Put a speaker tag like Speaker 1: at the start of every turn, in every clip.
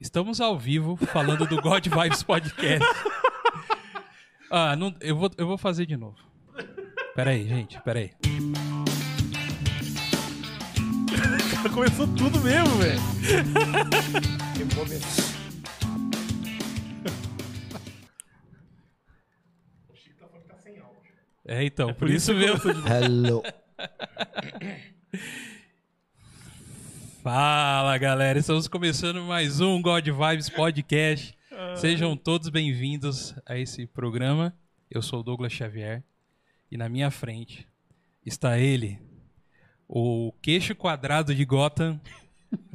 Speaker 1: estamos ao vivo falando do God Vibes Podcast. Ah, não, eu, vou, eu vou fazer de novo. Peraí, gente, peraí.
Speaker 2: Começou tudo mesmo, velho.
Speaker 1: É então, por, isso, mesmo.
Speaker 3: Hello.
Speaker 1: Fala galera, estamos começando mais um God Vibes Podcast. Sejam todos bem-vindos a esse programa. Eu sou o Douglas Xavier e na minha frente está ele, o queixo quadrado de Gotham,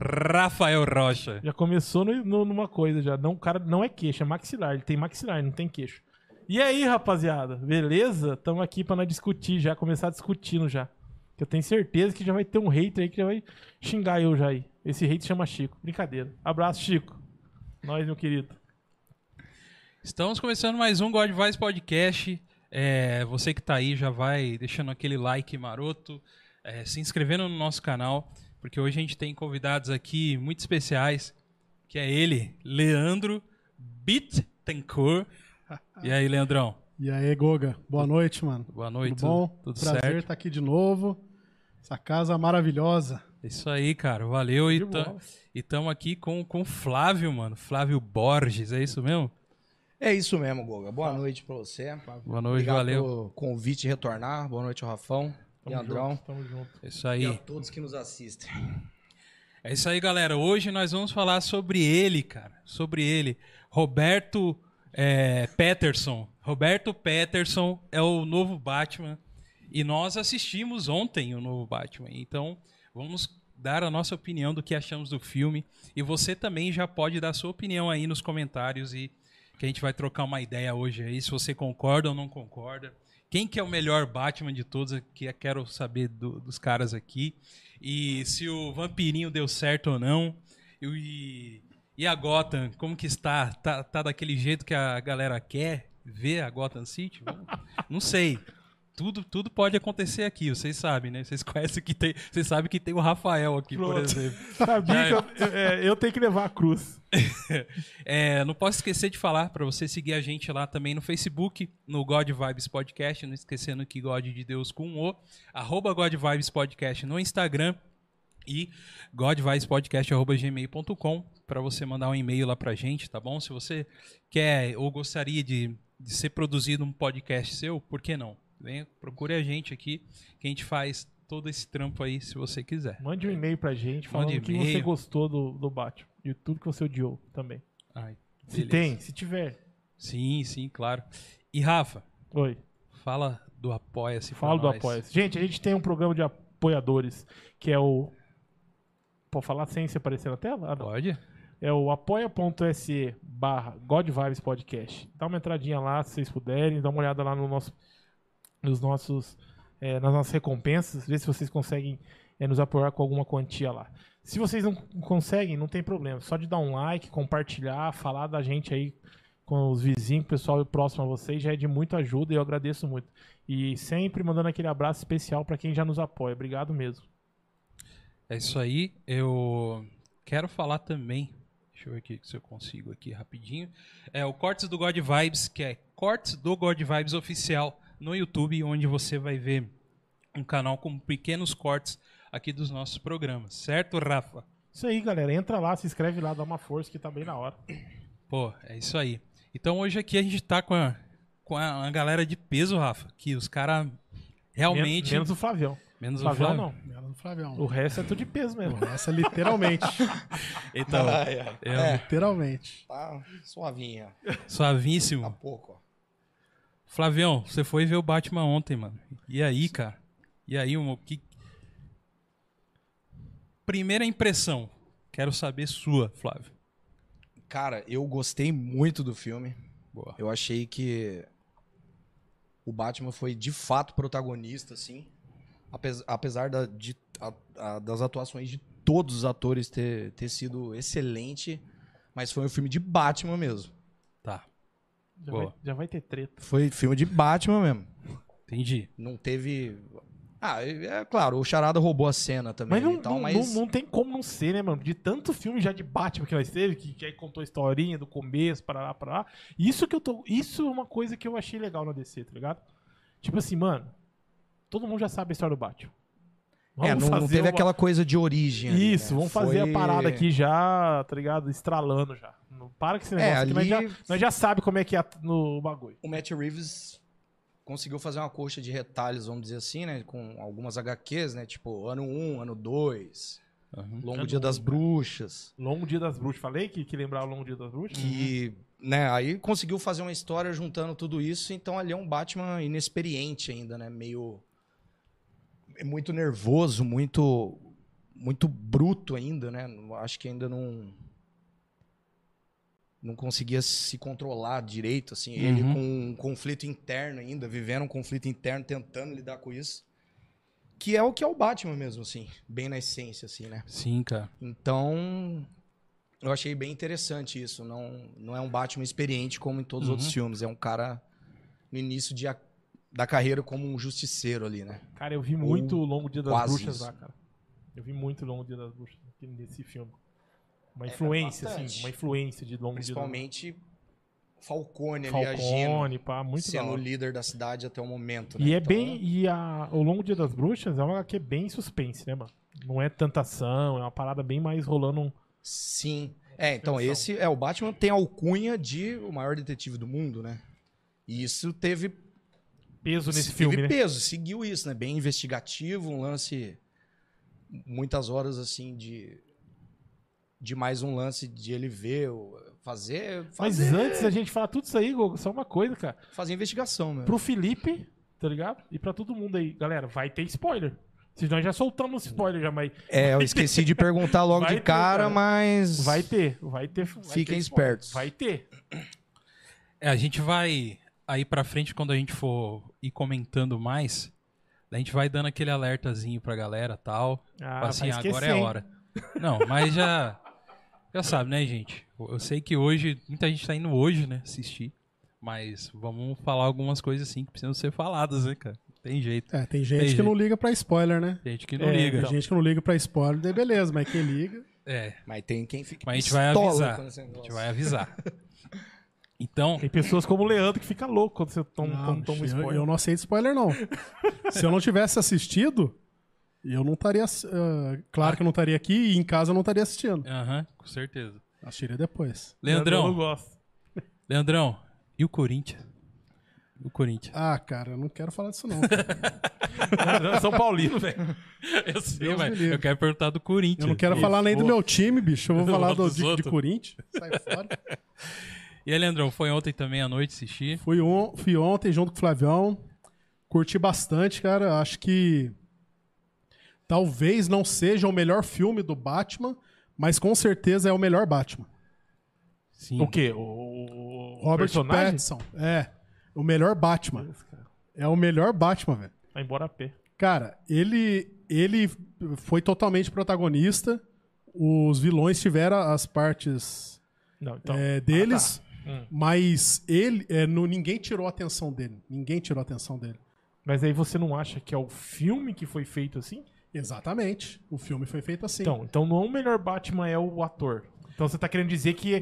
Speaker 1: Rafael Rocha.
Speaker 2: Já começou no- no- numa coisa já. Não, o cara não é queixo, é maxilar. Ele tem maxilar, não tem queixo. E aí, rapaziada? Beleza? Tamo aqui pra nós discutir já, começar discutindo já. Que eu tenho certeza que já vai ter um hater aí que já vai xingar eu já aí. Esse hater chama Chico. Brincadeira. Abraço, Chico. Nós, meu querido.
Speaker 1: Estamos começando mais um God Vibes Podcast. É, você que tá aí já vai deixando aquele like maroto, é, se inscrevendo no nosso canal, porque hoje a gente tem convidados aqui muito especiais, que é ele, Leandro Bittencourt. E aí, Leandrão?
Speaker 4: E aí, Goga, boa noite, mano.
Speaker 1: Boa noite.
Speaker 4: Tudo bom?
Speaker 1: Tudo
Speaker 4: Prazer
Speaker 1: certo?
Speaker 4: estar aqui de novo. Essa casa maravilhosa.
Speaker 1: É Isso aí, cara. Valeu.
Speaker 2: De
Speaker 1: E
Speaker 2: bola.
Speaker 1: estamos aqui com com o Flávio, mano. Flávio Borges, é isso mesmo?
Speaker 3: É isso mesmo, Goga. Boa noite pra você.
Speaker 1: Boa noite, valeu.
Speaker 3: pelo convite de retornar. Boa noite ao Rafão,
Speaker 2: Tamo
Speaker 3: Leandrão
Speaker 2: junto, tamo junto.
Speaker 1: É
Speaker 3: e
Speaker 1: Isso
Speaker 3: a
Speaker 1: aí.
Speaker 3: todos que nos assistem.
Speaker 1: É isso aí, galera. Hoje nós vamos falar sobre ele, cara. Sobre ele. Roberto é, Patterson. Roberto Patterson é o novo Batman. E nós assistimos ontem o novo Batman. Então, vamos dar a nossa opinião do que achamos do filme. E você também já pode dar sua opinião aí nos comentários e que a gente vai trocar uma ideia hoje aí, se você concorda ou não concorda. Quem que é o melhor Batman de todos, que eu quero saber do- dos caras aqui. E se o Vampirinho deu certo ou não. E, e a Gotham, como que está? tá? Tá daquele jeito que a galera quer ver a Gotham City? Vamos- Não sei. Tudo, tudo pode acontecer aqui, vocês sabem, né? Vocês conhecem que tem. Vocês sabem que tem o Rafael aqui, por
Speaker 2: Pronto.
Speaker 1: exemplo.
Speaker 2: Sabia que eu, eu- é, eu tenho que levar a cruz.
Speaker 1: É, não posso esquecer de falar para você seguir a gente lá também no Facebook, no God Vibes Podcast, não esquecendo que God de Deus com O, arroba God Vibes Podcast no Instagram e godvibespodcast.gmail.com para você mandar um e-mail lá pra gente, tá bom? Se você quer ou gostaria de, de ser produzido um podcast seu, por que não? Venha, procure a gente aqui, que a gente faz todo esse trampo aí, se você quiser.
Speaker 2: Mande um e-mail pra gente falando
Speaker 1: Mande
Speaker 2: o que você
Speaker 1: e-mail.
Speaker 2: gostou do, do Batman e tudo que você odiou também.
Speaker 1: Ai,
Speaker 2: Se
Speaker 1: beleza.
Speaker 2: tem, se tiver.
Speaker 1: Sim, sim, claro. E Rafa,
Speaker 2: Oi,
Speaker 1: Fala do Apoia-se. pra
Speaker 2: fala do
Speaker 1: nós.
Speaker 2: apoia Gente, a gente tem um programa de apoiadores que é o. Pode falar sem se aparecer na tela? Ah, não.
Speaker 1: Pode?
Speaker 2: É o apoia.se barra God Vibes Podcast. Dá uma entradinha lá se vocês puderem, dá uma olhada lá no nosso, nos nossos, é, nas nossas recompensas, ver se vocês conseguem é, nos apoiar com alguma quantia lá. Se vocês não conseguem, não tem problema. Só de dar um like, compartilhar, falar da gente aí com os vizinhos, pessoal próximo a vocês, já é de muita ajuda e eu agradeço muito. E sempre mandando aquele abraço especial para quem já nos apoia. Obrigado mesmo.
Speaker 1: É isso aí. Eu quero falar também. Deixa eu ver aqui se eu consigo aqui rapidinho. É o Cortes do God Vibes, que é Cortes do God Vibes Oficial no YouTube, onde você vai ver um canal com pequenos cortes aqui dos nossos programas. Certo, Rafa?
Speaker 2: Isso aí, galera. Entra lá, se inscreve lá, dá uma força que tá bem na hora.
Speaker 1: Pô, é isso aí. Então hoje aqui a gente tá com a, com a, uma galera de peso, Rafa, que os caras realmente...
Speaker 2: Menos, menos o Flavião.
Speaker 1: menos o
Speaker 2: Flavião,
Speaker 1: Flávio.
Speaker 2: não.
Speaker 4: Bela do Flavião.
Speaker 2: O resto é tudo de peso mesmo.
Speaker 4: Essa literalmente.
Speaker 1: Então, eu-
Speaker 3: É,
Speaker 4: literalmente.
Speaker 3: tá suavinha.
Speaker 1: suavíssimo.
Speaker 3: Há pouco, ó.
Speaker 1: Flavião, você foi ver o Batman ontem, mano. E aí, cara? E aí, o que. Primeira impressão. Quero saber sua, Flávio.
Speaker 3: Cara, eu gostei muito do filme.
Speaker 1: Boa.
Speaker 3: Eu achei que o Batman foi de fato protagonista, assim. Apes- Apesar da- de- a- a- das atuações de todos os atores ter, ter sido excelente, mas foi um filme de Batman mesmo.
Speaker 1: Tá,
Speaker 2: Já
Speaker 1: Boa.
Speaker 2: vai, já vai ter treta.
Speaker 3: Foi filme de Batman mesmo.
Speaker 1: entendi.
Speaker 3: Não teve
Speaker 5: Ah, e- é claro, o Charada roubou a cena também
Speaker 2: Mas não,
Speaker 5: e tal,
Speaker 2: não,
Speaker 5: mas...
Speaker 2: não- não tem como não ser, né, mano? De tanto filme já de Batman que nós teve, que, que aí contou a historinha do começo, para lá, para lá. Isso que eu tô. Isso é uma coisa que eu achei legal na DC, tá ligado? Tipo assim, mano, todo mundo já sabe a história do Batman.
Speaker 5: É, não, não teve
Speaker 2: uma-
Speaker 5: aquela coisa de origem. ali,
Speaker 2: Isso,
Speaker 5: né?
Speaker 2: vamos fazer
Speaker 5: Foi-
Speaker 2: a parada aqui já, tá ligado? Estralando já. Não para com esse negócio
Speaker 5: É,
Speaker 2: aqui,
Speaker 5: ali
Speaker 2: né? nós já, nós já sabe como é que é a- no bagulho.
Speaker 5: o Matt Reeves conseguiu fazer uma coxa de retalhos, vamos dizer assim, né? Com algumas HQs, né? Tipo, ano 1, ano 2,
Speaker 1: Aham.
Speaker 5: Longo
Speaker 2: Ano
Speaker 5: Dia das
Speaker 2: um,
Speaker 5: Bruxas.
Speaker 2: Longo Dia das Bruxas. Falei que, que lembrar o Longo Dia das Bruxas?
Speaker 5: Que, né? Aí conseguiu fazer uma história juntando tudo isso. Então ali é um Batman inexperiente ainda, né? Meio... é Muito nervoso, muito... Muito bruto ainda, né? Acho que ainda não... Não conseguia se controlar direito, assim. Ele
Speaker 1: Uhum.
Speaker 5: com um conflito interno ainda, vivendo um conflito interno, tentando lidar com isso. Que é o que é o Batman mesmo, assim. Bem na essência, assim, né?
Speaker 1: Sim, cara.
Speaker 5: Então, eu achei bem interessante isso. Não, não é um Batman experiente como em todos os
Speaker 1: Uhum.
Speaker 5: outros filmes. É um cara no início de a- da carreira como um justiceiro ali, né?
Speaker 2: Cara, eu vi muito o Longo Dia das
Speaker 5: quase
Speaker 2: Bruxas
Speaker 5: isso.
Speaker 2: lá, cara. Eu vi muito o Longo Dia das Bruxas aqui nesse filme. Uma influência, assim,
Speaker 5: É bastante.
Speaker 2: uma influência de Longo
Speaker 5: Principalmente Falcone,
Speaker 2: Dia
Speaker 5: ali
Speaker 2: das
Speaker 5: agindo,
Speaker 2: Falcone, pá, muito da
Speaker 5: sendo o
Speaker 2: hora.
Speaker 5: líder da cidade até o momento. né?
Speaker 2: E é
Speaker 5: Então,
Speaker 2: bem. E a, o Longo Dia das Bruxas é uma HQ bem suspense, né, mano? Não é tanta ação, é uma parada bem mais rolando um.
Speaker 5: Sim. É, então esse é o Batman tem a alcunha de o maior detetive do mundo, né? E isso teve
Speaker 2: peso nesse
Speaker 5: Teve
Speaker 2: filme, né?
Speaker 5: peso, seguiu isso, né? Bem investigativo, um lance. Muitas horas, assim, de. De mais um lance de ele ver, o- fazer.
Speaker 2: Mas
Speaker 5: Fazer,
Speaker 2: antes da gente falar tudo isso aí, Gogo, só uma coisa, cara.
Speaker 5: fazer investigação, né? meu.
Speaker 2: Pro Felipe, tá ligado? E pra todo mundo aí, galera, vai ter spoiler. Se nós já soltamos spoiler já, mas
Speaker 5: É, eu esqueci de perguntar logo
Speaker 2: Vai
Speaker 5: de
Speaker 2: ter,
Speaker 5: cara,
Speaker 2: cara.
Speaker 5: mas.
Speaker 2: vai ter, vai ter. vai
Speaker 5: Fiquem
Speaker 2: ter spoiler.
Speaker 5: espertos.
Speaker 2: Vai ter.
Speaker 1: É, a gente vai aí pra frente quando a gente for ir comentando mais, a gente vai dando aquele alertazinho pra galera, tal.
Speaker 2: Ah,
Speaker 1: Fala assim,
Speaker 2: vai esquecer,
Speaker 1: agora é a
Speaker 2: hein?
Speaker 1: hora. Não, mas já já sabe, né, gente? Eu eu sei que hoje muita gente tá indo hoje, né, assistir, mas vamos falar algumas coisas assim que precisam ser faladas, né, cara? Não Tem jeito.
Speaker 4: É, tem gente
Speaker 1: Tem
Speaker 4: que
Speaker 1: jeito.
Speaker 4: não liga pra spoiler, né?
Speaker 1: Tem gente que não
Speaker 2: É,
Speaker 1: liga.
Speaker 4: Tem
Speaker 2: Então.
Speaker 4: gente que não liga pra spoiler, daí beleza, mas quem liga.
Speaker 1: É,
Speaker 5: Mas tem quem fica.
Speaker 1: Mas a gente vai
Speaker 5: pistola
Speaker 1: avisar.
Speaker 5: quando esse
Speaker 1: a gente
Speaker 5: negócio-
Speaker 1: vai avisar. Então,
Speaker 2: Tem pessoas como o Leandro que fica louco quando você toma,
Speaker 4: Não,
Speaker 2: quando toma
Speaker 4: bicho, eu-
Speaker 2: spoiler.
Speaker 4: Eu, não aceito spoiler, não. Se eu não tivesse assistido, eu não estaria. ah, claro que eu não estaria aqui e em casa eu não estaria assistindo.
Speaker 1: aham, com certeza.
Speaker 4: Assistiria depois.
Speaker 2: Eu não
Speaker 1: Leandrão,
Speaker 2: gosto.
Speaker 1: Leandrão, e o Corinthians? O Corinthians.
Speaker 4: Ah, cara, eu não quero falar disso, não. cara.
Speaker 2: Leandrão é São Paulino, velho.
Speaker 1: Eu sei,
Speaker 4: Deus
Speaker 1: mas
Speaker 4: me livre.
Speaker 1: eu quero perguntar do Corinthians.
Speaker 4: Eu não quero
Speaker 2: Isso,
Speaker 4: falar nem do
Speaker 2: boa.
Speaker 4: meu time, bicho. Eu vou
Speaker 1: Eu
Speaker 4: falar
Speaker 1: gosto
Speaker 4: do,
Speaker 1: dos
Speaker 4: de, de
Speaker 1: outros.
Speaker 4: Corinthians. Sai fora.
Speaker 1: E aí, Leandrão, foi ontem também à noite assistir?
Speaker 4: Fui, on- fui ontem junto com o Flavião. Curti bastante, cara. Acho que talvez não seja o melhor filme do Batman, mas com certeza é o melhor Batman.
Speaker 1: Sim.
Speaker 2: O quê? O, o- o
Speaker 4: Robert
Speaker 2: personagem?
Speaker 4: Pattinson. É. O melhor Batman.
Speaker 2: Deus, cara.
Speaker 4: É o melhor Batman, velho.
Speaker 2: Vai embora a pé.
Speaker 4: Cara, ele, ele foi totalmente protagonista. Os vilões tiveram as partes
Speaker 2: Não, então.
Speaker 4: é, deles.
Speaker 2: Hum.
Speaker 4: Mas ele, é, no, ninguém tirou a atenção dele. Ninguém tirou a atenção dele.
Speaker 2: Mas aí você não acha que é o filme que foi feito assim?
Speaker 4: Exatamente. O filme foi feito assim.
Speaker 2: Então, então não é o melhor Batman é o ator. Então você tá querendo dizer que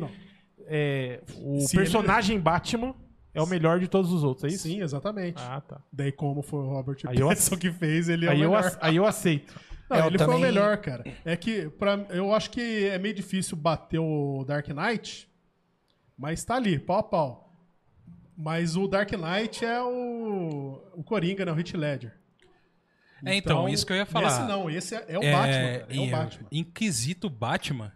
Speaker 2: é, o
Speaker 4: Se
Speaker 2: personagem Batman é o melhor de todos os outros, é isso?
Speaker 4: Sim, exatamente.
Speaker 2: Ah, tá.
Speaker 4: Daí, como foi o Robert
Speaker 2: Aí eu
Speaker 4: Pattinson que fez, ele é
Speaker 2: Aí
Speaker 4: o
Speaker 2: eu,
Speaker 4: melhor.
Speaker 2: ace- aí eu aceito.
Speaker 4: Não,
Speaker 5: É, eu
Speaker 4: ele foi o
Speaker 5: também-
Speaker 4: melhor, cara. É que pra, eu acho que é meio difícil bater o Dark Knight, mas tá ali, pau a pau. Mas o Dark Knight é o, o Coringa, né? O Heath Ledger.
Speaker 1: É, então, isso que eu ia falar.
Speaker 4: Esse não, esse é, é o Batman. cara, É, o Batman.
Speaker 1: Inquisito Batman,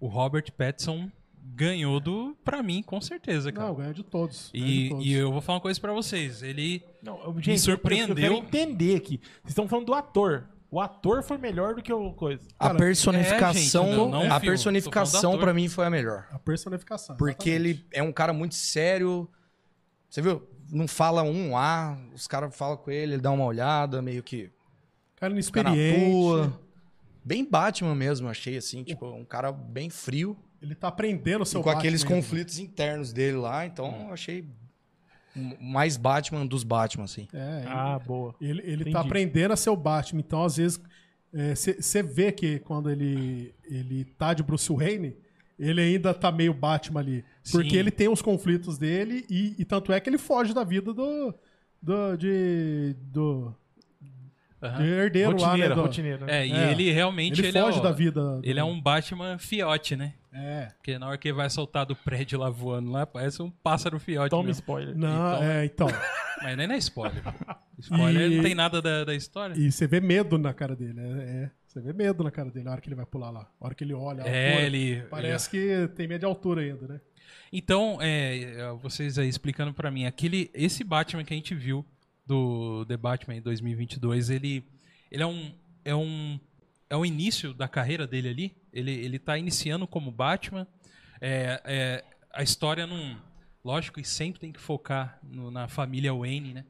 Speaker 1: o Robert Pattinson ganhou do, pra mim, com certeza, cara.
Speaker 4: Não, ganha de todos. ganha de
Speaker 1: e,
Speaker 4: todos.
Speaker 1: e eu vou falar uma coisa pra vocês. Ele.
Speaker 2: Não, eu- gente,
Speaker 1: surpreendeu.
Speaker 2: Eu quero entender aqui. Vocês estão falando do ator. O ator foi melhor do que o coisa.
Speaker 5: A
Speaker 4: Cara,
Speaker 5: personificação,
Speaker 1: é, gente, não- não
Speaker 5: a
Speaker 1: filme, tô falando
Speaker 5: personificação
Speaker 1: do
Speaker 5: para
Speaker 1: ator.
Speaker 5: mim foi a melhor.
Speaker 4: A personificação.
Speaker 5: Porque
Speaker 4: exatamente.
Speaker 5: ele é um cara muito sério. Você viu? Não fala um A, os caras falam com ele, ele dá uma olhada, meio que
Speaker 4: Cara é
Speaker 5: fica na
Speaker 4: inexperiente.
Speaker 5: tua. Bem Batman mesmo, achei assim, tipo, um cara bem frio.
Speaker 4: Ele tá aprendendo o
Speaker 5: E
Speaker 4: seu
Speaker 5: com
Speaker 4: Batman
Speaker 5: aqueles
Speaker 4: ainda.
Speaker 5: conflitos internos dele lá, então eu achei o mais Batman dos Batman, assim.
Speaker 4: É,
Speaker 2: Ah, boa.
Speaker 4: ele, ele
Speaker 2: entendi.
Speaker 4: tá aprendendo a ser o Batman. Então, às vezes, você vê que quando ele, ele tá de Bruce Wayne, ele ainda tá meio Batman ali. Porque
Speaker 1: Sim.
Speaker 4: ele tem os conflitos dele e, e tanto é que ele foge da vida do. do de, do,
Speaker 1: Aham.
Speaker 4: de herdeiro
Speaker 2: Rotineira,
Speaker 4: lá, né? do-
Speaker 2: rotineira. né?
Speaker 1: É, e
Speaker 4: É.
Speaker 1: ele realmente
Speaker 4: ele
Speaker 1: Ah. ele,
Speaker 4: foge
Speaker 1: é, o-
Speaker 4: da vida. do-
Speaker 1: ele é um Batman fiote, né?
Speaker 4: É.
Speaker 1: Porque na hora que ele vai soltar do prédio lá voando lá, parece um pássaro fiote.
Speaker 2: Toma
Speaker 1: mesmo.
Speaker 2: spoiler.
Speaker 4: Não,
Speaker 1: Então-
Speaker 4: é, então.
Speaker 1: Mas nem é spoiler. Spoiler
Speaker 4: E-
Speaker 1: não tem nada da, da história.
Speaker 4: E você vê medo na cara dele, né? É, você vê medo na cara dele na hora que ele vai pular lá. Na hora que ele olha. a
Speaker 1: É,
Speaker 4: altura.
Speaker 1: ele.
Speaker 4: Parece que tem medo de altura ainda, né?
Speaker 1: Então, é, vocês aí explicando pra mim, aquele esse Batman que a gente viu do The Batman em 2022, ele ele é um é um é o início da carreira dele ali. Ele ele tá iniciando como Batman. É, é, a história não, lógico, e sempre tem que focar no- na família Wayne, né?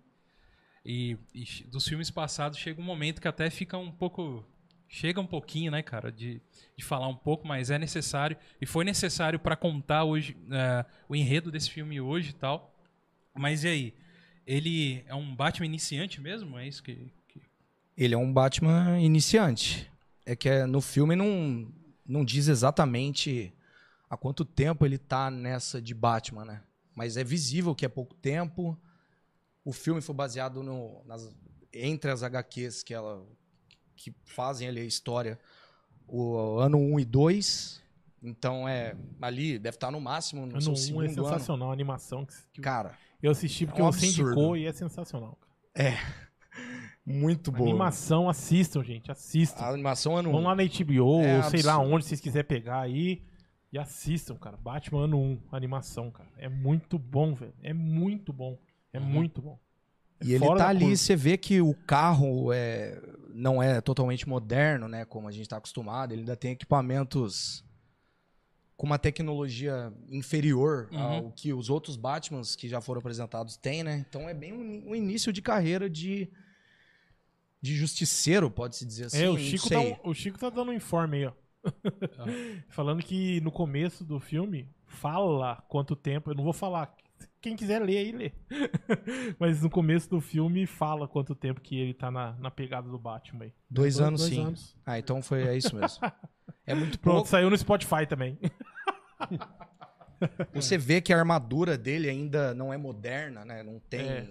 Speaker 1: E, e che- dos filmes passados chega um momento que até fica um pouco chega um pouquinho, né, cara, de de falar um pouco, mas é necessário e foi necessário pra contar hoje eh, o enredo desse filme hoje e tal. Mas e aí? Ele é um Batman iniciante mesmo? É isso que. que-
Speaker 5: Ele é um Batman iniciante. É que é, no filme não, não diz exatamente há quanto tempo ele tá nessa de Batman, né? Mas é visível que é pouco tempo. O filme foi baseado no, nas- entre as HQs que, ela, que fazem ali a história, o ano 1 e 2. Então é ali, deve estar no máximo, no
Speaker 2: Ano
Speaker 5: seu
Speaker 2: um é
Speaker 5: segundo ano.
Speaker 2: sensacional a animação. Que, que
Speaker 5: Cara,
Speaker 2: eu assisti porque
Speaker 5: é um
Speaker 2: você
Speaker 5: absurdo.
Speaker 2: indicou e é sensacional. cara.
Speaker 5: muito boa.
Speaker 2: Animação, assistam, gente. Assistam.
Speaker 5: A animação ano 1.
Speaker 2: Vão lá na HBO,
Speaker 5: É
Speaker 2: ou sei lá
Speaker 5: absurdo.
Speaker 2: onde vocês quiserem pegar aí. E assistam, cara. Batman Ano 1, animação, cara. É muito bom, velho. É muito bom. É
Speaker 5: Uhum.
Speaker 2: muito bom. É
Speaker 5: E ele
Speaker 2: fora
Speaker 5: tá
Speaker 2: da
Speaker 5: ali,
Speaker 2: curva.
Speaker 5: você vê que o carro é, não é totalmente moderno, né? Como a gente tá acostumado, ele ainda tem equipamentos com uma tecnologia inferior
Speaker 1: Uhum.
Speaker 5: ao que os outros Batmans que já foram apresentados têm, né? Então é bem um, um início de carreira de, de justiceiro, pode-se dizer assim.
Speaker 2: é, o
Speaker 5: não
Speaker 2: Chico, tá,
Speaker 5: sei.
Speaker 2: o Chico tá dando um informe aí, ó. Falando que no começo do filme fala quanto tempo. Eu não vou falar. Quem quiser ler aí, lê. Mas no começo do filme fala quanto tempo que ele tá na, na pegada do Batman aí.
Speaker 5: Dois anos
Speaker 4: dois
Speaker 5: sim.
Speaker 4: anos.
Speaker 5: Ah, então foi, é isso mesmo. É muito
Speaker 2: Pronto,
Speaker 5: pouco.
Speaker 2: saiu no Spotify também.
Speaker 5: Você vê que a armadura dele ainda não é moderna, né? Não tem.
Speaker 2: É.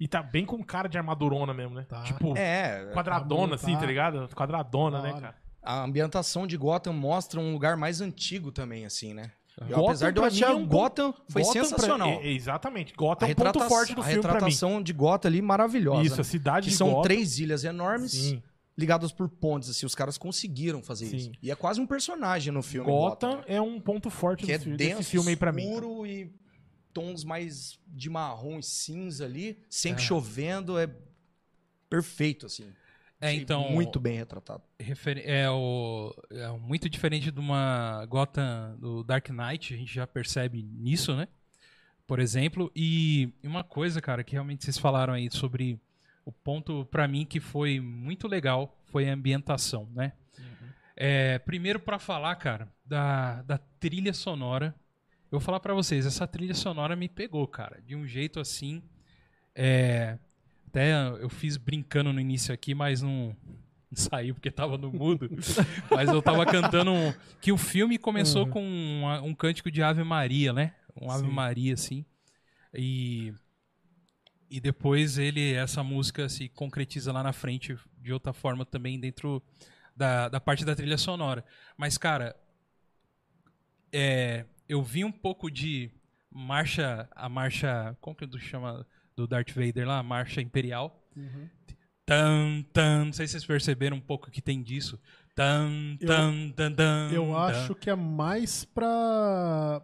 Speaker 2: E tá bem com cara de armadurona mesmo, né?
Speaker 4: Tá.
Speaker 2: Tipo,
Speaker 5: é
Speaker 2: quadradona,
Speaker 4: tá bom,
Speaker 2: assim,
Speaker 4: tá.
Speaker 2: tá ligado? Quadradona,
Speaker 4: Da
Speaker 2: né,
Speaker 4: hora.
Speaker 2: cara?
Speaker 5: A ambientação de Gotham mostra um lugar mais antigo também, assim, né?
Speaker 2: Gotham,
Speaker 5: Apesar de eu
Speaker 2: pra mim,
Speaker 5: achar
Speaker 2: é um
Speaker 5: Gotham foi
Speaker 2: Gotham pra-
Speaker 5: sensacional.
Speaker 2: é- é, exatamente. Gotham
Speaker 5: a
Speaker 2: é um ponto
Speaker 5: retratação,
Speaker 2: forte do
Speaker 5: a
Speaker 2: filme pra mim.
Speaker 5: retratação de Gotham ali maravilhosa.
Speaker 2: Isso, a cidade
Speaker 5: que
Speaker 2: de
Speaker 5: são
Speaker 2: Gotham.
Speaker 5: três ilhas enormes
Speaker 2: Sim.
Speaker 5: ligadas por pontes, assim, os caras conseguiram fazer
Speaker 2: Sim.
Speaker 5: isso. E é quase um personagem no filme né?
Speaker 2: Gotham é um ponto forte
Speaker 5: que é
Speaker 2: do fi-
Speaker 5: denso,
Speaker 2: desse filme aí pra mim. cara.
Speaker 5: escuro e tons mais de marrom e cinza ali, sempre
Speaker 1: É.
Speaker 5: chovendo, é perfeito assim.
Speaker 1: É,
Speaker 5: Achei
Speaker 1: então.
Speaker 5: muito bem retratado.
Speaker 1: referen- É, o, é muito diferente de uma Gotham do Dark Knight, a gente já percebe nisso, né? Por exemplo. E uma coisa, cara, que realmente vocês falaram aí sobre o ponto pra mim que foi muito legal foi a ambientação, né? É, primeiro pra falar, cara, da, da trilha sonora. Eu vou falar pra vocês, essa trilha sonora me pegou, cara, de um jeito assim. é, até eu fiz brincando no início aqui, mas não, não saiu porque tava no mudo. mas eu tava cantando um- que o filme começou com uma- um cântico de Ave Maria, né? Um Ave
Speaker 2: Sim.
Speaker 1: Maria assim. E e depois ele essa música se concretiza lá na frente de outra forma também dentro da, da parte da trilha sonora. Mas, cara, é, eu vi um pouco de marcha. A marcha. Como que tu chama? Do Darth Vader lá? A marcha imperial.
Speaker 4: Uhum.
Speaker 1: Tan, tan. Não sei se vocês perceberam um pouco que tem disso. Tan,
Speaker 4: Eu-
Speaker 1: tan, tan, tan.
Speaker 4: Eu
Speaker 1: tan.
Speaker 4: acho que é mais pra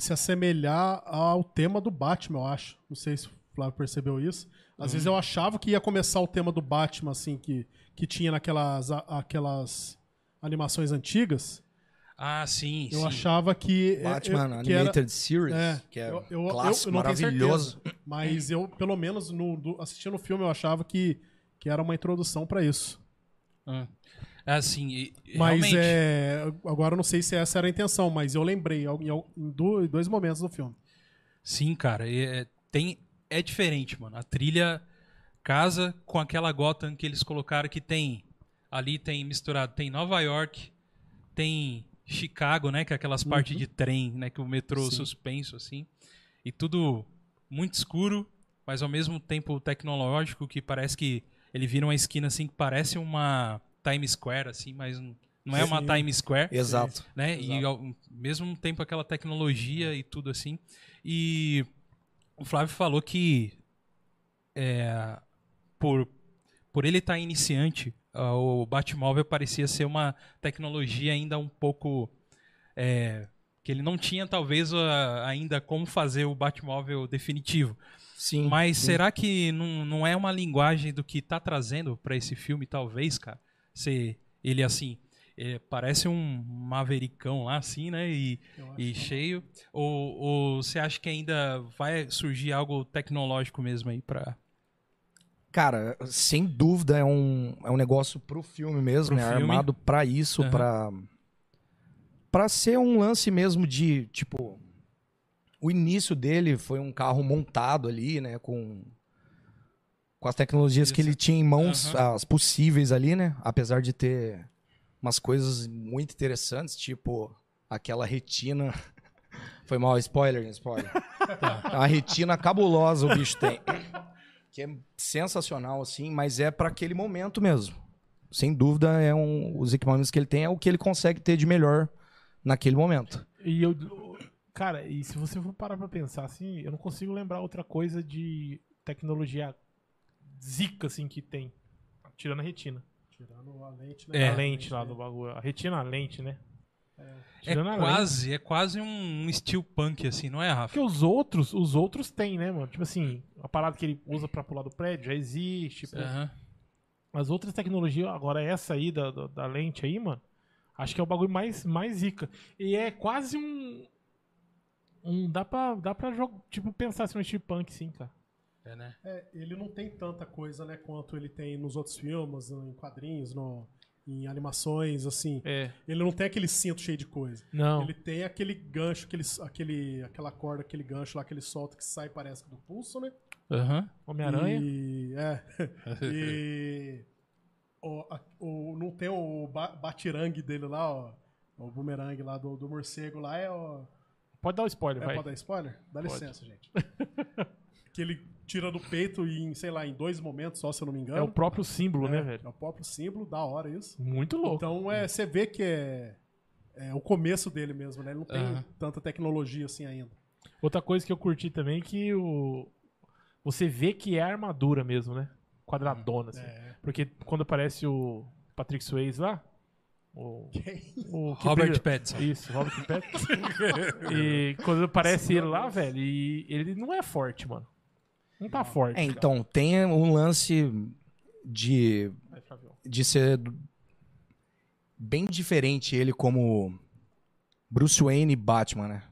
Speaker 4: se assemelhar ao tema do Batman, eu acho. Não sei se o Flávio percebeu isso.
Speaker 1: Uhum.
Speaker 4: Às vezes eu achava que ia começar o tema do Batman, assim, que, que tinha naquelas a- aquelas animações antigas.
Speaker 1: Ah, sim.
Speaker 4: Eu
Speaker 1: sim.
Speaker 4: achava que. é-
Speaker 5: Batman
Speaker 4: é- que era-
Speaker 5: Animated Series,
Speaker 4: é,
Speaker 5: que é
Speaker 4: eu- eu-
Speaker 5: um
Speaker 4: eu-
Speaker 5: clássico
Speaker 4: eu não tenho
Speaker 5: maravilhoso.
Speaker 4: Mas eu, pelo menos, no, do- assistindo o filme, eu achava que, que era uma introdução pra isso.
Speaker 1: Ah. Assim, e- e
Speaker 4: Mas
Speaker 1: realmente.
Speaker 4: é, agora eu não sei se essa era a intenção, mas eu lembrei em, al- em dois momentos do filme.
Speaker 1: Sim, cara. e, é, Tem, é diferente, mano. A trilha casa com aquela Gotham que eles colocaram que tem. Ali tem misturado, tem Nova York, tem Chicago, né? Que é aquelas partes de trem, né? Que o metrô
Speaker 5: Sim.
Speaker 1: suspenso, assim. E tudo muito escuro, mas ao mesmo tempo tecnológico, que parece que ele vira uma esquina assim que parece uma Times Square, assim, mas não não é uma
Speaker 4: Sim.
Speaker 1: Times Square
Speaker 5: Exato.
Speaker 1: né? E
Speaker 5: Exato.
Speaker 1: ao mesmo tempo aquela tecnologia e tudo assim. E o Flávio falou que é, por, por ele estar iniciante, ah, o Batmóvel parecia ser uma tecnologia ainda um pouco é, que ele não tinha talvez a- ainda como fazer o Batmóvel definitivo.
Speaker 5: Sim.
Speaker 1: Mas
Speaker 5: sim.
Speaker 1: será que não, não é uma linguagem do que tá trazendo pra esse filme, talvez, cara? Se ele assim. é, parece um mavericão lá, assim, né? E,
Speaker 4: Eu acho.
Speaker 1: e cheio. Ou, ou você acha que ainda vai surgir algo tecnológico mesmo aí pra.
Speaker 5: Cara, sem dúvida é um, é um negócio pro filme mesmo,
Speaker 1: Pro
Speaker 5: é
Speaker 1: filme.
Speaker 5: armado pra isso,
Speaker 1: Aham.
Speaker 5: pra para ser um lance mesmo de, tipo, o início dele foi um carro montado ali, né, com com as tecnologias que
Speaker 1: Isso.
Speaker 5: ele tinha em mãos,
Speaker 1: Aham.
Speaker 5: Então, as possíveis ali, né? Apesar de ter umas coisas muito interessantes, tipo aquela retina. Foi mal, spoiler, spoiler. A retina cabulosa o bicho tem. Que é sensacional, assim, mas é pra aquele momento mesmo. Sem dúvida, é um, os equipamentos que ele tem é o que ele consegue ter de melhor naquele momento.
Speaker 2: E eu. Cara, e se você for parar pra pensar assim, eu não consigo lembrar outra coisa de tecnologia zica assim que tem. Tirando a retina.
Speaker 4: Tirando a lente,
Speaker 1: É.
Speaker 2: a lente lá do bagulho. A retina, a lente, né?
Speaker 1: É
Speaker 2: Tirando a lente.
Speaker 1: quase, é quase um steel punk, assim, não é, Rafa?
Speaker 2: Porque os outros, os outros tem, né, mano? Tipo assim, a parada que ele usa pra pular do prédio já existe. Tipo,
Speaker 1: Aham.
Speaker 2: As outras tecnologias, agora essa aí da, da, da lente aí, mano, acho que é o bagulho mais, mais zica. E é quase um. um dá pra, dá pra jogo, tipo, pensar assim, um Steve Punk, sim, cara.
Speaker 1: É, né?
Speaker 4: É, ele não tem tanta coisa, né, quanto ele tem nos outros filmes, em quadrinhos, no, em animações, assim.
Speaker 2: É.
Speaker 4: Ele não tem aquele cinto cheio de coisa.
Speaker 2: Não.
Speaker 4: Ele tem aquele gancho, aquele, aquele, aquela corda, aquele gancho lá que ele solta que sai, parece que do pulso, né?
Speaker 1: Aham.
Speaker 2: Homem-Aranha.
Speaker 4: E, é. E. o, a- o- não tem o ba- batirangue dele lá, ó. O bumerangue lá do, do morcego lá é o.
Speaker 2: Pode dar o spoiler,
Speaker 4: É,
Speaker 2: vai.
Speaker 4: pode dar spoiler? Dá
Speaker 2: Pode.
Speaker 4: licença, gente. que ele tira do peito e, em, sei lá, em dois momentos só, se eu não me engano.
Speaker 2: É o próprio símbolo, né,
Speaker 4: É
Speaker 2: velho?
Speaker 4: o próprio símbolo, da hora isso.
Speaker 2: Muito louco.
Speaker 4: Então é, você vê que é, é o começo dele mesmo, né? Ele não tem
Speaker 1: Aham.
Speaker 4: tanta tecnologia assim ainda.
Speaker 2: Outra coisa que eu curti também é que o. Você vê que é a armadura mesmo, né? Quadradona, assim.
Speaker 4: É.
Speaker 2: Porque quando aparece o Patrick Swayze lá. O, o que
Speaker 1: Robert
Speaker 2: brilha-
Speaker 1: Pattinson.
Speaker 2: Isso, Robert Pattinson. e quando aparece ele lá, velho, e ele não é forte, mano. Não tá forte.
Speaker 5: É, então, tem um lance de,
Speaker 2: cara. é Aí, Flavião.
Speaker 5: de ser do- bem diferente ele como Bruce Wayne e Batman, né?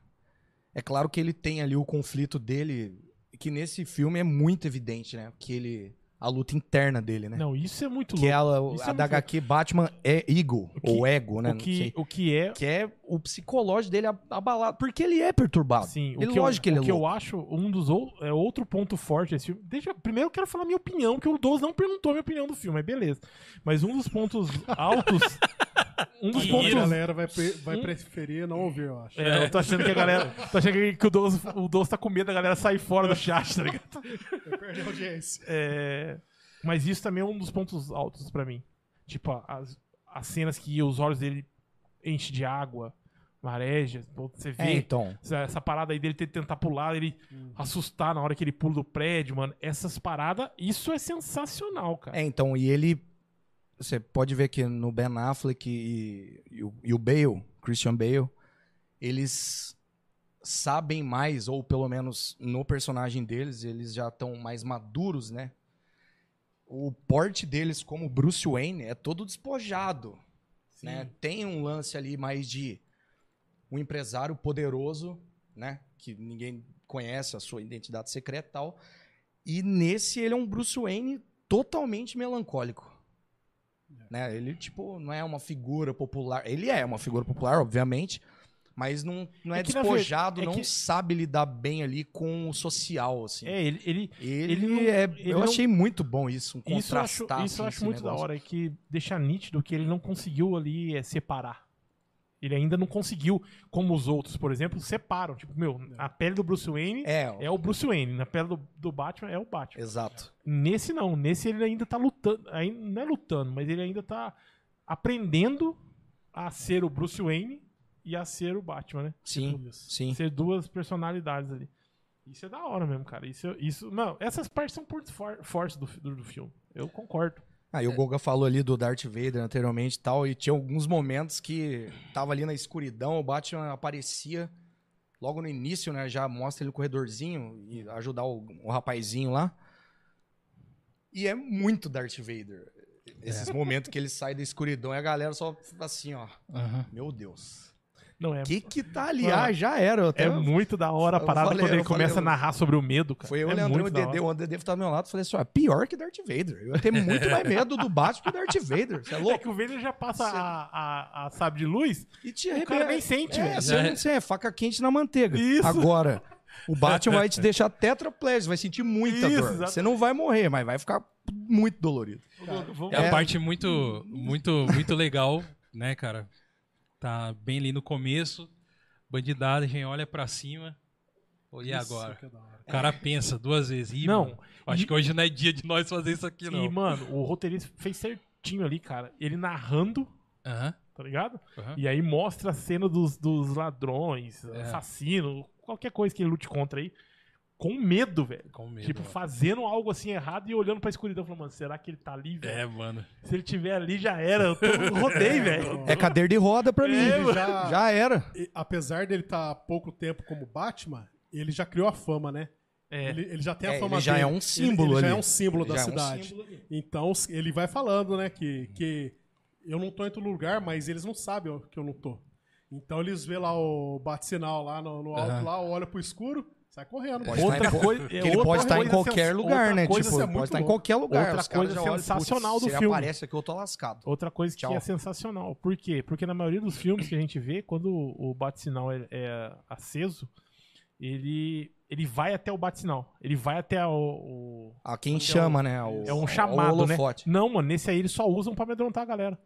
Speaker 5: É claro que ele tem ali o conflito dele, que nesse filme é muito evidente, né? Que ele. A luta interna dele, né?
Speaker 2: Não, isso é muito
Speaker 5: que
Speaker 2: louco.
Speaker 5: ela,
Speaker 2: Isso é
Speaker 5: a
Speaker 2: muito
Speaker 5: da HQ Batman é Eagle,
Speaker 2: O que-
Speaker 5: ou Ego, né?
Speaker 2: o,
Speaker 5: Não
Speaker 2: que,
Speaker 5: sei.
Speaker 2: o que é.
Speaker 5: Que é o psicológico dele ab- abalado, porque ele é perturbado.
Speaker 2: Sim, assim, o
Speaker 5: ele,
Speaker 2: que, eu,
Speaker 5: lógico que ele
Speaker 2: o
Speaker 5: é
Speaker 2: que eu
Speaker 5: louco.
Speaker 2: acho um dos ou, é outro ponto forte desse filme. Deixa, primeiro eu quero falar minha opinião, porque o Douglas não perguntou a minha opinião do filme, mas beleza. Mas um dos pontos altos. um dos
Speaker 1: Que
Speaker 4: A
Speaker 2: pontos.
Speaker 4: galera vai, pre- vai preferir não ouvir, eu acho.
Speaker 2: É, eu tô achando que a galera. Tô achando que o Douglas, o Douglas tá com medo da galera sair fora do chat, tá ligado?
Speaker 4: Vai perder a audiência.
Speaker 2: É, Mas isso também é um dos pontos altos pra mim. Tipo, a- as, as cenas que os olhos dele enchem de água, mareja, você vê
Speaker 5: É, Uhum. então.
Speaker 2: essa, essa parada aí dele ter- tentar pular, ele assustar na hora que ele pula do prédio, mano. Essas paradas, isso é sensacional, cara.
Speaker 5: É, então, e ele. Você pode ver que no Ben Affleck e, e o, e o Bale, Christian Bale, eles sabem mais, ou pelo menos no personagem deles, eles já estão mais maduros, né? O porte deles como Bruce Wayne é todo despojado. né? Tem um lance ali mais de um empresário poderoso, né? Que ninguém conhece a sua identidade secreta e tal. E nesse ele é um Bruce Wayne totalmente melancólico. é Né? Ele, tipo, não é uma figura popular. Ele é uma figura popular, obviamente, Mas não, não é,
Speaker 2: É que, na verdade,
Speaker 5: despojado,
Speaker 2: é
Speaker 5: não
Speaker 2: que-
Speaker 5: sabe lidar bem ali com o social, assim.
Speaker 2: É, ele, ele-
Speaker 5: Ele,
Speaker 2: Ele não-
Speaker 5: é.
Speaker 2: ele
Speaker 5: eu
Speaker 2: não-
Speaker 5: achei muito bom isso, um
Speaker 2: isso eu
Speaker 5: contrastar.
Speaker 2: acho, isso eu
Speaker 5: assim,
Speaker 2: acho
Speaker 5: esse
Speaker 2: muito da
Speaker 5: negócio.
Speaker 2: hora, é que deixa nítido que ele não conseguiu ali é, separar. Ele ainda não conseguiu, como os outros, por exemplo, separam. Tipo, meu, a pele do Bruce Wayne
Speaker 5: É,
Speaker 2: é o Bruce Wayne, na pele do, do Batman é o Batman.
Speaker 5: exato.
Speaker 2: Nesse não, nesse ele ainda tá lutando, ainda, não é lutando, mas ele ainda tá aprendendo a ser o Bruce Wayne e a ser o Batman, né?
Speaker 5: Sim,
Speaker 4: Isso.
Speaker 5: sim.
Speaker 2: Ser duas personalidades ali. Isso é da hora mesmo, cara. Isso, isso, não, essas partes são pontos for- fortes do, fi- do, do filme. Eu concordo.
Speaker 5: Aí
Speaker 2: É.
Speaker 5: o Goga falou ali do Darth Vader anteriormente e tal, e tinha alguns momentos que tava ali na escuridão, o Batman aparecia logo no início, né? Já mostra ele no corredorzinho e ajudar o, o rapazinho lá. E é muito Darth Vader. Esses momentos que ele sai da escuridão e a galera só assim, ó.
Speaker 1: Aham.
Speaker 5: Meu Deus.
Speaker 2: Não é.
Speaker 5: O que que tá ali?
Speaker 2: Mano,
Speaker 5: Ah, já era. Eu até
Speaker 2: É muito da hora a
Speaker 5: eu
Speaker 2: parada
Speaker 5: falei-
Speaker 2: quando ele
Speaker 5: eu falei-
Speaker 2: começa a narrar sobre o medo, cara.
Speaker 5: Foi eu,
Speaker 2: é
Speaker 5: Leandrão e o
Speaker 2: muito da hora.
Speaker 5: Dedê. O Dedê tava do meu lado e falei assim: ó, pior que Darth Vader. Eu ia ter muito mais medo do Batman que o Darth Vader. Você é
Speaker 2: É
Speaker 5: louco?
Speaker 2: que o Vader já passa
Speaker 5: Você-
Speaker 2: a, a, a sabe de luz,
Speaker 5: E te
Speaker 2: o cara
Speaker 5: arrebenta.
Speaker 2: nem sente,
Speaker 5: É,
Speaker 2: velho.
Speaker 5: você, não- você é faca quente na manteiga.
Speaker 2: né? Isso.
Speaker 5: Agora, o Batman vai te deixar tetraplégico, vai sentir muita
Speaker 2: Isso,
Speaker 5: dor.
Speaker 2: exatamente.
Speaker 5: Você não vai morrer, mas vai ficar muito dolorido.
Speaker 2: Vamos-
Speaker 1: É a parte muito, muito, muito legal, né, cara? Tá bem ali no começo, bandidagem olha pra cima. Pô, E agora?
Speaker 4: que é da hora.
Speaker 1: O cara pensa duas vezes. Ih,
Speaker 2: Não,
Speaker 1: mano, acho
Speaker 2: e-
Speaker 1: que hoje não é dia de nós fazer isso aqui, não.
Speaker 2: E, mano, o roteirista fez certinho ali, cara. Ele narrando,
Speaker 1: Aham,
Speaker 2: tá ligado?
Speaker 1: aham.
Speaker 2: E aí mostra a cena dos, dos ladrões,
Speaker 1: É.
Speaker 2: assassino, qualquer coisa que ele lute contra aí. Com medo, velho.
Speaker 1: Com medo. né?
Speaker 2: Tipo,
Speaker 1: mano.
Speaker 2: fazendo algo assim errado e olhando pra escuridão, falando, mano, será que ele tá ali, velho?
Speaker 1: É, mano.
Speaker 2: Se ele tiver ali, já era. Eu, tô, eu rodei, velho.
Speaker 5: É cadeira de roda pra mim.
Speaker 2: É,
Speaker 4: mano.
Speaker 5: já... já era.
Speaker 4: E, apesar dele estar há pouco tempo como Batman, ele já criou a fama, né?
Speaker 2: É.
Speaker 4: Ele, ele já tem a
Speaker 5: É,
Speaker 4: fama
Speaker 5: ele já
Speaker 4: dele.
Speaker 5: é um símbolo
Speaker 4: Ele, ele já
Speaker 5: ali.
Speaker 4: é um símbolo
Speaker 5: Ele
Speaker 4: da
Speaker 5: já é um
Speaker 4: cidade. então s- ele vai falando, né, que, que eu não tô em outro lugar, mas eles não sabem o- que eu não tô. Então eles vê lá o bate-sinal lá no, no alto,
Speaker 1: Aham.
Speaker 4: lá, olha pro escuro, sai correndo.
Speaker 5: Pode
Speaker 2: Outra
Speaker 5: estar em-
Speaker 2: coisa-
Speaker 5: que
Speaker 2: é,
Speaker 5: ele
Speaker 2: outra
Speaker 5: pode estar em
Speaker 2: coisa
Speaker 5: qualquer
Speaker 2: sens-
Speaker 5: lugar,
Speaker 2: outra
Speaker 5: né?
Speaker 2: coisa isso
Speaker 5: Tipo,
Speaker 2: é
Speaker 5: pode
Speaker 2: muito
Speaker 5: estar em
Speaker 2: louco.
Speaker 5: qualquer lugar.
Speaker 2: Outra
Speaker 5: Os caras
Speaker 2: coisa
Speaker 5: já olham,
Speaker 2: sensacional do
Speaker 5: "Putz, se ele
Speaker 2: filme."
Speaker 5: aparece aqui, eu tô lascado.
Speaker 2: Outra coisa que
Speaker 5: Tchau.
Speaker 2: é sensacional. Por quê? Porque na maioria dos filmes que a gente vê, quando o bate-sinal é, é aceso, ele, ele vai até o bate-sinal. Ele vai até o. o-
Speaker 5: A quem
Speaker 2: Porque é
Speaker 5: chama, né? O,
Speaker 2: é
Speaker 5: o
Speaker 2: um chamado, né?
Speaker 5: holofote.
Speaker 2: Não, mano, nesse aí eles só usam pra amedrontar a galera.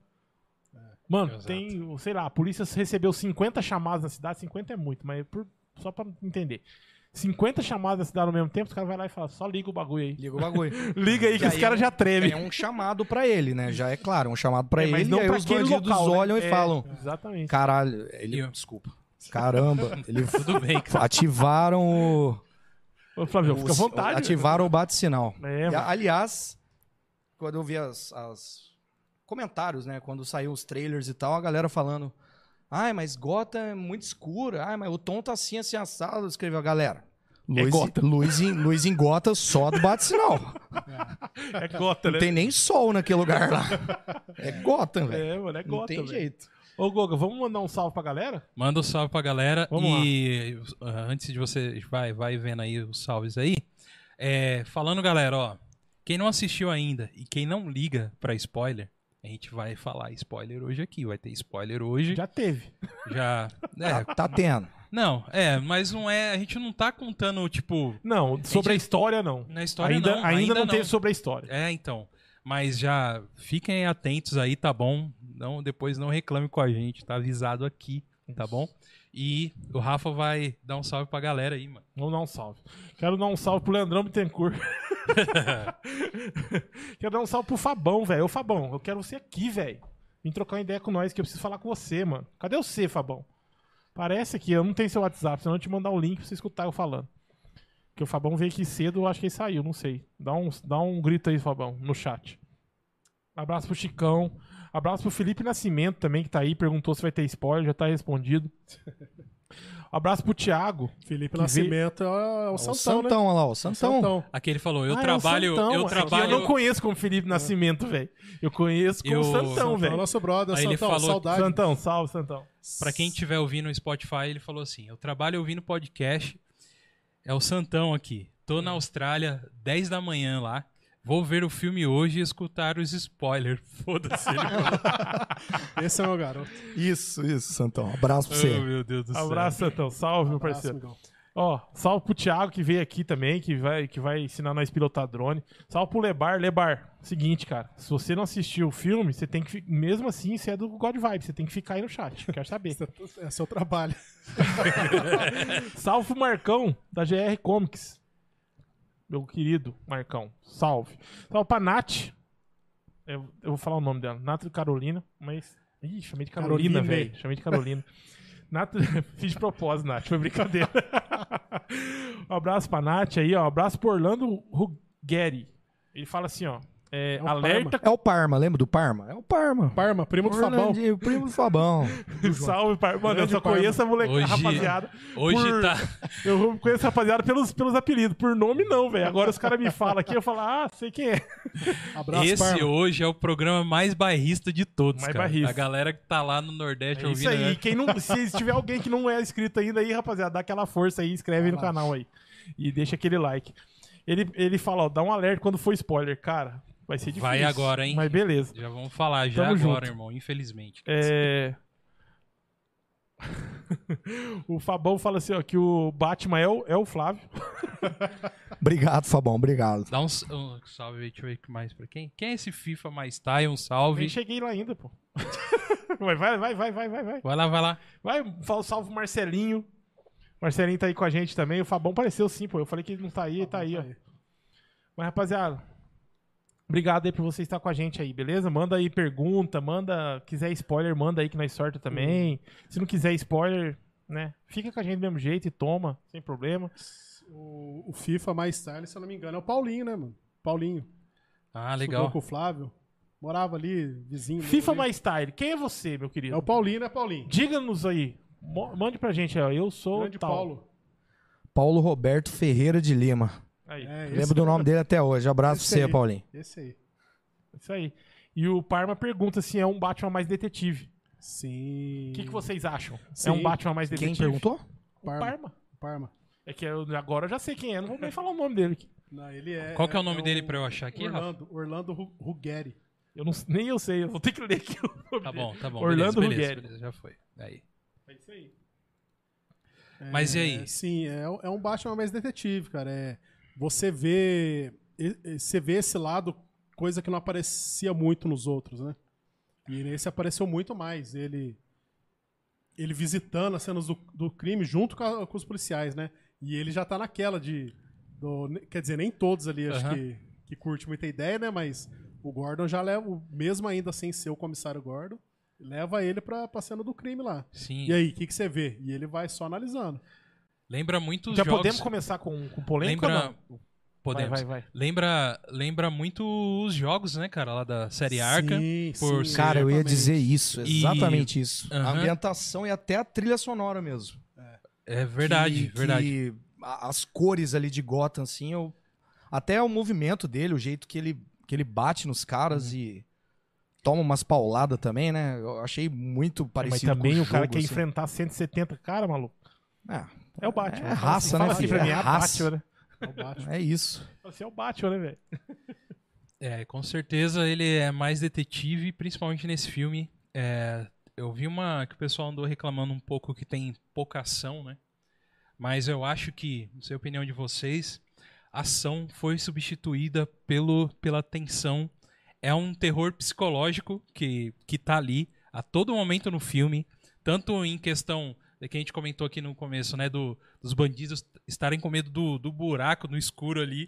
Speaker 2: É, Mano,
Speaker 1: Exato.
Speaker 2: tem, sei lá, a polícia recebeu 50 chamadas na cidade, 50 é muito, mas por- só pra entender. 50 chamadas na cidade ao mesmo tempo, os caras vão lá e falam, só liga o bagulho aí.
Speaker 5: Liga o bagulho.
Speaker 2: Liga aí que
Speaker 5: E
Speaker 2: os
Speaker 5: aí
Speaker 2: caras
Speaker 5: é um-
Speaker 2: já tremem.
Speaker 5: É um chamado pra ele, né? Já é claro, é um chamado pra
Speaker 2: É,
Speaker 5: ele.
Speaker 2: mas
Speaker 5: e aí
Speaker 2: pra
Speaker 5: os
Speaker 2: aquele
Speaker 5: bandidos
Speaker 2: local, né?
Speaker 5: olham e
Speaker 2: É,
Speaker 5: falam:
Speaker 2: Exatamente.
Speaker 5: Caralho, ele.
Speaker 1: Eu-
Speaker 5: Desculpa. Caramba, ele
Speaker 1: Tudo bem, cara.
Speaker 5: ativaram o.
Speaker 2: Ô, Flávio, fica à
Speaker 5: o-
Speaker 2: vontade.
Speaker 5: Ativaram o bate-sinal.
Speaker 2: É,
Speaker 5: E,
Speaker 2: mano.
Speaker 5: aliás, quando eu vi as, as- comentários, né? Quando saiu os trailers e tal, a galera falando. Ai, mas Gotham é muito escura. Ai, mas o tom tá assim, assim, assado. Escreveu a galera.
Speaker 2: É
Speaker 5: Luz,
Speaker 2: Gotham.
Speaker 5: luz, em, luz em Gotham só do bate-sinal.
Speaker 2: É gota, né?
Speaker 5: Não tem nem sol naquele lugar lá. É Gotham, velho.
Speaker 2: É, mano, é
Speaker 5: Não
Speaker 2: gota,
Speaker 5: tem
Speaker 2: velho.
Speaker 5: jeito.
Speaker 2: Ô, Goga, vamos mandar um salve pra galera?
Speaker 1: Manda um salve pra galera.
Speaker 2: Vamos
Speaker 1: e ah, antes de você vai, vai vendo aí os salves aí. é, falando, galera, ó. Quem não assistiu ainda e quem não liga pra spoiler, a gente vai falar spoiler hoje aqui. Vai ter spoiler hoje.
Speaker 2: Já teve.
Speaker 1: Já.
Speaker 5: Tá,
Speaker 1: é,
Speaker 5: tá tendo.
Speaker 1: não, é, mas não é. A gente não tá contando, tipo,
Speaker 2: Não, sobre a história, não.
Speaker 1: na história
Speaker 2: ainda,
Speaker 1: não.
Speaker 2: ainda, não, teve sobre a história.
Speaker 1: É, então. Mas já fiquem atentos aí, tá bom? Não, depois não reclame com a gente, tá avisado aqui, tá bom? E o Rafa vai dar um salve pra galera aí, mano.
Speaker 2: Vamos dar um salve. Quero dar um salve pro Leandrão Bittencourt. quero dar um salve pro Fabão, velho. Ô, Fabão, eu quero você aqui, velho. Vem trocar uma ideia com nós, que eu preciso falar com você, mano. Cadê você, Fabão? Parece aqui, eu não tenho seu WhatsApp, senão eu te mandar o link pra você escutar eu falando. Porque o Fabão veio aqui cedo, eu acho que ele saiu, não sei. Dá um, dá um grito aí, Fabão, no chat. Abraço pro Chicão. Abraço pro Felipe Nascimento também, que tá aí, perguntou se vai ter spoiler, já tá respondido. Abraço pro Thiago.
Speaker 4: Felipe
Speaker 2: Que
Speaker 4: Nascimento é o
Speaker 5: O Santão,
Speaker 4: Santão, né?
Speaker 5: olha lá, o
Speaker 4: É o
Speaker 5: Santão.
Speaker 1: Aqui ele falou, eu
Speaker 2: Ah, é o
Speaker 1: trabalho,
Speaker 2: Santão,
Speaker 1: eu
Speaker 2: é que
Speaker 1: trabalho.
Speaker 2: Eu não conheço como Felipe Nascimento, velho. Eu conheço como
Speaker 1: Eu-
Speaker 2: Santão,
Speaker 4: É o
Speaker 2: velho.
Speaker 4: nosso brother,
Speaker 1: Aí ele
Speaker 4: Santão,
Speaker 1: falou-
Speaker 4: saudade.
Speaker 2: Santão, salve, Santão.
Speaker 1: Pra quem estiver ouvindo no Spotify, ele falou assim: eu trabalho ouvindo podcast. É o Santão aqui. Tô na Austrália, 10 da manhã lá. Vou ver o filme hoje e escutar os spoilers. Foda-se. ele falou.
Speaker 4: Esse é meu garoto.
Speaker 5: Isso, isso, Santão. Abraço pra
Speaker 1: oh,
Speaker 5: você.
Speaker 1: meu Deus do céu.
Speaker 2: Abraço, Santão. Salve, meu
Speaker 4: Abraço,
Speaker 2: parceiro.
Speaker 4: amigão.
Speaker 2: Ó, salve pro Thiago que veio aqui também, que vai, que vai ensinar nós a pilotar drone. Salve pro Lebar. Lebar, seguinte, cara. Se você não assistiu o filme, você tem que. fi- Mesmo assim, você é do God Vibe, você tem que ficar aí no chat. Quero saber.
Speaker 4: Esse é- É seu trabalho.
Speaker 2: Salve o Marcão, da GR Comics. Meu querido Marcão, salve. Salve pra Nath. Eu, eu vou falar o nome dela. Nath Carolina, mas. Ih, chamei de Carolina,
Speaker 4: Carolina.
Speaker 2: velho. Chamei de Carolina. Nath, fiz de propósito, Nath. Foi brincadeira. um abraço pra Nath aí, ó. Um abraço pro Orlando Ruggeri. Ele fala assim, ó. é,
Speaker 4: É o
Speaker 2: alerta.
Speaker 5: É o Parma, lembra do Parma? É o Parma.
Speaker 4: Parma, primo do Fabão.
Speaker 5: Orlandinho, primo do Fabão.
Speaker 2: Salve, par... Mano, eu
Speaker 4: Grande
Speaker 2: só
Speaker 4: Parma.
Speaker 2: conheço a moleca,
Speaker 1: Hoje-
Speaker 2: rapaziada.
Speaker 1: Hoje
Speaker 2: Por-
Speaker 1: tá.
Speaker 2: Eu conheço a rapaziada pelos, pelos apelidos, por nome não, velho. Agora os caras me falam aqui, eu falo, ah, sei quem é.
Speaker 4: Abraço,
Speaker 1: Esse
Speaker 4: Parma.
Speaker 1: hoje é o programa mais barrista de todos,
Speaker 2: Mais
Speaker 1: cara.
Speaker 2: barrista.
Speaker 1: A galera que tá lá no Nordeste
Speaker 2: É isso
Speaker 1: ouvindo.
Speaker 2: aí.
Speaker 1: né?
Speaker 2: Quem não, se tiver alguém que não é inscrito ainda aí, rapaziada, dá aquela força aí, inscreve aí no canal aí. E deixa aquele like. Ele, ele fala, ó, dá um alerta quando for spoiler, cara. Vai ser difícil.
Speaker 1: Vai agora, hein?
Speaker 2: Mas beleza.
Speaker 1: Já vamos falar já
Speaker 2: Tamo
Speaker 1: agora,
Speaker 2: junto.
Speaker 1: irmão, infelizmente.
Speaker 2: É. o Fabão fala assim, ó, que o Batman é o, é o Flávio.
Speaker 5: Obrigado, Fabão, obrigado.
Speaker 1: Dá um, s- um salve aí, deixa eu ver que mais pra quem. Quem é esse FIFA mais tá? Um salve.
Speaker 2: Nem cheguei lá ainda, pô. Vai, vai, vai, vai, vai, vai, vai.
Speaker 1: Vai lá, vai lá.
Speaker 2: Vai, fala, salve o Marcelinho. Marcelinho tá aí com a gente também. O Fabão apareceu sim, pô. Eu falei que ele não tá aí, ele tá aí, ó. Mas, rapaziada, obrigado aí por você estar com a gente aí, beleza? Manda aí pergunta, manda. Quiser spoiler, manda aí que nós sorta também.
Speaker 4: Uhum.
Speaker 2: Se não quiser spoiler, né? Fica com a gente do mesmo jeito e toma, sem problema.
Speaker 4: O, o FIFA mais tarde, se eu não me engano, é o Paulinho, né, mano? Paulinho.
Speaker 1: Ah,
Speaker 4: Estudou
Speaker 1: legal.
Speaker 4: com o Flávio. Morava ali, vizinho.
Speaker 2: FIFA
Speaker 4: ali.
Speaker 2: mais style. Quem é você, meu
Speaker 4: É
Speaker 2: querido?
Speaker 4: o Paulinho, né, Paulinho?
Speaker 2: Diga-nos aí. Mo- Mande pra gente aí, ó. Eu sou
Speaker 4: Grande
Speaker 2: o tal.
Speaker 4: Paulo.
Speaker 5: Paulo Roberto Ferreira de Lima.
Speaker 2: Aí.
Speaker 4: É, esse,
Speaker 5: Lembro do nome dele até hoje. Abraço
Speaker 4: Esse
Speaker 5: pra você,
Speaker 4: aí.
Speaker 5: Paulinho.
Speaker 4: Esse aí.
Speaker 2: Isso aí. E o Parma pergunta se é um Batman mais detetive.
Speaker 4: Sim.
Speaker 2: O que, que vocês acham?
Speaker 4: Sim.
Speaker 2: É um Batman mais
Speaker 5: Quem
Speaker 2: detetive?
Speaker 5: perguntou?
Speaker 2: Parma.
Speaker 4: Parma. Parma.
Speaker 2: É que eu- agora eu já sei quem é, não vou nem falar o nome dele aqui.
Speaker 4: Não, ele é.
Speaker 1: Qual que é o nome dele pra eu achar aqui, Rafa?
Speaker 4: Orlando, Orlando Ru- Ruggeri.
Speaker 2: Eu não, nem eu sei, eu vou ter que ler aqui o nome
Speaker 1: Tá
Speaker 2: dele.
Speaker 1: bom, tá bom. beleza,
Speaker 2: Orlando
Speaker 1: beleza,
Speaker 2: Ruggeri.
Speaker 1: beleza, já foi. Aí.
Speaker 2: É isso aí.
Speaker 1: Mas e
Speaker 4: É,
Speaker 1: aí?
Speaker 4: sim, é, é um Batman mais detetive, cara. É, você vê. e- e- Você vê esse lado, coisa que não aparecia muito nos outros, né? E nesse apareceu muito mais. Ele. Ele visitando as cenas do, do crime junto com, a- com os policiais, né? E ele já tá naquela de. do- quer dizer, nem todos ali acho
Speaker 1: Aham.
Speaker 4: que, que curte muita ideia, né? Mas o Gordon já leva, o- mesmo ainda sem ser o comissário Gordon, leva ele pra, pra cena do crime lá.
Speaker 1: Sim.
Speaker 4: E aí, o que, que você vê? E ele vai só analisando.
Speaker 1: Lembra muito os
Speaker 2: Já
Speaker 1: jogos.
Speaker 2: podemos começar com, com polêmica ou
Speaker 1: lembra
Speaker 2: não?
Speaker 1: Podemos.
Speaker 2: Vai, vai, vai.
Speaker 1: Lembra, lembra muito os jogos, né, cara, lá da série Arca.
Speaker 4: Sim,
Speaker 1: por
Speaker 4: sim.
Speaker 1: ser-
Speaker 5: Cara, eu ia
Speaker 4: Exatamente.
Speaker 5: dizer isso,
Speaker 1: E-
Speaker 5: exatamente isso. A
Speaker 1: Aham.
Speaker 5: ambientação e até a trilha sonora mesmo.
Speaker 1: É verdade,
Speaker 5: Que-
Speaker 1: verdade.
Speaker 5: que a- as cores ali de Gotham, assim, eu... até o movimento dele, o jeito que ele, que ele bate nos caras
Speaker 2: Uhum.
Speaker 5: e toma umas pauladas também, né? Eu achei muito
Speaker 2: Mas
Speaker 5: parecido
Speaker 2: também
Speaker 5: com
Speaker 2: o cara
Speaker 5: jogo,
Speaker 2: quer
Speaker 5: assim.
Speaker 2: enfrentar 170 cara, maluco.
Speaker 5: Ah,
Speaker 2: É o Batman.
Speaker 5: É raça,
Speaker 2: Fala
Speaker 5: né,
Speaker 2: assim
Speaker 5: filho?
Speaker 2: pra mim,
Speaker 5: É
Speaker 2: é o
Speaker 5: raça.
Speaker 2: Batman, né?
Speaker 4: É o Batman.
Speaker 5: é isso.
Speaker 2: Fala assim, é o Batman, né, velho?
Speaker 1: É, com certeza ele é mais detetive, principalmente nesse filme. É, eu vi uma que o pessoal andou reclamando um pouco que tem pouca ação, né? Mas eu acho que, não sei a opinião de vocês, a ação foi substituída pelo, pela tensão. É um terror psicológico que, que tá ali a todo momento no filme, tanto em questão é que a gente comentou aqui no começo, né, do, dos bandidos estarem com medo do, do buraco no escuro ali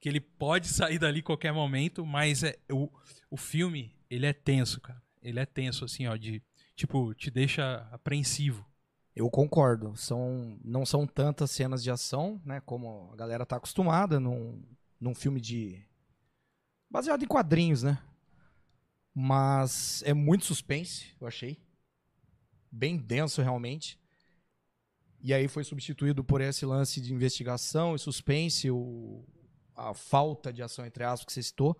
Speaker 1: que ele pode sair dali qualquer momento, mas é, o, o filme, ele é tenso, cara. Ele é tenso, assim, ó, de, tipo, te deixa apreensivo.
Speaker 5: Eu concordo. São, não são tantas cenas de ação, né? Como a galera tá acostumada num, num filme de. baseado em quadrinhos, né? Mas é muito suspense, eu achei. Bem denso, realmente. E aí foi substituído por esse lance de investigação e suspense, o, a falta de ação, entre aspas, que você citou.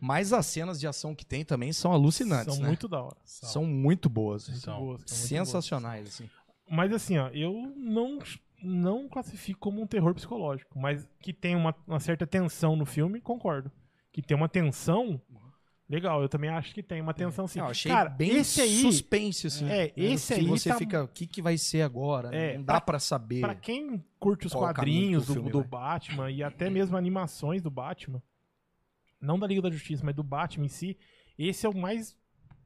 Speaker 5: Mas as cenas de ação que tem também são alucinantes,
Speaker 2: São
Speaker 5: né?
Speaker 2: muito da hora.
Speaker 5: São muito boas.
Speaker 2: Muito
Speaker 1: São.
Speaker 2: boas, são muito boas.
Speaker 5: sensacionais, assim.
Speaker 2: Mas assim, ó, eu não, não classifico como um terror psicológico, mas que tem uma, uma certa tensão no filme, concordo. que tem uma tensão. Legal, eu também acho que tem uma tensão sim.
Speaker 5: Eu achei
Speaker 2: Cara,
Speaker 5: bem
Speaker 2: esse aí,
Speaker 5: suspense, assim.
Speaker 2: é, esse
Speaker 5: Se
Speaker 2: aí
Speaker 5: você
Speaker 2: tá-
Speaker 5: fica, o que, que vai ser agora? né?
Speaker 2: É,
Speaker 5: não dá pra saber.
Speaker 2: Pra quem curte os
Speaker 5: Qual o
Speaker 2: quadrinhos do,
Speaker 5: caminho que o filme né?
Speaker 2: do
Speaker 5: vai.
Speaker 2: Batman e até mesmo animações do Batman, não da Liga da Justiça, mas do Batman em si, esse é o mais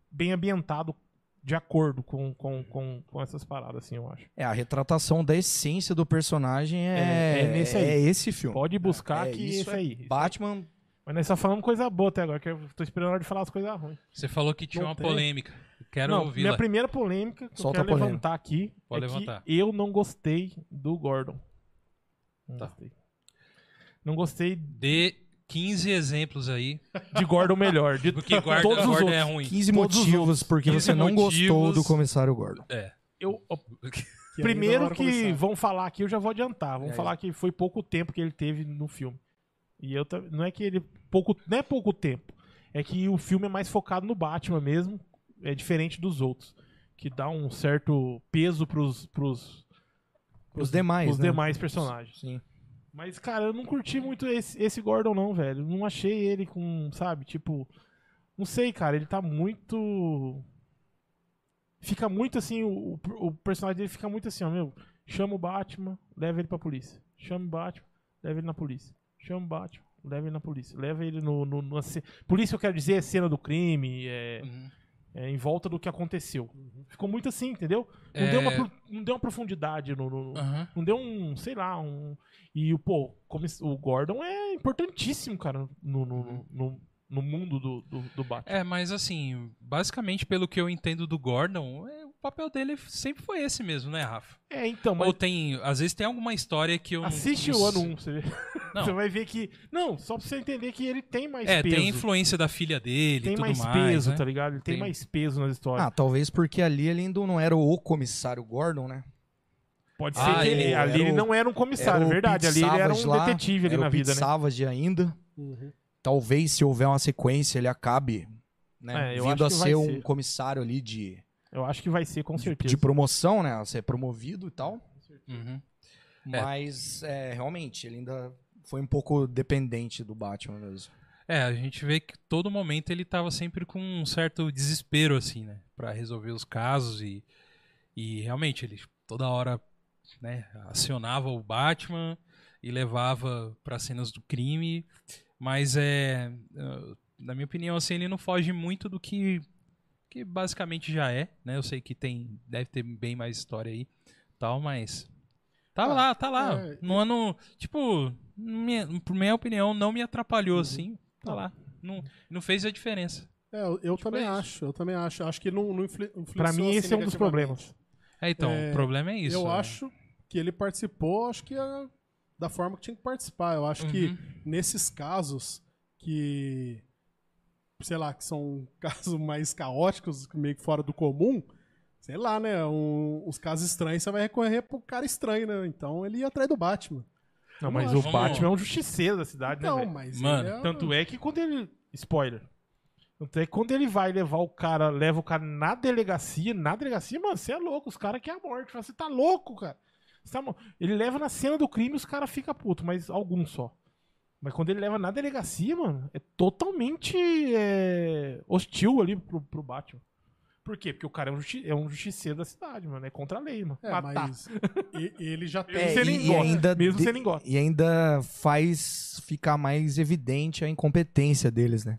Speaker 2: bem ambientado de acordo com, com, com, com essas paradas, assim, eu acho.
Speaker 5: É, a retratação da essência do personagem
Speaker 2: É,
Speaker 5: é,
Speaker 2: é nesse aí.
Speaker 5: é esse filme.
Speaker 2: Pode buscar
Speaker 5: é,
Speaker 2: que
Speaker 5: isso
Speaker 2: isso
Speaker 5: é
Speaker 2: aí.
Speaker 5: Batman,
Speaker 2: Mas nós só falamos coisa boa até agora, que eu tô esperando a hora de falar as coisas ruins.
Speaker 1: Você falou que tinha
Speaker 2: Não
Speaker 1: uma
Speaker 2: tem.
Speaker 1: polêmica. Quero
Speaker 2: não, minha
Speaker 1: ouvi-la.
Speaker 2: primeira polêmica que
Speaker 5: Solta
Speaker 2: eu
Speaker 5: a
Speaker 2: quero
Speaker 5: polêmica.
Speaker 2: levantar aqui
Speaker 1: Pode
Speaker 2: é
Speaker 1: levantar.
Speaker 2: que eu não gostei do Gordon. Não
Speaker 1: Tá.
Speaker 2: gostei. Não gostei
Speaker 1: Dê 15 exemplos aí
Speaker 2: de Gordon melhor, de
Speaker 1: do que guarda,
Speaker 2: todos os
Speaker 1: guarda
Speaker 2: outros.
Speaker 1: é ruim.
Speaker 5: 15
Speaker 2: Todos os
Speaker 5: motivos porque
Speaker 1: 15
Speaker 5: você não gostou
Speaker 1: motivos.
Speaker 5: do comissário Gordon.
Speaker 1: É.
Speaker 2: Eu, ó,
Speaker 4: Que ainda
Speaker 2: primeiro
Speaker 4: na hora
Speaker 2: que
Speaker 4: começar.
Speaker 2: vão falar aqui, eu já vou adiantar. Vão
Speaker 5: É.
Speaker 2: falar que foi pouco tempo que ele teve no filme. E eu tam- não é que ele pouco, não é pouco tempo. É que o filme é mais focado no Batman mesmo, é diferente dos outros, que dá um certo peso pros pros
Speaker 5: Os demais,
Speaker 2: os
Speaker 5: né?
Speaker 2: demais personagens.
Speaker 5: Sim.
Speaker 2: Mas cara, eu não curti muito esse, esse Gordon não, velho. Não achei ele com, sabe, tipo, não sei, cara, ele tá muito fica muito assim, o, o- o personagem dele fica muito assim, ó, meu, chama o Batman, leva ele pra polícia. Chama o Batman, leva ele na polícia. Chama o Batman, leva ele na polícia. Leva ele no... no, numa ce- polícia, eu quero dizer, é cena do crime, é,
Speaker 1: Uhum.
Speaker 2: é em volta do que aconteceu. Ficou muito assim, entendeu? Não,
Speaker 1: É.
Speaker 2: deu, uma, pro- não deu uma profundidade no... no- no-
Speaker 1: Aham.
Speaker 2: Não deu um, sei lá, um... E, o pô, como esse- o Gordon é importantíssimo, cara, no, no, no, no mundo do, do, do Batman.
Speaker 1: É, mas assim, basicamente pelo que eu entendo do Gordon, é, o papel dele sempre foi esse mesmo, né, Rafa?
Speaker 2: É, então, mas...
Speaker 1: Ou tem, às vezes tem alguma história que eu não-
Speaker 2: Assiste
Speaker 1: não
Speaker 2: o ano
Speaker 1: sei.
Speaker 2: 1, você vê.
Speaker 1: Não.
Speaker 2: Você vai ver que. Não, só pra você entender que ele tem mais
Speaker 1: É,
Speaker 2: peso.
Speaker 1: tem a influência da filha dele e
Speaker 2: Tem
Speaker 1: tudo
Speaker 2: mais
Speaker 1: mais.
Speaker 2: peso,
Speaker 1: né?
Speaker 2: tá ligado? Ele tem,
Speaker 1: Tem.
Speaker 2: mais peso nas histórias.
Speaker 5: Ah, talvez porque ali ele ainda não era o comissário Gordon, né?
Speaker 2: Pode ser
Speaker 1: Ah,
Speaker 2: que ele,
Speaker 1: ele
Speaker 2: ali
Speaker 5: era
Speaker 2: ele
Speaker 5: o-
Speaker 2: não era um comissário, é
Speaker 5: o
Speaker 2: verdade.
Speaker 5: Pete
Speaker 2: Ali ele era um
Speaker 5: Savage lá,
Speaker 2: detetive ali
Speaker 5: era
Speaker 2: na
Speaker 5: o Pete
Speaker 2: vida, né?
Speaker 5: Savage ainda.
Speaker 4: Uhum.
Speaker 5: Talvez se houver uma sequência ele acabe, né,
Speaker 2: É, eu
Speaker 5: vindo a
Speaker 2: acho que vai
Speaker 5: ser um
Speaker 2: ser.
Speaker 5: comissário ali de,
Speaker 2: Eu acho que vai ser, com
Speaker 5: de,
Speaker 2: certeza.
Speaker 5: de promoção, né, a ser promovido e tal.
Speaker 1: Uhum. É.
Speaker 5: Mas é, realmente ele ainda foi um pouco dependente do Batman mesmo.
Speaker 1: É, a gente vê que todo momento ele tava sempre com um certo desespero, assim, né? Pra resolver os casos e, e realmente ele toda hora, né, acionava o Batman e levava pra cenas do crime, mas é, eh, na minha opinião, assim, ele não foge muito do que, que basicamente já é, né? Eu sei que tem, deve ter bem mais história aí, tal, mas tá
Speaker 4: Ah,
Speaker 1: lá, tá lá.
Speaker 4: é,
Speaker 1: no ano, tipo, minha, por minha opinião, não me atrapalhou,
Speaker 4: Uhum.
Speaker 1: assim, tá lá. Não, não fez a diferença.
Speaker 4: É, eu, eu também
Speaker 1: Tipo isso.
Speaker 4: acho, eu também acho. Acho que não, não influ- influenciou.
Speaker 2: Pra mim,
Speaker 4: assim
Speaker 2: esse é um dos
Speaker 4: negativamente.
Speaker 2: problemas.
Speaker 1: É, então,
Speaker 4: É,
Speaker 1: o problema é isso.
Speaker 4: eu
Speaker 1: né?
Speaker 4: acho que ele participou, acho que é da forma que tinha que participar. Eu acho que
Speaker 1: Uhum.
Speaker 4: nesses casos que, sei lá, que são casos mais caóticos, meio que fora do comum, sei lá, né? Um, os casos estranhos você vai recorrer pro cara estranho, né? Então ele ia atrás do Batman.
Speaker 2: Não, mas
Speaker 4: Vamos
Speaker 2: o
Speaker 1: lá.
Speaker 2: Batman é um justiceiro da cidade, né?
Speaker 4: Não,
Speaker 2: velho?
Speaker 4: mas.
Speaker 1: Mano,
Speaker 4: ele é-
Speaker 2: Tanto é que quando ele. Spoiler. Tanto é que quando ele vai levar o cara, leva o cara na delegacia, na delegacia, mano, você é louco, os caras querem a morte. Fala, Você tá louco, cara. Você tá mo- Ele leva na cena do crime os caras ficam putos, mas alguns só. Mas quando ele leva na delegacia, mano, é totalmente é, hostil ali pro, pro Batman. Por quê? Porque o cara é um, justi é um justiceiro da cidade, mano. É contra a lei, mano.
Speaker 4: É,
Speaker 2: Matar.
Speaker 4: mas e- ele já tem.
Speaker 2: É, sendo
Speaker 5: e, e
Speaker 2: engota,
Speaker 5: ainda
Speaker 2: mesmo
Speaker 5: de-
Speaker 2: sendo engota.
Speaker 5: e ainda faz ficar mais evidente a incompetência deles, né?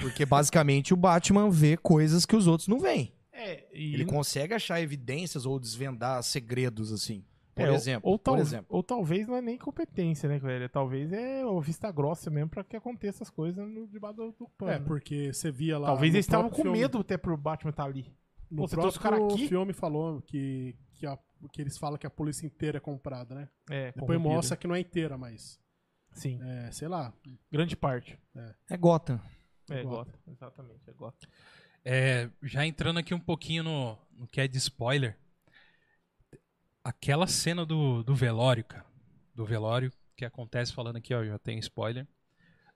Speaker 5: Porque basicamente o Batman vê coisas que os outros não veem.
Speaker 2: É, e
Speaker 5: Ele consegue achar evidências ou desvendar segredos assim. Por
Speaker 2: É, ou-
Speaker 5: exemplo,
Speaker 2: ou,
Speaker 5: por
Speaker 2: tal-
Speaker 5: exemplo.
Speaker 2: ou talvez não é nem competência, né, velho? Talvez é o vista grossa mesmo pra que aconteça as coisas no, debaixo do, do pano.
Speaker 4: É,
Speaker 2: né?
Speaker 4: porque você via lá.
Speaker 2: talvez
Speaker 4: no
Speaker 2: eles estavam com
Speaker 4: próprio filme-
Speaker 2: medo até pro Batman estar ali.
Speaker 4: No
Speaker 2: Pô, você trouxe
Speaker 4: próprio
Speaker 2: o cara aqui?
Speaker 4: filme falou que, que, a- que eles falam que a polícia inteira é comprada, né?
Speaker 2: É,
Speaker 4: Depois
Speaker 2: corrompido.
Speaker 4: mostra que não é inteira, mas.
Speaker 2: Sim,
Speaker 4: É, sei lá.
Speaker 2: grande parte.
Speaker 5: É Gotham.
Speaker 2: É,
Speaker 4: Gota.
Speaker 2: gota. Exatamente, é gota.
Speaker 1: É, já entrando aqui um pouquinho no, no que é de spoiler. Aquela cena do, do velório, cara. Do velório, que acontece falando aqui, ó, já tem spoiler.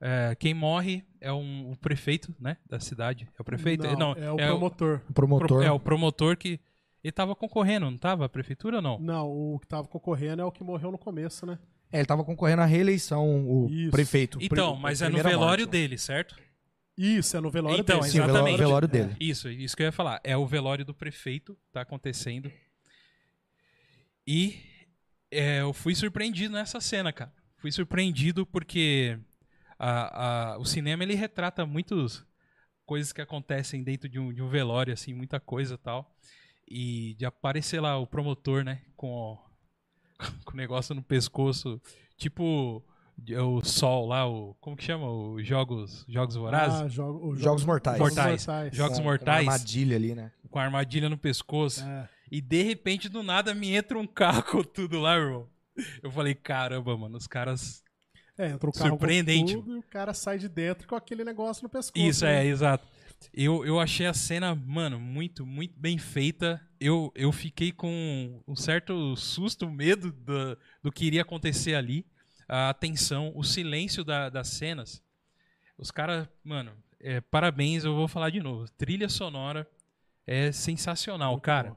Speaker 1: É, quem morre é um, o prefeito, né? Da cidade. É o prefeito?
Speaker 4: Não, é o promotor.
Speaker 5: O promotor.
Speaker 1: é o promotor que. Ele tava concorrendo, não tava? A prefeitura ou não?
Speaker 4: Não, o que tava concorrendo é o que morreu no começo, né?
Speaker 5: É, ele tava concorrendo à reeleição, o
Speaker 4: Isso.
Speaker 5: prefeito.
Speaker 1: Então,
Speaker 5: Pri-
Speaker 1: mas é no
Speaker 5: primeira
Speaker 1: velório
Speaker 5: morte.
Speaker 4: né?
Speaker 1: dele, certo?
Speaker 4: Isso, é no velório
Speaker 1: Então,
Speaker 4: dele.
Speaker 5: Sim, o velório,
Speaker 1: Exatamente.
Speaker 5: velório dele.
Speaker 1: Isso, isso que eu ia falar. É o velório do prefeito, tá acontecendo. E é, eu fui surpreendido nessa cena, cara. Fui surpreendido porque a- a- o cinema ele retrata muitas coisas que acontecem dentro de um, de um velório, assim, muita coisa e tal. E de aparecer lá o promotor, né, com o, com o negócio no pescoço, tipo de- o sol lá, o como que chama, os jogos, jogos vorazes.
Speaker 4: Ah, jogo- os
Speaker 5: Jogos Mortais.
Speaker 1: Mortais. Jogos
Speaker 5: É, tem
Speaker 1: Mortais.
Speaker 5: Uma armadilha ali, né?
Speaker 1: com a armadilha no pescoço.
Speaker 4: É.
Speaker 1: E de repente, do nada, me entra um carro com tudo lá, irmão. Eu falei, caramba, mano, os caras.
Speaker 4: É, entra o carro
Speaker 1: Surpreendente.
Speaker 4: Com tudo, e o cara sai de dentro com aquele negócio no pescoço.
Speaker 1: Isso,
Speaker 4: né?
Speaker 1: é, exato. Eu, eu achei a cena, mano, muito, muito bem feita. Eu, eu fiquei com um certo susto, medo do, do que iria acontecer ali. A tensão, o silêncio da- das cenas. Os caras, mano, é, parabéns, eu vou falar de novo. Trilha sonora é sensacional, cara.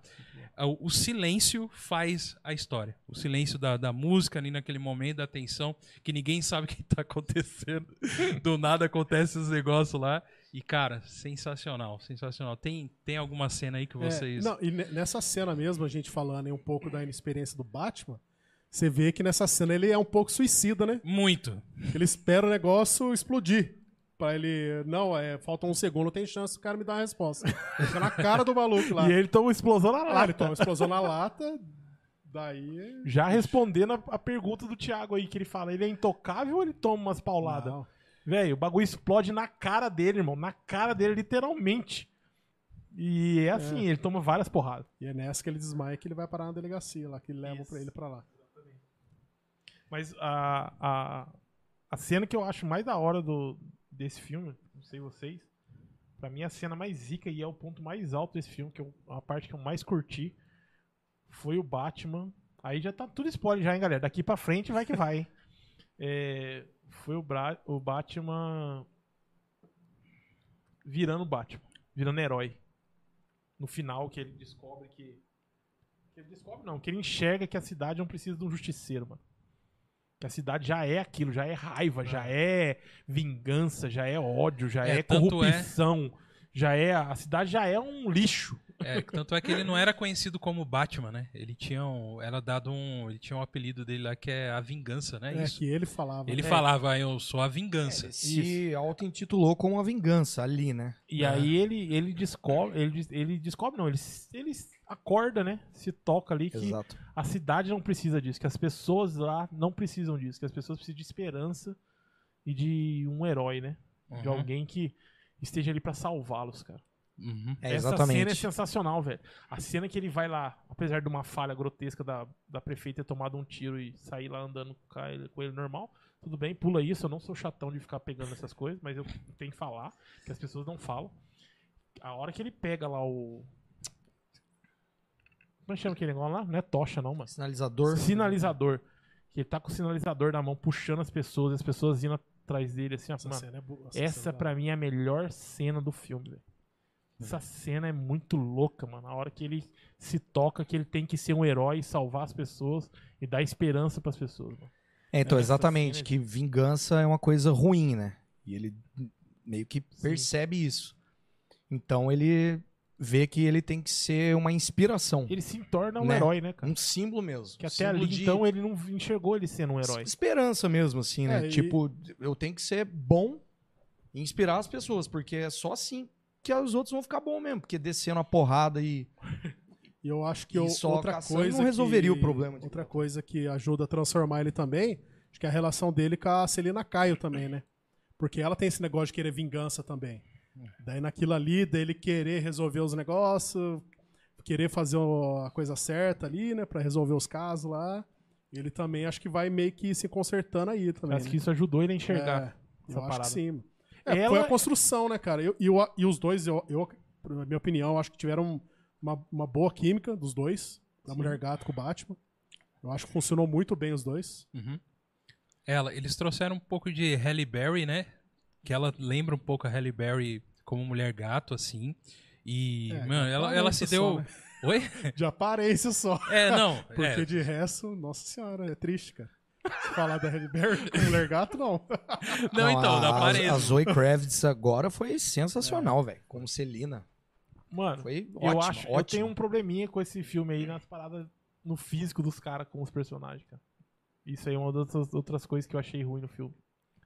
Speaker 1: Ah, o- o silêncio faz a história. O silêncio da, da música ali naquele momento, da atenção, que ninguém sabe o que tá acontecendo. Do nada acontece os negócios lá. E, cara, sensacional, sensacional. Tem, tem alguma cena aí que
Speaker 4: É,
Speaker 1: vocês.
Speaker 4: não, e ne- nessa cena mesmo, a gente falando aí um pouco da inexperiência do Batman, você vê que nessa cena ele é um pouco suicida, né?
Speaker 1: Muito.
Speaker 4: Ele espera o negócio explodir. Pra ele. Não, é, falta um segundo, tem chance, o cara me dá a resposta. Fica na cara do maluco lá.
Speaker 2: E ele toma uma explosão na
Speaker 4: Ah, ele
Speaker 2: lata.
Speaker 4: toma uma explosão na lata, daí. é
Speaker 2: Já respondendo a, a pergunta do Thiago aí, que ele fala, ele é intocável ou ele toma umas pauladas?
Speaker 4: Não.
Speaker 2: Velho, o bagulho explode na cara dele, irmão. Na cara dele, literalmente. E é assim, ele toma várias porradas.
Speaker 4: E é nessa que ele desmaia que ele vai parar na delegacia lá, que levam
Speaker 2: Isso.
Speaker 4: pra ele pra lá.
Speaker 2: Mas a, a, a cena que eu acho mais da hora do, desse filme, não sei vocês, pra mim é a cena mais zica e é o ponto mais alto desse filme, que é a parte que eu mais curti, foi o Batman. Aí já tá tudo spoiler já, hein, galera? Daqui pra frente vai que vai, hein? É, foi o, Bra o Batman virando Batman, virando herói. No final que ele descobre que... que ele descobre não, que ele enxerga que a cidade não precisa de um justiceiro, mano. Que a cidade já é aquilo, já é raiva, já é vingança, já é ódio, já é,
Speaker 1: É, tanto
Speaker 2: corrupção, já é a cidade já é um lixo.
Speaker 1: É, tanto é que ele não era conhecido como Batman, né? Ele tinha um, era dado um, ele tinha um apelido dele lá que é a Vingança, né?
Speaker 4: É,
Speaker 1: Isso.
Speaker 4: que ele falava.
Speaker 1: Ele
Speaker 4: né?
Speaker 1: falava, "Ah, eu sou a Vingança.
Speaker 5: Se auto-intitulou como a vingança ali, né?
Speaker 2: E
Speaker 1: Ah.
Speaker 2: aí ele ele descobre, ele, des- ele descobre não, ele s- ele s- acorda, né? Se toca ali que
Speaker 5: Exato.
Speaker 2: a cidade não precisa disso, que as pessoas lá não precisam disso, que as pessoas precisam de esperança e de um herói, né? De
Speaker 1: Uhum,
Speaker 2: alguém que esteja ali pra salvá-los, cara.
Speaker 1: uhum.
Speaker 2: Essa
Speaker 5: É,
Speaker 2: cena é
Speaker 5: exatamente.
Speaker 2: sensacional, velho. A cena que ele vai lá, apesar de uma falha grotesca da, da prefeita ter tomado um tiro e sair lá andando com ele, com ele normal, tudo bem, pula isso. Eu não sou chatão de ficar pegando essas coisas, mas eu tenho que falar, que as pessoas não falam. A hora que ele pega lá o. Como é que chama aquele negócio lá? Não é tocha, não, mano.
Speaker 5: Sinalizador.
Speaker 2: Sinalizador. Que ele tá com o sinalizador na mão, puxando as pessoas, e as pessoas indo atrás dele, assim, ó.
Speaker 4: Essa
Speaker 2: mano,
Speaker 4: cena é boa. essa
Speaker 2: essa
Speaker 4: cena é Uhum.
Speaker 2: pra mim é a melhor cena do filme, velho. Essa cena é muito louca, mano. A hora que ele se toca que ele tem que ser um herói, salvar as pessoas e dar esperança pras pessoas, mano.
Speaker 5: É, então,
Speaker 2: Essa
Speaker 5: exatamente,
Speaker 2: cena-
Speaker 5: que vingança é uma coisa ruim, né? E ele meio que percebe isso. Então ele vê que ele tem que ser uma inspiração,
Speaker 2: Ele se torna um
Speaker 5: Né?
Speaker 2: herói, né, cara?
Speaker 5: um símbolo mesmo.
Speaker 2: Que até
Speaker 5: símbolo
Speaker 2: ali
Speaker 5: de
Speaker 2: então ele não enxergou ele sendo um herói.
Speaker 5: Esperança mesmo, assim, né?
Speaker 4: É, e-
Speaker 5: Tipo, eu tenho que ser bom e inspirar as pessoas, porque é só assim que os outros vão ficar bom mesmo, porque descendo a porrada e
Speaker 4: E eu acho que
Speaker 5: E
Speaker 4: o-
Speaker 5: só
Speaker 4: outra
Speaker 5: caçando
Speaker 4: coisa
Speaker 5: não resolveria
Speaker 4: que-
Speaker 5: o problema de
Speaker 4: Outra coisa que ajuda a transformar ele também, acho que é a relação dele com a Celina Caio também, né? Porque ela tem esse negócio de querer vingança também. Daí naquilo ali, dele querer resolver os negócios, querer fazer o- a coisa certa ali, né, Pra resolver os casos lá. Ele também acho que vai meio que se consertando aí também.
Speaker 2: Acho
Speaker 4: né?
Speaker 2: que isso ajudou ele a enxergar. essa
Speaker 4: É, eu
Speaker 2: parada.
Speaker 4: acho que sim. É,
Speaker 2: Ela-
Speaker 4: Foi a construção, né, cara? Eu- E, o- e os dois, eu, eu, na minha opinião, acho que tiveram uma, uma boa química dos dois, da Mulher Gato com o Batman. Eu acho que funcionou muito bem os dois.
Speaker 1: Uhum. Ela, eles trouxeram um pouco de Halle Berry, né? Que ela lembra um pouco a Halle Berry como mulher gato, assim. E,
Speaker 4: É,
Speaker 1: mano,
Speaker 4: de
Speaker 1: ela,
Speaker 4: aparência
Speaker 1: ela se deu.
Speaker 4: só, né?
Speaker 1: Oi?
Speaker 4: De aparência só.
Speaker 1: É, não.
Speaker 4: Porque tipo,
Speaker 1: é,
Speaker 4: de resto, nossa senhora, é triste, cara. Se falar da Halle Berry com o Lergato, não.
Speaker 1: Não, então,
Speaker 5: a,
Speaker 1: da
Speaker 5: a-
Speaker 1: parede.
Speaker 5: A Zoe Kravitz agora foi sensacional, velho. Como Celina.
Speaker 2: Mano,
Speaker 5: Foi
Speaker 2: É. eu
Speaker 5: ótimo.
Speaker 2: acho
Speaker 5: ótimo.
Speaker 2: eu tenho um probleminha com esse filme aí nas paradas no físico dos caras com os personagens, cara. Isso aí é uma das outras- outras coisas que eu achei ruim no filme.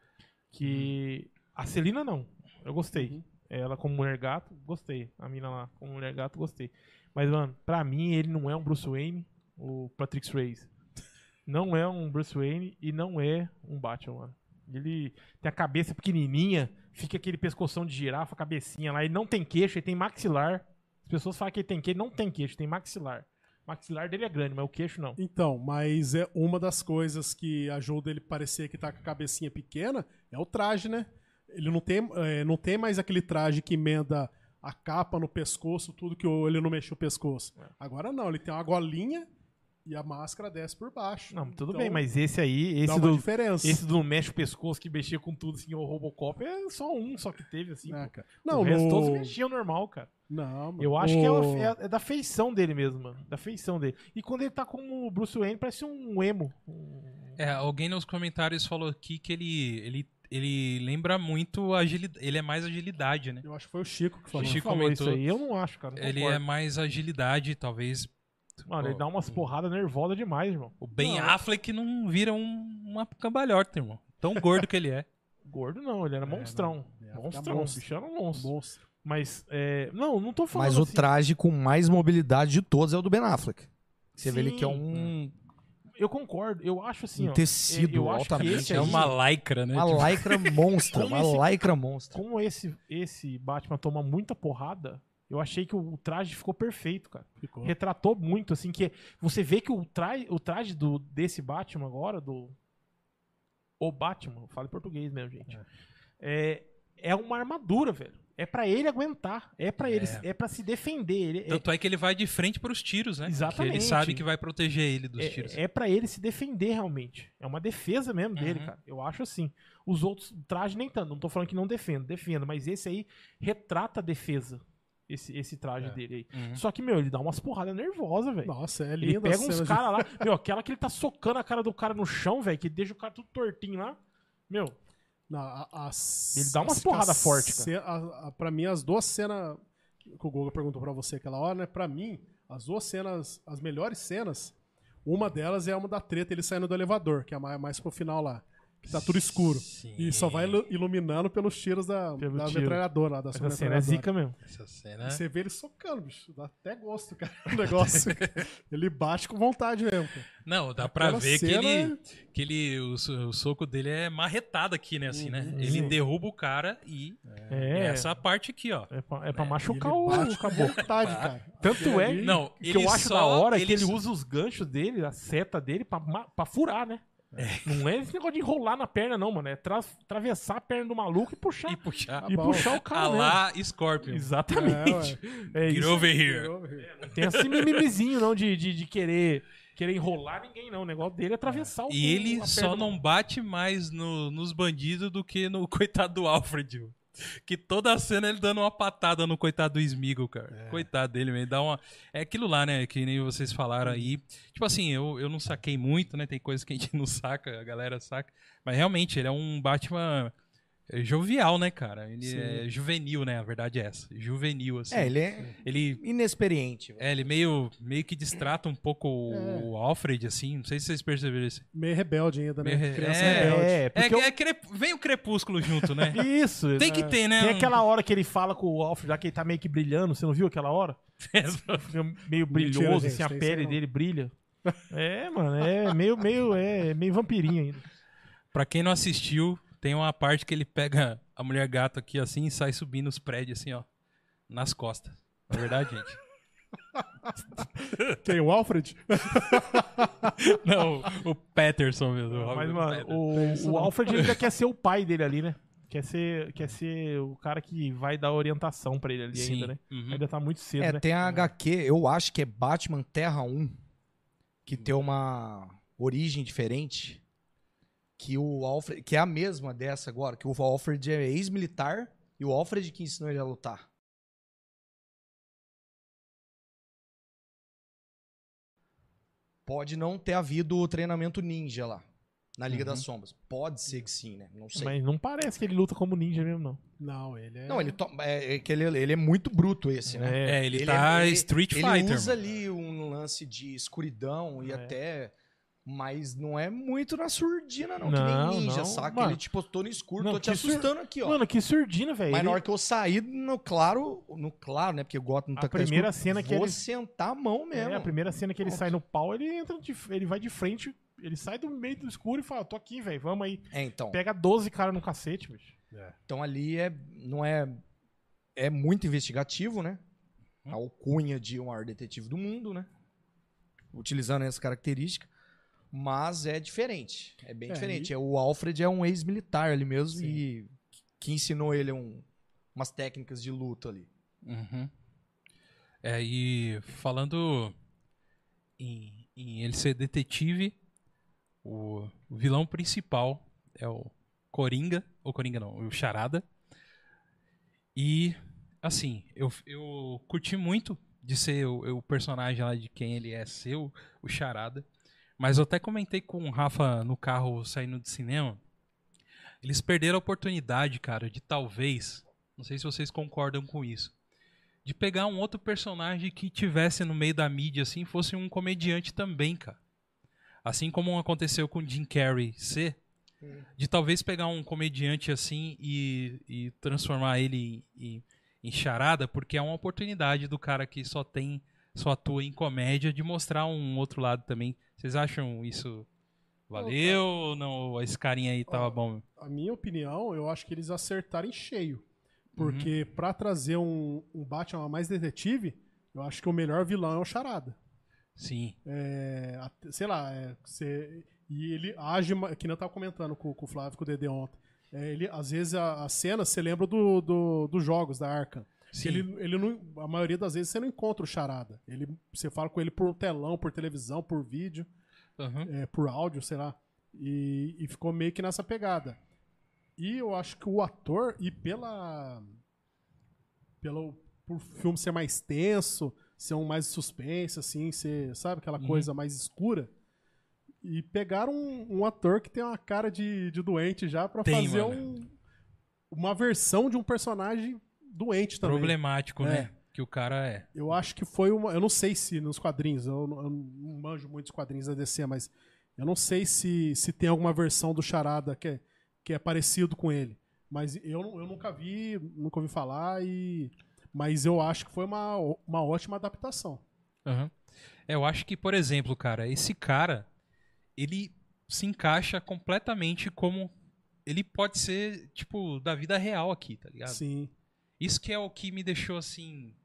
Speaker 5: Uhum.
Speaker 2: Que a Celina não. Eu gostei. Ela como mulher gato, gostei. A mina lá como mulher gato, gostei. Mas mano, pra mim ele não é um Bruce Wayne, o Patrick Swayze. Não é um Bruce Wayne e não é um Batman, mano. Ele tem a cabeça pequenininha, fica aquele pescoção de girafa, cabecinha lá. Ele não tem queixo, ele tem maxilar. As pessoas falam que ele tem queixo, ele não tem queixo, tem maxilar. O maxilar dele é grande, mas o queixo não.
Speaker 4: Então, mas é uma das coisas que ajuda ele parecer que tá com a cabecinha pequena é o traje, né? Ele não tem, é, não tem mais aquele traje que emenda a capa no pescoço, tudo que o- ele não mexe o pescoço.
Speaker 2: É.
Speaker 4: Agora não, ele tem uma golinha e a máscara desce por baixo.
Speaker 2: Não, tudo
Speaker 4: Então,
Speaker 2: bem, mas esse aí,
Speaker 4: dá
Speaker 2: esse
Speaker 4: uma
Speaker 2: do,
Speaker 4: diferença.
Speaker 2: esse do mexe o pescoço que mexia com tudo assim, o Robocop, é só um só que teve assim.
Speaker 4: né,
Speaker 2: pô.
Speaker 4: cara? Não,
Speaker 2: o resto
Speaker 4: no-
Speaker 2: todos mexiam normal, cara.
Speaker 4: não, mano.
Speaker 2: Eu acho que é,
Speaker 4: O-
Speaker 2: uma- é- é da feição dele mesmo, mano. Da feição dele. E quando ele tá com o Bruce Wayne, parece um emo. Um-
Speaker 1: É, alguém nos comentários falou aqui que ele, ele, ele lembra muito agilidade. Ele é mais agilidade, né?
Speaker 4: Eu acho que foi o Chico que
Speaker 1: O
Speaker 4: falou.
Speaker 1: Chico
Speaker 2: falou
Speaker 1: comentou.
Speaker 2: isso aí, eu não acho, cara. não
Speaker 1: Ele é
Speaker 2: concordo.
Speaker 1: mais agilidade, talvez.
Speaker 2: Mano, ele dá umas porradas nervosas demais, irmão.
Speaker 1: O Ben
Speaker 4: Não.
Speaker 1: Affleck não vira um, uma cambalhota, irmão. Tão gordo que ele é.
Speaker 2: Gordo não,
Speaker 5: É,
Speaker 2: ele era monstrão.
Speaker 4: não. Ele era
Speaker 2: monstrão,
Speaker 4: monstro.
Speaker 2: o bicho era um monstro.
Speaker 4: Monstro.
Speaker 2: Mas, é, não, não tô falando
Speaker 5: Mas o
Speaker 2: assim.
Speaker 5: traje com mais mobilidade de todos é o do Ben Affleck. Você vê ele que é
Speaker 2: Sim.
Speaker 5: um,
Speaker 2: Eu concordo, eu acho assim,
Speaker 5: um
Speaker 2: ó.
Speaker 5: tecido
Speaker 2: eu acho que
Speaker 5: altamente.
Speaker 2: esse
Speaker 1: É
Speaker 2: aí-
Speaker 1: uma lycra, né?
Speaker 5: Uma
Speaker 1: Tipo,
Speaker 5: lycra monstra,
Speaker 2: Como
Speaker 5: uma
Speaker 2: esse-
Speaker 5: lycra monstra.
Speaker 2: Como esse, esse Batman toma muita porrada, eu achei que o traje ficou perfeito, cara.
Speaker 4: Ficou.
Speaker 2: retratou muito, assim, que você vê que o, trai, o traje do, desse Batman agora, do. O Batman, fala em português mesmo, gente. É, é uma armadura, velho. É pra ele aguentar. É pra ele. É pra se defender. Ele, é-
Speaker 1: Tanto é que ele vai de frente pros tiros, né? Que ele
Speaker 2: Exatamente.
Speaker 1: sabe que vai proteger ele dos tiros.
Speaker 2: é, é para ele se defender realmente. É uma defesa mesmo dele,
Speaker 1: Uhum.
Speaker 2: cara. Eu acho assim. Os outros trajes nem tanto. Não tô falando que não defendo, defenda, mas esse aí retrata a defesa. Esse, esse traje dele aí.
Speaker 1: Uhum.
Speaker 2: Só que, meu, ele dá umas porradas nervosas, velho.
Speaker 4: Nossa, é
Speaker 2: Ele
Speaker 4: lindo.
Speaker 2: pega uns caras lá, meu, aquela que ele tá socando a cara do cara no chão, velho, que deixa o cara tudo tortinho lá. Meu, Ele dá umas porrada forte, cara.
Speaker 4: A, a, pra mim, as duas cenas que o Goga perguntou pra você aquela hora, né? Pra mim, as duas cenas, as melhores cenas, uma delas é uma da treta, ele saindo do elevador, que é mais, mais pro final lá. Que tá tudo escuro.
Speaker 1: Sim.
Speaker 4: E só vai ilu- iluminando pelos tiros da,
Speaker 2: Pelo
Speaker 4: da
Speaker 2: tiro.
Speaker 4: metralhadora lá, da
Speaker 2: essa cena é zica mesmo.
Speaker 1: Essa cena. é
Speaker 4: Você vê ele socando, bicho. Dá até gosto, cara. O negócio. ele bate com vontade mesmo. cara.
Speaker 1: Não, dá pra
Speaker 4: Aquela
Speaker 1: ver que
Speaker 4: cena
Speaker 1: ele.
Speaker 2: é-
Speaker 1: Que ele o, so- o soco dele é marretado aqui, né? Assim, né? Ele derruba o cara e.
Speaker 2: Uhum. É,
Speaker 1: é essa parte aqui, ó.
Speaker 2: é pra, é pra machucar
Speaker 4: Ele
Speaker 2: o,
Speaker 4: bate
Speaker 2: o
Speaker 4: com
Speaker 2: caboclo.
Speaker 4: é vontade, cara.
Speaker 2: Tanto é
Speaker 4: Ele-
Speaker 1: Não,
Speaker 2: que
Speaker 1: ele
Speaker 2: eu acho
Speaker 1: só,
Speaker 2: da hora é
Speaker 1: ele
Speaker 2: que ele
Speaker 1: só-
Speaker 2: usa os ganchos dele, a seta dele, pra, ma- pra furar, né? Não é esse negócio de enrolar na perna, não, mano. É tra- atravessar a perna do maluco e puxar.
Speaker 1: E puxar.
Speaker 2: E,
Speaker 4: bom.
Speaker 2: puxar o
Speaker 1: A
Speaker 2: cara. Ah, né?
Speaker 1: lá Scorpion.
Speaker 2: Exatamente. É,
Speaker 1: Get
Speaker 2: isso.
Speaker 1: over here.
Speaker 2: Não tem esse mimimizinho, não, de, de, de querer, querer enrolar ninguém, não. O negócio dele é atravessar o
Speaker 1: E
Speaker 2: a
Speaker 1: ele
Speaker 2: perna
Speaker 1: só
Speaker 2: do
Speaker 1: não bate mais no- nos bandidos do que no coitado do Alfred. mano. Que toda a cena ele dando uma patada no coitado do Smeagol, cara.
Speaker 5: É.
Speaker 1: Coitado dele, ele dá uma. É aquilo lá, né? Que nem vocês falaram aí. Tipo assim, eu, eu não saquei muito, né? Tem coisas que a gente não saca, a galera saca. Mas realmente, ele é um Batman eh, jovial, né, cara? Ele é juvenil, né? A verdade é essa. Juvenil, assim.
Speaker 5: É, ele é
Speaker 1: Ele
Speaker 5: inexperiente. velho.
Speaker 1: é, ele meio, meio que distrata um pouco o Alfred, assim. Não sei se vocês perceberam isso.
Speaker 4: Meio rebelde ainda, né?
Speaker 1: Meio re-
Speaker 4: Criança
Speaker 1: é,
Speaker 4: rebelde.
Speaker 2: É,
Speaker 1: É,
Speaker 2: porque eu-
Speaker 1: é crep- vem o crepúsculo junto, né?
Speaker 2: Isso.
Speaker 1: Tem que
Speaker 2: né?
Speaker 1: ter, né?
Speaker 2: Tem
Speaker 1: um-
Speaker 2: aquela hora que ele fala com o Alfred lá, que ele tá meio que brilhando. Você não viu aquela hora? Fica meio brilhoso,
Speaker 4: gente,
Speaker 2: assim, a
Speaker 4: tem
Speaker 2: pele
Speaker 4: isso aí não.
Speaker 2: dele brilha. É, mano, é meio, meio, é meio vampirinho ainda.
Speaker 1: Pra quem não assistiu, tem uma parte que ele pega a mulher gato aqui, assim, e sai subindo os prédios, assim, ó. Nas costas. Na verdade, gente.
Speaker 4: Quem? O Alfred?
Speaker 1: Não, o Patterson mesmo. o
Speaker 2: Mas,
Speaker 1: Robert
Speaker 2: mano,
Speaker 1: Patterson.
Speaker 2: o, o Alfred ainda quer ser o pai dele ali, né? Quer ser, quer ser o cara que vai dar orientação pra ele ali
Speaker 1: Sim,
Speaker 2: ainda, né?
Speaker 1: uhum.
Speaker 2: Ainda tá muito cedo,
Speaker 5: É,
Speaker 2: né?
Speaker 5: tem a HQ, eu acho que é Batman Terra 1, que tem uma origem diferente, que o Alfred, que é a mesma dessa agora, que o Alfred é ex-militar e o Alfred que ensinou ele a lutar. Pode não ter havido o treinamento ninja lá. na Liga
Speaker 2: Uhum.
Speaker 5: das Sombras. Pode ser que sim, né? Não sei.
Speaker 2: Mas não parece que ele luta como ninja mesmo, não.
Speaker 4: Não, ele é.
Speaker 5: Não, ele, to- é, é que ele, ele é muito bruto esse, né?
Speaker 2: É.
Speaker 1: É, ele, tá
Speaker 5: é-
Speaker 1: Street
Speaker 5: ele
Speaker 1: Fighter.
Speaker 5: usa
Speaker 1: mano.
Speaker 5: ali um lance de escuridão e
Speaker 2: É.
Speaker 5: até. Mas não é muito na surdina, não. que
Speaker 2: Não,
Speaker 5: nem ninja,
Speaker 2: não,
Speaker 5: saca?
Speaker 2: mano.
Speaker 5: Ele, tipo, tô no escuro,
Speaker 2: Não,
Speaker 5: tô te
Speaker 2: que sur-
Speaker 5: assustando aqui, ó.
Speaker 2: Mano, que surdina, velho.
Speaker 5: mas
Speaker 2: Ele-
Speaker 5: na hora que eu sair no claro, no claro, né? Porque o Gotham
Speaker 2: A
Speaker 5: tá
Speaker 2: primeira
Speaker 5: escuro,
Speaker 2: cena que
Speaker 5: vou
Speaker 2: ele-
Speaker 5: sentar a mão mesmo.
Speaker 2: É, a primeira cena que ele
Speaker 5: Pronto.
Speaker 2: sai no pau, ele entra, de- ele vai de frente, ele sai do meio do escuro e fala, tô aqui, velho, vamos aí.
Speaker 5: É, então.
Speaker 2: Pega 12 caras no cacete, bicho.
Speaker 5: Então ali é, não é, é muito investigativo, né? A alcunha de um maior detetive do mundo, né? Utilizando essa característica. Mas é diferente. É bem
Speaker 4: É,
Speaker 5: diferente. É, O Alfred é um ex-militar ali mesmo
Speaker 4: Sim.
Speaker 5: e que ensinou ele um- umas técnicas de luta ali.
Speaker 1: Uhum. É, e falando em, em ele ser detetive, o vilão principal é o Coringa, ou Coringa não, o Charada. E, assim, eu, eu curti muito de ser o, o personagem lá de quem ele é seu, o Charada. Mas eu até comentei com o Rafa no carro saindo do cinema. Eles perderam a oportunidade, cara, de talvez. Não sei se vocês concordam com isso de pegar um outro personagem que tivesse no meio da mídia assim, fosse um comediante também, cara. Assim como aconteceu com Jim Carrey C, de talvez pegar um comediante assim e, e transformar ele em, em charada, porque é uma oportunidade do cara que só tem, só atua em comédia, de mostrar um outro lado também. Vocês acham isso valeu ou não? Esse carinha aí tava
Speaker 4: Ó,
Speaker 1: bom?
Speaker 4: A minha opinião, eu acho que eles acertaram em cheio.
Speaker 1: Uhum.
Speaker 4: Porque pra trazer um, um Batman mais detetive, eu acho que o melhor vilão é o Charada.
Speaker 1: Uhum. Sim.
Speaker 4: É, até- sei lá, é, você- e ele age, ma- que nem eu tava comentando com, com o Flávio, com o Dedê ontem. É, ele, às vezes a, a cena, você lembra do, do- dos jogos da Arkham.
Speaker 1: Sim.
Speaker 4: Ele, ele não, a maioria das vezes você não encontra o Charada. Ele, você fala com ele por telão, por televisão, por vídeo
Speaker 1: Aham.
Speaker 4: é, por áudio, sei lá. E, e ficou meio que nessa pegada. E eu acho que o ator, e pela. pelo por filme ser mais tenso, ser um mais suspense, assim, ser, sabe, aquela
Speaker 1: Uhum.
Speaker 4: coisa mais escura. E pegaram um, um ator que tem uma cara de, de doente já pra
Speaker 1: Tem,
Speaker 4: fazer
Speaker 1: mano.
Speaker 4: um, uma versão de um personagem doente também.
Speaker 1: Problemático,
Speaker 4: É.
Speaker 1: né? Que o cara é.
Speaker 4: Eu acho que foi uma. Eu não sei se nos quadrinhos, eu, não- eu não manjo muito os quadrinhos da DC, mas eu não sei se, se tem alguma versão do Charada que é, que é parecido com ele. Mas eu, não- eu nunca vi, nunca ouvi falar, e, mas eu acho que foi uma, ó- uma ótima adaptação.
Speaker 1: Aham. É, eu acho que, por exemplo, cara, esse cara, ele se encaixa completamente como. Ele pode ser, tipo, da vida real aqui, tá ligado?
Speaker 4: Sim.
Speaker 1: Isso que é o que me deixou, assim,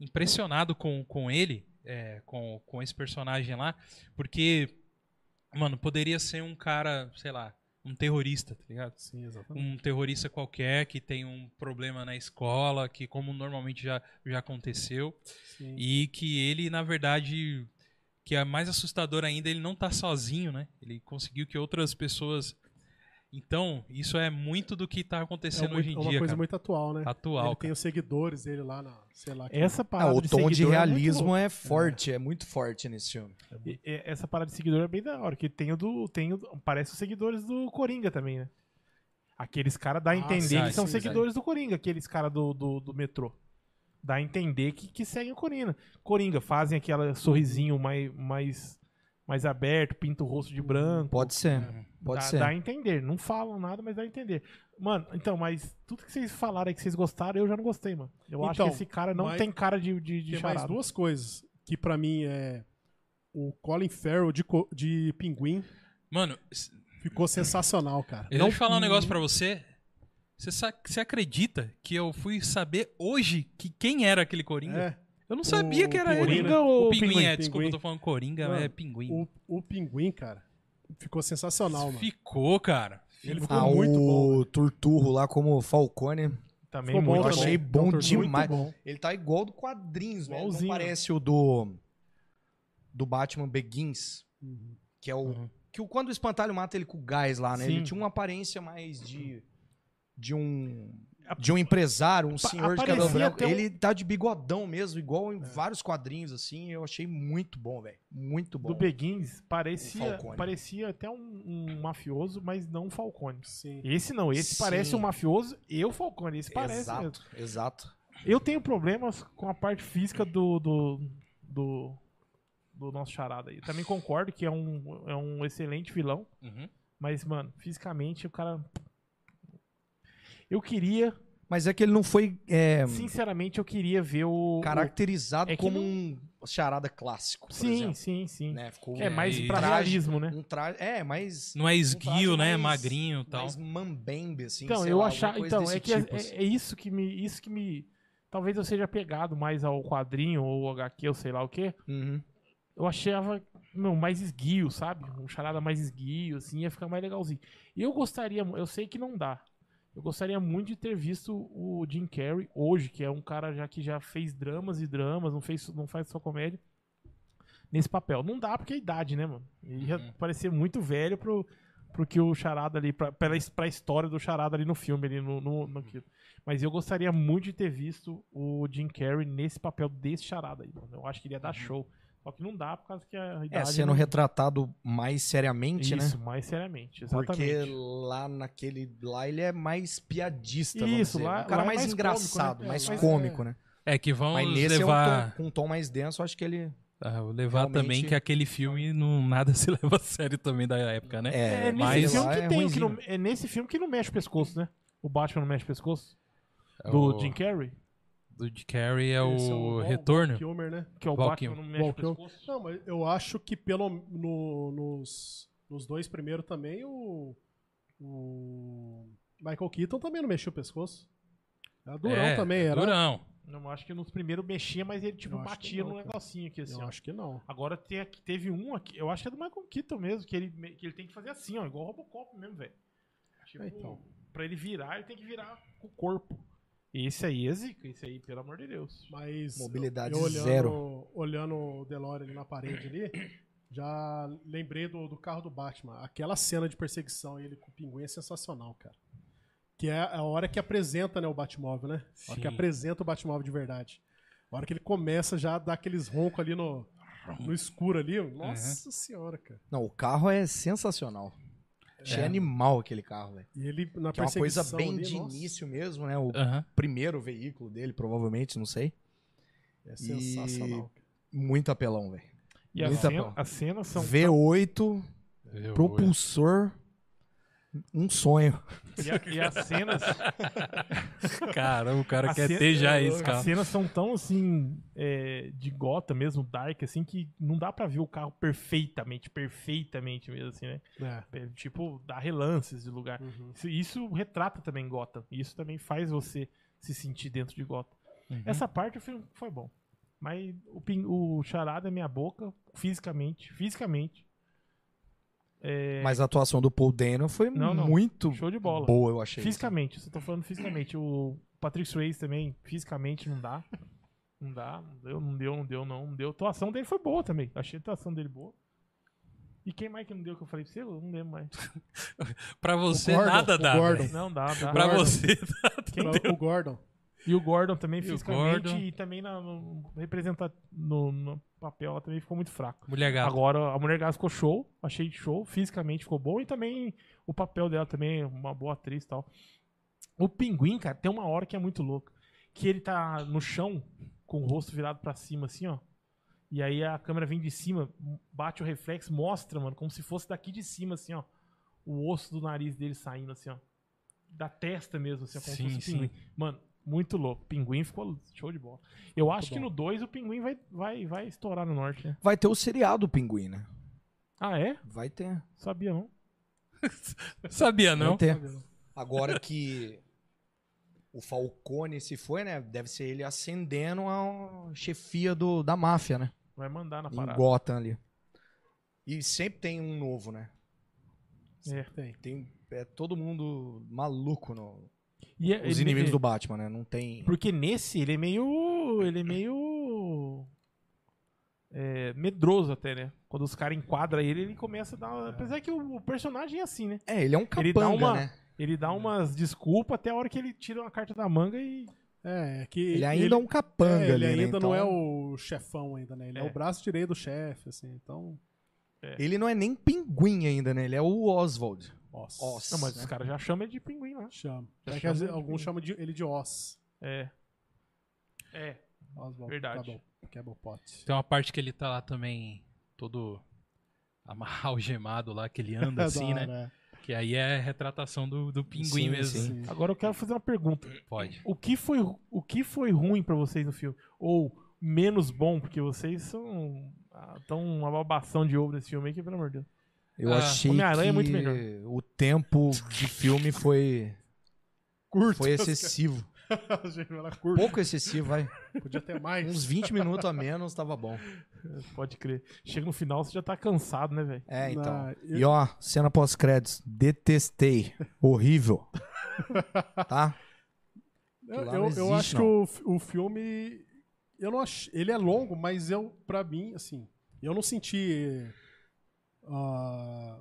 Speaker 1: impressionado com, com ele, é, com, com esse personagem lá, porque, mano, poderia ser um cara, sei lá, um terrorista, tá ligado?
Speaker 4: Sim, exatamente.
Speaker 1: um terrorista qualquer que tem um problema na escola, que como normalmente já, já aconteceu,
Speaker 4: Sim.
Speaker 1: e que ele, na verdade, que é mais assustador ainda, ele não tá sozinho, né? Ele conseguiu que outras pessoas... Então, isso é muito do que tá
Speaker 4: É,
Speaker 1: acontecendo
Speaker 4: muito-
Speaker 1: hoje
Speaker 4: é
Speaker 1: em
Speaker 4: uma
Speaker 1: dia,
Speaker 4: coisa
Speaker 1: cara.
Speaker 4: muito atual, né?
Speaker 1: Atual,
Speaker 4: ele tem
Speaker 1: cara.
Speaker 4: os seguidores dele lá na. Sei lá. que-
Speaker 2: Essa
Speaker 5: Ah,
Speaker 2: parada
Speaker 5: o
Speaker 2: de
Speaker 5: tom de
Speaker 2: seguidor é muito
Speaker 5: realismo
Speaker 2: louca.
Speaker 5: é, forte, é. muito forte nesse filme.
Speaker 2: E- e- Essa parada de seguidor é bem da hora, que tem o do. Tem o, do- parece os seguidores do Coringa também, né? Aqueles caras dá a
Speaker 4: Ah,
Speaker 2: entender
Speaker 1: sim,
Speaker 2: que são
Speaker 1: sim,
Speaker 2: seguidores do Coringa, aqueles caras do, do, do metrô. Dá a entender que, que seguem o Coringa. Coringa, fazem aquele sorrisinho mais, mais, mais aberto, pinta o rosto de branco.
Speaker 5: Pode ser, pode
Speaker 2: dá,
Speaker 5: ser.
Speaker 2: dá a entender. Não falam nada, mas dá a entender. Mano, então, mas tudo que vocês falaram aí que vocês gostaram, eu já não gostei, mano. Eu acho
Speaker 4: Então,
Speaker 2: que esse cara não
Speaker 4: mas-
Speaker 2: tem cara de, de, de
Speaker 4: Tem mais
Speaker 2: charada.
Speaker 4: duas coisas que pra mim é. O Colin Farrell de, co- de Pinguim
Speaker 1: Mano, s-
Speaker 4: ficou sensacional, cara.
Speaker 1: eu deixa eu falar um negócio pra você. Você, sa- você acredita que eu fui saber hoje que quem era aquele Coringa?
Speaker 4: É.
Speaker 1: Eu não sabia que era ele.
Speaker 2: Coringa
Speaker 1: mano.
Speaker 2: ou
Speaker 1: O pinguim,
Speaker 2: pinguim?
Speaker 1: é, desculpa,
Speaker 4: Pinguim.
Speaker 1: eu tô falando Coringa,
Speaker 4: Mano,
Speaker 1: é pinguim.
Speaker 4: O, o pinguim, cara, ficou sensacional, mano.
Speaker 1: Ficou, cara.
Speaker 4: Ele ficou
Speaker 5: Ah,
Speaker 4: muito bom.
Speaker 5: o Turturro lá como Falcone.
Speaker 2: Também
Speaker 4: Ficou
Speaker 2: muito
Speaker 5: eu
Speaker 4: bom,
Speaker 5: achei bom
Speaker 4: Doutor,
Speaker 5: demais.
Speaker 4: Muito bom.
Speaker 5: Ele tá igual do quadrinhos, né? Ele Não
Speaker 2: Igualzinho.
Speaker 5: parece o do do Batman Begins,
Speaker 4: Uhum.
Speaker 5: que é o
Speaker 1: Uhum.
Speaker 5: que o, quando o espantalho mata ele com o gás lá, né? Ele
Speaker 2: Sim.
Speaker 5: tinha uma aparência mais de de um de um empresário, um senhor de cabelo
Speaker 2: aparecia
Speaker 5: branco.
Speaker 2: até um- É.
Speaker 5: Ele tá de bigodão mesmo, igual em vários quadrinhos, assim. Eu achei muito bom, velho. Muito bom.
Speaker 2: do Beguins
Speaker 4: Um
Speaker 5: O
Speaker 2: parecia,
Speaker 5: Falcone.
Speaker 2: parecia até um, um mafioso, mas não um Falcone.
Speaker 4: Sim.
Speaker 2: Esse não, esse
Speaker 5: Sim.
Speaker 2: parece um mafioso e o Falcone. Esse parece mesmo.
Speaker 5: exato, exato.
Speaker 2: Eu tenho problemas com a parte física do do, do, do nosso charada aí. Também concordo que é um, é um excelente vilão,
Speaker 1: Uhum.
Speaker 2: mas, mano, fisicamente o cara. Eu queria,
Speaker 5: Mas é que ele não foi é,
Speaker 2: sinceramente, eu queria ver o.
Speaker 5: caracterizado
Speaker 2: é que
Speaker 5: como um charada clássico.
Speaker 2: o-
Speaker 5: Por
Speaker 2: Sim,
Speaker 5: exemplo,
Speaker 2: sim, sim.
Speaker 5: Né? Ficou
Speaker 2: É
Speaker 5: um
Speaker 2: mais
Speaker 1: e-
Speaker 2: pra
Speaker 5: traje-
Speaker 2: realismo, né?
Speaker 5: Um traje, é, mais,
Speaker 1: Não é esguio,
Speaker 5: Um traje
Speaker 1: né?
Speaker 5: mais-
Speaker 1: Magrinho e tal.
Speaker 5: mais mambembe, assim.
Speaker 2: Então,
Speaker 5: sei
Speaker 2: eu
Speaker 5: lá,
Speaker 2: achava.
Speaker 5: alguma coisa
Speaker 2: Então,
Speaker 5: desse
Speaker 2: é que é-
Speaker 5: tipo,
Speaker 2: é,
Speaker 5: assim.
Speaker 2: é isso que me. Isso que me. Talvez eu seja apegado mais ao quadrinho ou HQ ou sei lá o quê.
Speaker 5: Uhum.
Speaker 2: Eu achava, meu, mais esguio, sabe? Um charada mais esguio, assim, ia ficar mais legalzinho. E eu gostaria, mu- eu sei que não dá. Eu gostaria muito de ter visto o Jim Carrey hoje, que é um cara já que já fez dramas e dramas, não, fez, não faz só comédia, nesse papel. Não dá porque é a idade, né, mano? Ele ia parecer muito velho pro, pro que o charada ali, pra, pela, his- pra história do charada ali no filme, ali no, no, no aquilo. Mas eu gostaria muito de ter visto o Jim Carrey nesse papel desse charada aí, mano. Eu acho que ele ia dar show. Só que não dá por causa que a idade.
Speaker 5: É, sendo
Speaker 2: não...
Speaker 5: retratado mais seriamente,
Speaker 2: né? Isso,
Speaker 5: né?
Speaker 2: mais seriamente,
Speaker 5: Porque
Speaker 2: exatamente.
Speaker 5: lá naquele. Lá ele é mais piadista,
Speaker 2: Isso,
Speaker 5: vamos dizer.
Speaker 2: lá-
Speaker 5: um cara
Speaker 2: lá é
Speaker 5: mais,
Speaker 2: mais
Speaker 5: engraçado,
Speaker 2: cômico, né?
Speaker 5: mais
Speaker 2: É, mas-
Speaker 5: cômico, né?
Speaker 1: É que vão
Speaker 5: Mas nesse é um
Speaker 1: levar.
Speaker 5: tom, com um tom mais denso, eu acho que ele.
Speaker 1: Ah, vou levar também
Speaker 5: Realmente-
Speaker 1: que aquele filme não nada se leva a sério também da época, né?
Speaker 2: É, nesse
Speaker 1: mas
Speaker 2: filme que
Speaker 5: é
Speaker 2: tem, que
Speaker 5: ruinzinho.
Speaker 2: não, é nesse filme que não mexe o pescoço, né? O Batman não mexe o pescoço.
Speaker 1: É
Speaker 2: Do
Speaker 1: o-
Speaker 2: Jim Carrey,
Speaker 1: do Jim Carrey é
Speaker 4: Esse um
Speaker 1: o Retorno.
Speaker 4: Kilmer, né?
Speaker 2: que é o
Speaker 1: Val
Speaker 2: Batman
Speaker 1: Kilmer.
Speaker 2: não mexe o
Speaker 4: Val Kilmer.
Speaker 2: pescoço.
Speaker 4: Não, mas eu acho que pelo no- nos, nos dois primeiros também o, o Michael Keaton também não mexia o pescoço. Era durão
Speaker 1: É,
Speaker 4: também, era.
Speaker 1: Durão.
Speaker 2: Não, acho que nos primeiros mexia, mas ele tipo
Speaker 4: Eu acho que
Speaker 2: batia
Speaker 4: não,
Speaker 2: num
Speaker 4: cara.
Speaker 2: negocinho aqui assim.
Speaker 4: Eu
Speaker 2: ó.
Speaker 4: acho que não.
Speaker 2: Agora tem aqui- teve um aqui, eu acho que é do Michael Keaton mesmo, que ele, me- que ele tem que fazer assim, ó, igual o Robocop mesmo, velho. Tipo,
Speaker 4: É, então.
Speaker 2: pra ele virar, ele tem que virar com o corpo. E esse aí é zica, esse aí, pelo amor de Deus.
Speaker 4: Mas
Speaker 5: Mobilidade
Speaker 4: eu olhando,
Speaker 5: zero.
Speaker 4: olhando o DeLorean ali na parede ali, já lembrei do, do carro do Batman. Aquela cena de perseguição ele com o pinguim é sensacional, cara. Que é a hora que apresenta né, o Batmóvel, né? A hora que
Speaker 1: Sim.
Speaker 4: apresenta o Batmóvel de verdade. A hora que ele começa já a dar aqueles roncos ali no, no escuro ali. Nossa senhora, cara.
Speaker 5: Não, o carro é sensacional. Achei
Speaker 1: É.
Speaker 5: animal aquele carro, velho.
Speaker 4: E ele na
Speaker 5: Que é uma
Speaker 4: perseguição
Speaker 5: coisa bem
Speaker 4: ali,
Speaker 5: de
Speaker 4: nossa,
Speaker 5: início mesmo, né? O
Speaker 1: Aham.
Speaker 5: primeiro veículo dele, provavelmente, não sei.
Speaker 4: É sensacional. cara.
Speaker 5: Muito apelão, velho.
Speaker 2: E as
Speaker 5: Muito
Speaker 2: cena-
Speaker 5: apelão.
Speaker 2: as cenas são
Speaker 5: V8,
Speaker 1: Eu-
Speaker 5: propulsor, um sonho.
Speaker 2: E, a- e as cenas.
Speaker 1: Cara, o cara
Speaker 2: as
Speaker 1: quer
Speaker 2: cenas-
Speaker 1: ter já esse
Speaker 2: As
Speaker 1: carro.
Speaker 2: cenas são tão assim. é, de gota mesmo, dark, assim, que não dá pra ver o carro perfeitamente, perfeitamente mesmo, assim, né?
Speaker 4: É.
Speaker 2: É, tipo, dá relances de lugar.
Speaker 4: Uhum.
Speaker 2: Isso, isso retrata também Gotham. Isso também faz você se sentir dentro de Gotham.
Speaker 1: Uhum.
Speaker 2: Essa parte foi, foi bom. Mas o, pin- o charada é minha boca, fisicamente, fisicamente.
Speaker 5: Mas a atuação do Paul Dano foi
Speaker 2: É. Não, não.
Speaker 5: muito
Speaker 2: Show de bola.
Speaker 5: boa, eu achei.
Speaker 2: Fisicamente, isso eu tô falando fisicamente. O Patrick Swayze também, fisicamente, não dá. Não dá, não deu, não deu, não deu, não, não deu. A atuação dele foi boa também. Achei a atuação dele boa. E quem mais que não deu que eu falei pra você? Eu não lembro mais.
Speaker 1: Pra você
Speaker 4: O Gordon,
Speaker 1: nada
Speaker 4: o
Speaker 1: dá.
Speaker 4: Gordon.
Speaker 1: velho.
Speaker 2: Não, dá, dá.
Speaker 1: Pra você.
Speaker 2: Quem
Speaker 4: Pra- é O Gordon.
Speaker 2: E o Gordon também,
Speaker 1: E o
Speaker 2: fisicamente,
Speaker 1: Gordon.
Speaker 2: e também na, no, representa no, no papel, ela também ficou muito fraca.
Speaker 1: Mulher gata.
Speaker 2: Agora, a Mulher Gás ficou show, achei show, fisicamente ficou bom, e também o papel dela também, uma boa atriz e tal. O Pinguim, cara, tem uma hora que é muito louca, que ele tá no chão, com o rosto virado pra cima, assim, ó. E aí a câmera vem de cima, bate o reflexo, mostra, mano, como se fosse daqui de cima, assim, ó. O osso do nariz dele saindo, assim, ó. Da testa mesmo, assim, ó, como
Speaker 1: Sim,
Speaker 2: se fosse
Speaker 1: sim.
Speaker 2: um pinguim. Mano, muito louco. Pinguim ficou show de bola. Eu acho que
Speaker 4: bom.
Speaker 2: no 2 o pinguim vai, vai, vai estourar no norte, né?
Speaker 5: Vai ter o seriado do Pinguim, né?
Speaker 2: Ah, é?
Speaker 5: Vai ter.
Speaker 2: Sabia não.
Speaker 1: Sabia, não?
Speaker 5: Vai ter. Agora que o Falcone se foi, né? Deve ser ele ascendendo a chefia do, da máfia, né?
Speaker 2: Vai mandar na
Speaker 5: Em
Speaker 2: parada.
Speaker 5: Gotham ali. E sempre tem um novo, né?
Speaker 2: É.
Speaker 4: Tem.
Speaker 5: Tem é, todo mundo maluco no,
Speaker 2: E é-
Speaker 5: os
Speaker 2: ele-
Speaker 5: inimigos do Batman, né? Não tem.
Speaker 2: Porque nesse ele é meio. Ele é meio. é, medroso até, né? Quando os caras enquadram ele, ele começa a dar. Apesar que o personagem é assim, né?
Speaker 5: É, ele é um
Speaker 2: Ele dá
Speaker 5: capanga,
Speaker 2: uma-
Speaker 5: né?
Speaker 2: Ele dá umas desculpas até a hora que ele tira uma carta da manga e.
Speaker 4: É, é que
Speaker 5: Ele ainda é um capanga
Speaker 4: é, ele
Speaker 5: ali, né?
Speaker 4: ainda não é
Speaker 5: Então,
Speaker 4: o chefão ainda, né? Ele é,
Speaker 2: É.
Speaker 4: o braço direito do chefe, assim. Então,
Speaker 5: Ele não é nem pinguim ainda, né? Ele é o Oswald.
Speaker 4: Oz.
Speaker 5: Oz.
Speaker 2: Não, mas
Speaker 5: né?
Speaker 2: os caras já chamam ele de pinguim né? lá.
Speaker 4: Chama.
Speaker 2: Já
Speaker 4: É que
Speaker 2: chama
Speaker 4: às
Speaker 2: de
Speaker 4: vezes alguns
Speaker 2: pinguim.
Speaker 4: chamam de- ele de Oz.
Speaker 2: É. É.
Speaker 4: Oswald tá
Speaker 2: Verdade.
Speaker 4: Cabell- Cobblepot.
Speaker 1: Tem uma parte que ele tá lá também, todo amarrar algemado lá, que ele anda
Speaker 4: É
Speaker 1: assim,
Speaker 4: da
Speaker 1: né?
Speaker 4: hora,
Speaker 1: Que aí é a retratação do, do pinguim
Speaker 5: Sim,
Speaker 4: é,
Speaker 1: mesmo.
Speaker 5: sim.
Speaker 2: Agora eu quero fazer uma pergunta.
Speaker 1: Pode.
Speaker 2: O que foi, o que foi ruim pra vocês no filme? Ou menos bom, porque vocês são. ah, Tão uma babação de ovo nesse filme aí que, pelo amor de Deus.
Speaker 5: Eu
Speaker 1: Ah,
Speaker 5: achei
Speaker 2: Homem-Aranha
Speaker 5: que
Speaker 2: é muito melhor.
Speaker 5: o tempo de filme foi,
Speaker 4: Curto.
Speaker 5: foi excessivo.
Speaker 4: Ela curta.
Speaker 5: Pouco excessivo, vai.
Speaker 4: Podia ter mais.
Speaker 5: Uns 20 minutos a menos tava bom.
Speaker 2: Pode crer. Chega no final, você já tá cansado, né, velho?
Speaker 5: É, então.
Speaker 4: Não, eu-
Speaker 5: E ó, cena pós-créditos. Detestei. Horrível. tá?
Speaker 4: Eu,
Speaker 5: lá
Speaker 4: eu-
Speaker 5: não
Speaker 4: eu
Speaker 5: existe,
Speaker 4: acho
Speaker 5: não.
Speaker 4: que o, fi- o filme. Eu não ach, ele é longo, mas eu, pra mim, assim, eu não senti ah,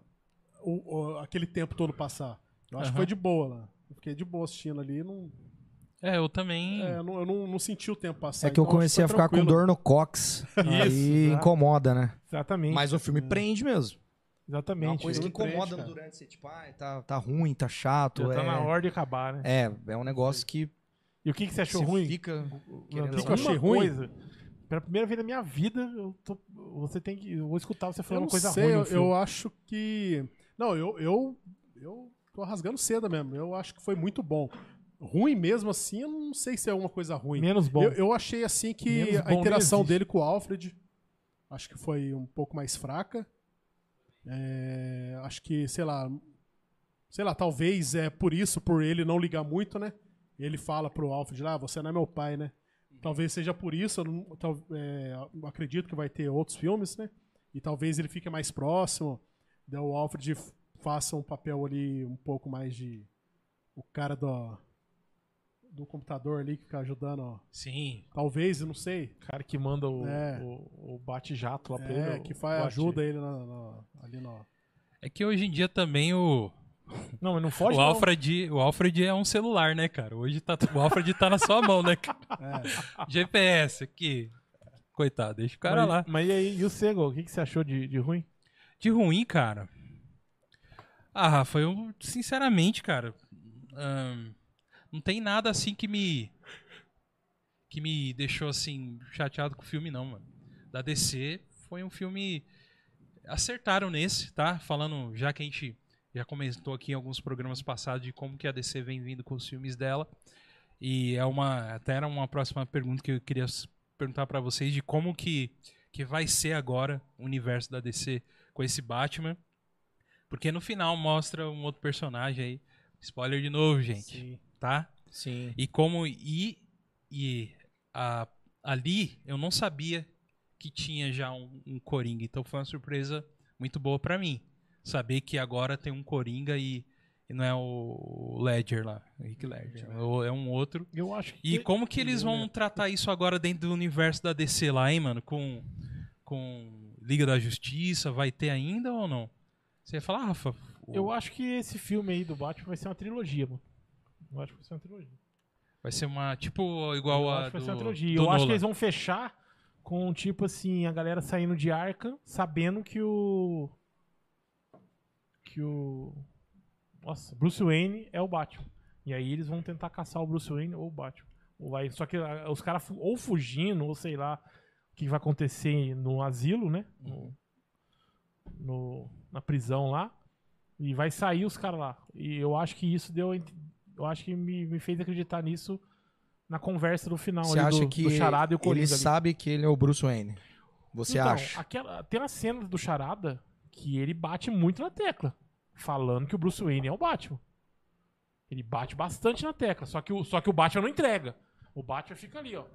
Speaker 4: o- o- aquele tempo todo passar. Eu acho
Speaker 1: Aham.
Speaker 4: que foi de boa lá. Eu fiquei de boa assistindo ali. Não,
Speaker 1: É, eu também.
Speaker 4: é, eu não, eu não, não senti o tempo passar.
Speaker 5: É que eu
Speaker 4: então acho
Speaker 5: comecei a
Speaker 4: foi
Speaker 5: ficar com
Speaker 4: tranquilo.
Speaker 5: dor no cox. aí
Speaker 2: tá?
Speaker 5: incomoda, né?
Speaker 2: Exatamente.
Speaker 5: Mas o filme prende mesmo. É
Speaker 2: Exatamente.
Speaker 5: uma coisa que
Speaker 4: né? Prende,
Speaker 5: incomoda
Speaker 4: cara.
Speaker 5: durante. Você, tipo, ai, tá, tá ruim, tá chato.
Speaker 2: Já
Speaker 5: é...
Speaker 2: tá na hora de acabar, né?
Speaker 5: É, é um negócio que
Speaker 2: E o que, que você achou
Speaker 5: você
Speaker 2: ruim?
Speaker 5: fica.
Speaker 2: Não,
Speaker 5: querendo-
Speaker 2: tem
Speaker 4: que eu achei
Speaker 2: uma
Speaker 4: ruim?
Speaker 2: Coisa, pela primeira vez na minha vida, eu tô- você tem que. Eu vou escutar você
Speaker 4: Eu
Speaker 2: falar
Speaker 4: não
Speaker 2: uma coisa
Speaker 4: sei,
Speaker 2: ruim. no
Speaker 4: eu,
Speaker 2: filme.
Speaker 4: eu acho que. Não, eu, eu, eu tô rasgando seda mesmo. Eu acho que foi muito bom. Ruim mesmo assim, eu não sei se é uma coisa ruim.
Speaker 2: Menos bom.
Speaker 4: Eu, eu achei assim que
Speaker 2: Menos
Speaker 4: a
Speaker 2: bom
Speaker 4: interação
Speaker 2: não existe.
Speaker 4: dele com o Alfred acho que foi um pouco mais fraca. É, acho que, sei lá, sei lá, talvez é por isso, por ele não ligar muito, né? Ele fala pro Alfred lá, "Ah, você não é meu pai, né? Talvez seja por isso, eu não, tal- é, eu acredito que vai ter outros filmes, né? E talvez ele fique mais próximo, daí o Alfred f- faça um papel ali um pouco mais de o cara do, do computador ali que fica ajudando, ó.
Speaker 1: Sim.
Speaker 4: Talvez, eu não sei.
Speaker 2: O cara que manda o,
Speaker 4: É.
Speaker 2: o, o bate-jato lá pra
Speaker 4: É,
Speaker 2: ele.
Speaker 4: que
Speaker 2: o-
Speaker 4: faz,
Speaker 2: o
Speaker 4: ajuda
Speaker 2: ati-
Speaker 4: ele na, na- ali na.
Speaker 1: É que hoje em dia também o,
Speaker 2: Não, mas não foge.
Speaker 1: o,
Speaker 2: não.
Speaker 1: Alfred, o Alfred é um celular, né, cara? Hoje tá, o Alfred tá na sua mão, né? cara? GPS aqui. Coitado, deixa o cara
Speaker 2: mas,
Speaker 1: lá.
Speaker 2: Mas e aí, e o Sego? O que, que você achou de, de ruim?
Speaker 1: De ruim, cara. Ah, Rafa, eu, sinceramente, cara. ahn, não tem nada assim que me. que me deixou assim chateado com o filme, não, mano. Da DC foi um filme. Acertaram nesse, tá? Falando, já que a gente já comentou aqui em alguns programas passados de como que a DC vem vindo com os filmes dela. E é uma. Até era uma próxima pergunta que eu queria s- perguntar pra vocês de como que, que vai ser agora o universo da DC com esse Batman. Porque no final mostra um outro personagem aí. Spoiler de novo, gente. Tá?
Speaker 5: Sim.
Speaker 1: E como. E. E. a- ali eu não sabia que tinha já um, um Coringa. Então foi uma surpresa muito boa pra mim. Saber que agora tem um Coringa e. e não é o Ledger lá, Rick Ledger. É
Speaker 2: né?
Speaker 1: o- é um outro.
Speaker 2: Eu acho que.
Speaker 1: E como que eles
Speaker 2: né?
Speaker 1: vão tratar isso agora dentro do universo da DC lá, hein, mano? Com, com Liga da Justiça, vai ter ainda ou não? Você ia falar, "Ah, Rafa?
Speaker 2: Eu acho que esse filme aí do Batman vai ser uma trilogia, mano. Eu acho que vai ser uma trilogia.
Speaker 1: Vai ser uma, tipo, igual
Speaker 2: eu
Speaker 1: a
Speaker 2: acho que vai ser
Speaker 1: do-
Speaker 2: uma trilogia.
Speaker 1: do
Speaker 2: Eu acho
Speaker 1: Nolan.
Speaker 2: que eles vão fechar com, tipo assim, a galera saindo de Arkham, sabendo que o. Que o. Nossa, Bruce Wayne é o Batman. E aí eles vão tentar caçar o Bruce Wayne ou o Batman. Ou vai- Só que ah, os caras fu- ou fugindo, ou sei lá o que vai acontecer no asilo, né?
Speaker 5: Uhum.
Speaker 2: No- no- na prisão lá. E vai sair os caras lá. E eu acho que isso deu. a ent- Eu acho que me, me fez acreditar nisso na conversa do final
Speaker 5: Você
Speaker 2: ali
Speaker 5: acha
Speaker 2: do,
Speaker 5: que
Speaker 2: do Charada e o
Speaker 5: ele
Speaker 2: Coringa. ali.
Speaker 5: sabe que ele é o Bruce Wayne? Você
Speaker 2: Então,
Speaker 5: acha?
Speaker 2: Aquela, tem uma cena do Charada que ele bate muito na tecla. Falando que o Bruce Wayne é o Batman. Ele bate bastante na tecla. Só que o, só que o Batman não entrega. O Batman fica ali, ó.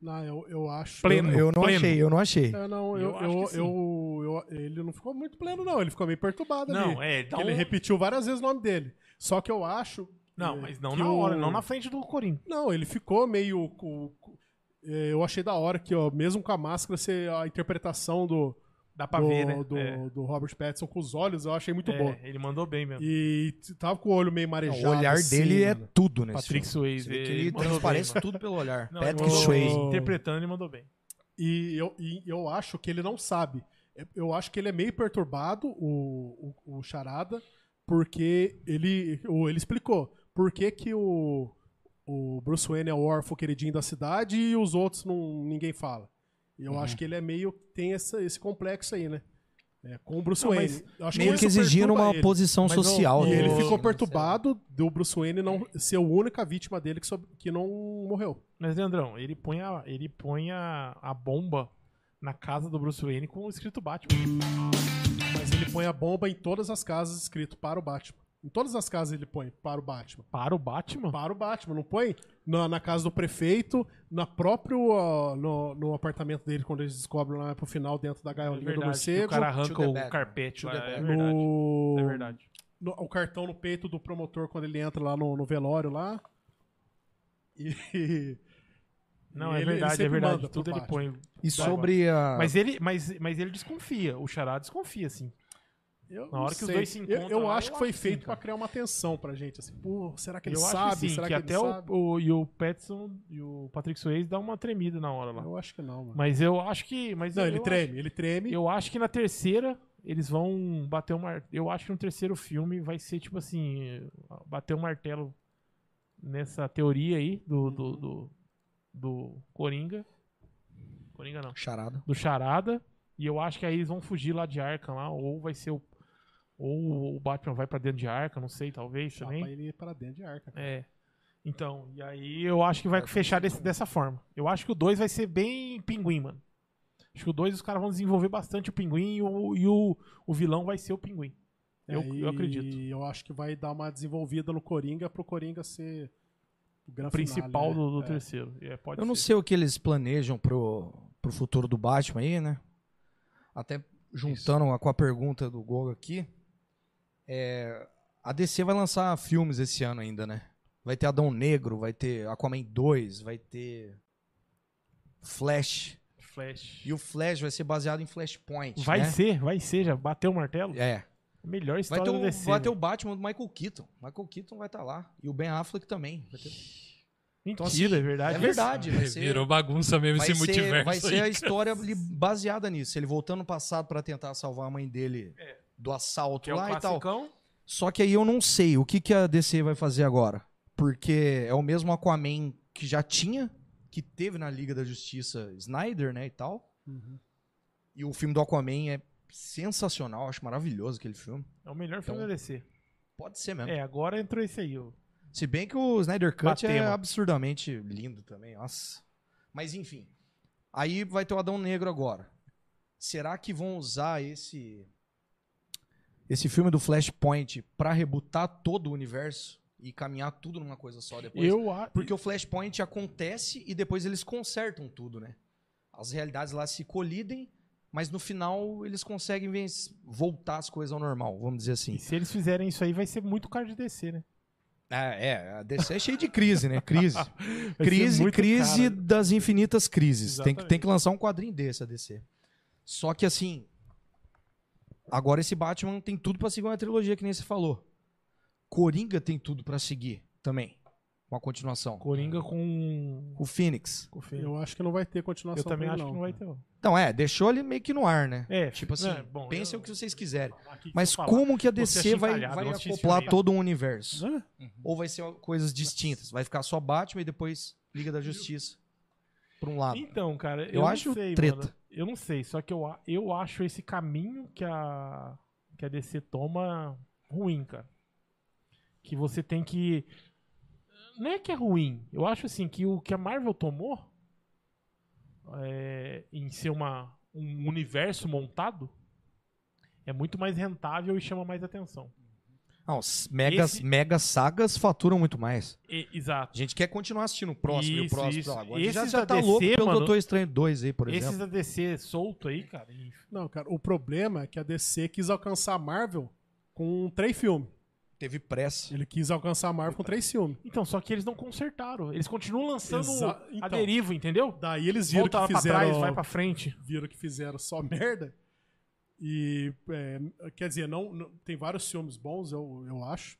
Speaker 4: Não, eu, eu acho.
Speaker 2: Pleno.
Speaker 5: Eu não
Speaker 2: pleno.
Speaker 5: achei, eu não achei.
Speaker 4: É, não, eu,
Speaker 2: Eu
Speaker 4: eu,
Speaker 2: acho que sim.
Speaker 4: eu- eu- ele não ficou muito pleno, não. Ele ficou meio perturbado ali.
Speaker 2: Não, é, dá
Speaker 4: Ele
Speaker 2: um-
Speaker 4: repetiu várias vezes o nome dele. Só que eu acho.
Speaker 2: Não,
Speaker 4: é,
Speaker 2: mas não
Speaker 4: que
Speaker 2: na
Speaker 4: o-
Speaker 2: hora, não na frente do Coringa.
Speaker 4: Não, ele ficou meio. co- co- é, Eu achei da hora que, ó, mesmo com a máscara, você, a interpretação do,
Speaker 2: Dá pra
Speaker 4: do,
Speaker 2: ver, né?
Speaker 4: do,
Speaker 2: É.
Speaker 4: do Robert Pattinson com os olhos, eu achei muito
Speaker 2: É,
Speaker 4: bom.
Speaker 2: Ele mandou bem mesmo.
Speaker 4: E t- tava com o olho meio
Speaker 3: Não,
Speaker 4: marejado.
Speaker 3: o olhar
Speaker 4: assim,
Speaker 3: dele é
Speaker 4: mano.
Speaker 3: tudo nesse
Speaker 2: Patrick
Speaker 3: filme.
Speaker 2: Swayze.
Speaker 3: Você vê que ele
Speaker 2: mandou bem,
Speaker 3: transparece
Speaker 2: mano.
Speaker 3: tudo pelo olhar.
Speaker 2: Não,
Speaker 3: Patrick
Speaker 2: eu-
Speaker 3: Swayze.
Speaker 2: Interpretando, ele mandou bem.
Speaker 4: E eu, e eu acho que ele não sabe. Eu acho que ele é meio perturbado, o, o, o Charada, porque ele, o, ele explicou por que, que o, o Bruce Wayne é o órfão queridinho da cidade e os outros não, ninguém fala. E eu
Speaker 5: Uhum.
Speaker 4: acho que ele é meio. tem essa, esse complexo aí, né? É, com o Bruce
Speaker 2: Não, mas
Speaker 4: Wayne. Eu acho
Speaker 5: Meio que
Speaker 4: isso
Speaker 5: exigindo
Speaker 4: perturba
Speaker 5: uma
Speaker 4: ele.
Speaker 5: posição
Speaker 2: Mas não-
Speaker 5: social.
Speaker 4: E
Speaker 5: né?
Speaker 4: ele
Speaker 2: Ô,
Speaker 4: ficou perturbado do Bruce Wayne não ser a única vítima dele que, sobre- que não morreu.
Speaker 2: Mas, Leandrão, ele põe, a, ele põe a, a bomba na casa do Bruce Wayne com o escrito Batman.
Speaker 4: Mas ele põe a bomba em todas as casas escrito para o Batman. Em todas as casas ele põe para o Batman.
Speaker 2: Para o Batman?
Speaker 4: Para o Batman, não põe na, na casa do prefeito, na próprio ó, no, no apartamento dele quando eles descobrem lá pro final dentro da
Speaker 2: É
Speaker 4: gaiolinha do
Speaker 2: verdade, que
Speaker 4: morcego.
Speaker 2: o cara
Speaker 3: To
Speaker 2: arranca
Speaker 3: the
Speaker 2: o
Speaker 3: Batman.
Speaker 2: carpete
Speaker 3: To
Speaker 2: lá.
Speaker 3: the
Speaker 2: É
Speaker 3: Batman.
Speaker 2: verdade.
Speaker 4: no-
Speaker 2: É verdade.
Speaker 4: no- o cartão no peito do promotor quando ele entra lá no, no velório lá. E
Speaker 2: Não,
Speaker 4: E
Speaker 2: é
Speaker 4: ele- ele
Speaker 2: verdade, é
Speaker 4: sempre
Speaker 2: verdade.
Speaker 4: manda
Speaker 2: Tudo
Speaker 4: pro
Speaker 2: ele põe.
Speaker 5: E sobre a.
Speaker 2: Mas ele, mas, mas ele desconfia. O Chará desconfia, assim. sim.
Speaker 4: eu
Speaker 2: Na
Speaker 4: não
Speaker 2: hora que os
Speaker 4: sei.
Speaker 2: dois se
Speaker 4: Eu-
Speaker 2: encontram
Speaker 4: Eu,
Speaker 2: lá,
Speaker 4: acho
Speaker 2: eu
Speaker 4: que foi
Speaker 2: acho que
Speaker 4: feito
Speaker 2: sim,
Speaker 4: pra
Speaker 2: cara.
Speaker 4: criar uma tensão pra gente. Assim, pô, será que ele
Speaker 2: Eu
Speaker 4: sabe?
Speaker 2: acho que sim,
Speaker 4: será
Speaker 2: que,
Speaker 4: ele
Speaker 2: até o,
Speaker 4: sabe?
Speaker 2: o, e o Petson e o Patrick Swayze dá uma tremida na hora lá.
Speaker 4: Eu acho que não, mano.
Speaker 2: Mas eu acho que. Mas
Speaker 4: Não,
Speaker 2: eu
Speaker 4: ele
Speaker 2: acho-
Speaker 4: treme, ele treme.
Speaker 2: Eu acho que na terceira eles vão bater o martelo. Eu acho que no terceiro filme vai ser tipo assim: bater o martelo nessa teoria aí do,
Speaker 4: Uhum.
Speaker 2: do, do, do Coringa. Coringa não.
Speaker 5: Charada.
Speaker 2: Do Charada. E eu acho que aí eles vão fugir lá de Arkham lá, ou vai ser o. Ou o Batman vai pra dentro de Arkham, não sei, talvez
Speaker 4: Chapa
Speaker 2: também.
Speaker 4: ele pra dentro de arca.
Speaker 2: É. Então, e aí eu acho que vai fechar desse- dessa forma. Eu acho que o 2 vai ser bem pinguim, mano. Acho que o 2 os caras vão desenvolver bastante o pinguim e o, e o, o vilão vai ser o pinguim. Eu,
Speaker 4: É,
Speaker 2: eu acredito.
Speaker 4: E eu acho que vai dar uma desenvolvida no Coringa pro Coringa ser o né?
Speaker 2: O
Speaker 4: grande
Speaker 2: principal do, do terceiro. É, pode
Speaker 5: Eu não
Speaker 2: ser.
Speaker 5: sei o que eles planejam pro, pro futuro do Batman aí, né? Até juntando a- com a pergunta do Gol aqui. é, a DC vai lançar filmes esse ano ainda, né? Vai ter Adão Negro, vai ter Aquaman 2, vai ter Flash.
Speaker 2: Flash.
Speaker 5: E o Flash vai ser baseado em Flashpoint.
Speaker 2: Vai
Speaker 5: né?
Speaker 2: ser, vai ser, já bateu o martelo.
Speaker 5: É.
Speaker 2: Melhor
Speaker 5: Vai
Speaker 2: história
Speaker 5: ter,
Speaker 2: do né?
Speaker 5: o,
Speaker 2: DC.
Speaker 5: vai ter um-
Speaker 2: velho.
Speaker 5: o Batman do Michael Keaton. Michael Keaton vai estar lá. E o Ben Affleck também. Vai ter-
Speaker 2: um- Mentira,
Speaker 5: Então, assim,
Speaker 2: é verdade.
Speaker 5: É verdade. Vai ser,
Speaker 1: Virou bagunça mesmo
Speaker 5: vai
Speaker 1: esse
Speaker 5: ser,
Speaker 1: multiverso.
Speaker 5: vai ser a
Speaker 1: aí.
Speaker 5: história ali baseada nisso. Ele voltando no passado pra tentar salvar a mãe dele do assalto
Speaker 2: Que é o
Speaker 5: lá e tal.
Speaker 2: classicão.
Speaker 5: Só que aí eu não sei o que, que a DC vai fazer agora. Porque é o mesmo Aquaman que já tinha, que teve na Liga da Justiça Snyder, né, e tal.
Speaker 2: Uhum.
Speaker 5: E o filme do Aquaman é sensacional, acho maravilhoso aquele filme.
Speaker 2: É o melhor filme
Speaker 5: Então, né?
Speaker 2: do DC.
Speaker 5: Pode ser mesmo.
Speaker 2: É, agora entrou esse aí. ó.
Speaker 5: Se bem que o Snyder Cut é
Speaker 2: Batema.
Speaker 5: absurdamente lindo também, nossa. Mas enfim. Aí vai ter o Adão Negro agora. Será que vão usar esse esse filme do Flashpoint pra rebutar todo o universo e caminhar tudo numa coisa só depois?
Speaker 2: Eu acho.
Speaker 5: Porque o Flashpoint acontece e depois eles consertam tudo, né? As realidades lá se colidem, mas no final eles conseguem venc- voltar as coisas ao normal, vamos dizer assim.
Speaker 2: E se eles fizerem isso aí, vai ser muito caro de DC, né?
Speaker 5: Ah, é, a DC é cheia de crise, né? Crise.
Speaker 2: Vai ser
Speaker 5: crise,
Speaker 2: muito
Speaker 5: crise
Speaker 2: caro.
Speaker 5: das infinitas crises. Tem que,
Speaker 2: Exatamente.
Speaker 5: tem que lançar um quadrinho desse, a DC. Só que assim. Agora esse Batman tem tudo pra seguir uma trilogia, que nem você falou. Coringa tem tudo pra seguir também. Uma continuação.
Speaker 2: Coringa com.
Speaker 5: O Phoenix.
Speaker 2: com o Fênix.
Speaker 4: Eu acho que não vai ter
Speaker 2: Eu
Speaker 4: continuação.
Speaker 2: também
Speaker 4: pra
Speaker 2: acho
Speaker 4: ele,
Speaker 2: que não vai ter. ó.
Speaker 5: Então, é, deixou ele meio que no ar, né?
Speaker 2: É,
Speaker 5: Tipo assim,
Speaker 2: né, bom,
Speaker 5: pensem
Speaker 2: eu-
Speaker 5: o que vocês quiserem.
Speaker 2: Aqui que
Speaker 5: Mas
Speaker 2: eu falar.
Speaker 5: como que a
Speaker 2: Você
Speaker 5: DC vai,
Speaker 2: achincalhado,
Speaker 5: vai
Speaker 2: vamos assistir esse
Speaker 5: acoplar
Speaker 2: filme aí.
Speaker 5: todo o universo?
Speaker 2: Hã?
Speaker 5: Ou vai ser coisas distintas? Vai ficar só Batman e depois Liga da Justiça? Por um lado.
Speaker 2: Então, cara, eu,
Speaker 5: Eu
Speaker 2: não
Speaker 5: acho
Speaker 2: sei,
Speaker 5: treta.
Speaker 2: mano. Eu não sei, só que eu, a- eu acho esse caminho que a, que a DC toma ruim, cara. Que você tem que. Não é que é ruim. Eu acho assim que o que a Marvel tomou é, em ser uma, um universo montado é muito mais rentável e chama mais atenção.
Speaker 5: Não, s- megas,
Speaker 2: Esse-
Speaker 5: megas sagas faturam muito mais.
Speaker 2: E- exato.
Speaker 5: A gente quer continuar assistindo o próximo e o
Speaker 2: Isso,
Speaker 5: próximo.
Speaker 2: isso.
Speaker 5: Não, Agora a gente já,
Speaker 2: Esses
Speaker 5: já
Speaker 2: da
Speaker 5: tá
Speaker 2: DC,
Speaker 5: louco pelo
Speaker 2: mano-
Speaker 5: Doutor Estranho 2 aí, por
Speaker 2: Esses
Speaker 5: exemplo.
Speaker 2: da DC solto aí, cara. e-
Speaker 4: Não, cara, o problema é que a DC quis alcançar a Marvel com três filmes.
Speaker 5: Teve pressa.
Speaker 4: Ele quis alcançar a Marvel com três filmes.
Speaker 2: Então, só que eles não consertaram. Eles continuam lançando
Speaker 4: Exa-
Speaker 2: a
Speaker 4: então.
Speaker 2: deriva, entendeu?
Speaker 4: Daí eles viram
Speaker 2: Volta lá
Speaker 4: que
Speaker 2: pra
Speaker 4: fizeram,
Speaker 2: trás, vai pra frente.
Speaker 4: viram que fizeram só merda. E, é, quer dizer, não, não- tem vários filmes bons, eu, eu acho.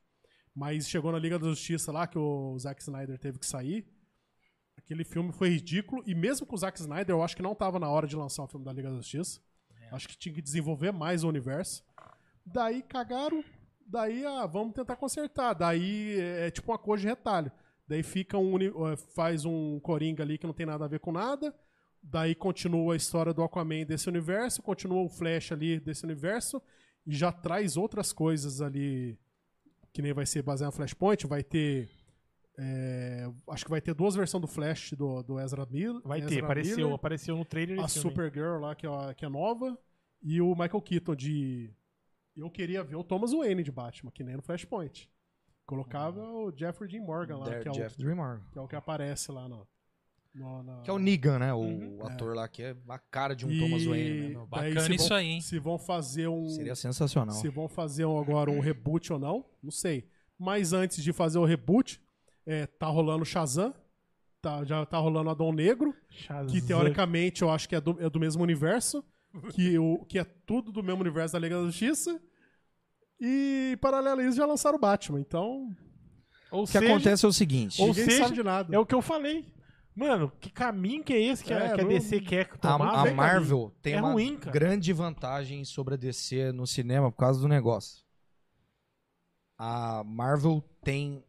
Speaker 4: Mas chegou na Liga da Justiça lá, que o Zack Snyder teve que sair. Aquele filme foi ridículo. E mesmo com o Zack Snyder, eu acho que não estava na hora de lançar o filme da Liga da Justiça. É. Acho que tinha que desenvolver mais o universo. Daí cagaram. Daí, ah, vamos tentar consertar. Daí é tipo uma coisa de retalho. Daí fica um uni- eh, faz um Coringa ali que não tem nada a ver com nada. Daí continua a história do Aquaman desse universo, continua o Flash ali desse universo e já traz outras coisas ali que nem vai ser baseado no Flashpoint, vai ter eh, acho que vai ter duas versões do Flash do, do Ezra Miller.
Speaker 2: Vai
Speaker 4: Ezra
Speaker 2: ter, apareceu,
Speaker 4: Miller
Speaker 2: apareceu no trailer.
Speaker 4: a
Speaker 2: esse filme.
Speaker 4: Supergirl lá, que é, que é nova, e o Michael Keaton de... Eu queria ver o Thomas Wayne de Batman, que nem no Flashpoint. Colocava o Jeffrey Dean Morgan lá,
Speaker 3: Der
Speaker 4: que é,
Speaker 3: Jeff
Speaker 4: o,
Speaker 3: Dreamer.
Speaker 4: que é o que aparece lá no... no- na-
Speaker 5: Que é o Negan, né? O
Speaker 2: Uhum.
Speaker 5: ator lá que é a cara de um
Speaker 4: E
Speaker 5: Thomas Wayne, né?
Speaker 1: Não,
Speaker 4: daí
Speaker 1: bacana
Speaker 4: se
Speaker 1: isso
Speaker 4: vão-
Speaker 1: aí, hein?
Speaker 4: Se vão fazer um...
Speaker 5: Seria assim, sensacional.
Speaker 4: Se vão fazer um- agora um reboot ou não, não sei. Mas antes de fazer o reboot, é, tá rolando o Shazam, tá, já tá rolando o Adão Negro,
Speaker 2: Shazam.
Speaker 4: que teoricamente eu acho que é do, é do mesmo universo, que, o, que é tudo do mesmo universo da Liga da Justiça. E em paralelo a isso já lançaram o Batman, então
Speaker 2: Ou
Speaker 5: O que
Speaker 2: seja,
Speaker 5: acontece é o seguinte.
Speaker 2: Ou
Speaker 4: ninguém
Speaker 2: seja,
Speaker 4: sabe de nada.
Speaker 2: É o que eu falei. Mano, que caminho que é esse que, a,
Speaker 4: É,
Speaker 2: que a
Speaker 4: não-
Speaker 2: DC quer
Speaker 5: A,
Speaker 2: tomar?
Speaker 5: a
Speaker 2: velho?
Speaker 5: Marvel tem
Speaker 2: É
Speaker 5: uma
Speaker 2: ruim, cara.
Speaker 5: grande vantagem sobre a DC no cinema por causa do negócio. A Marvel tem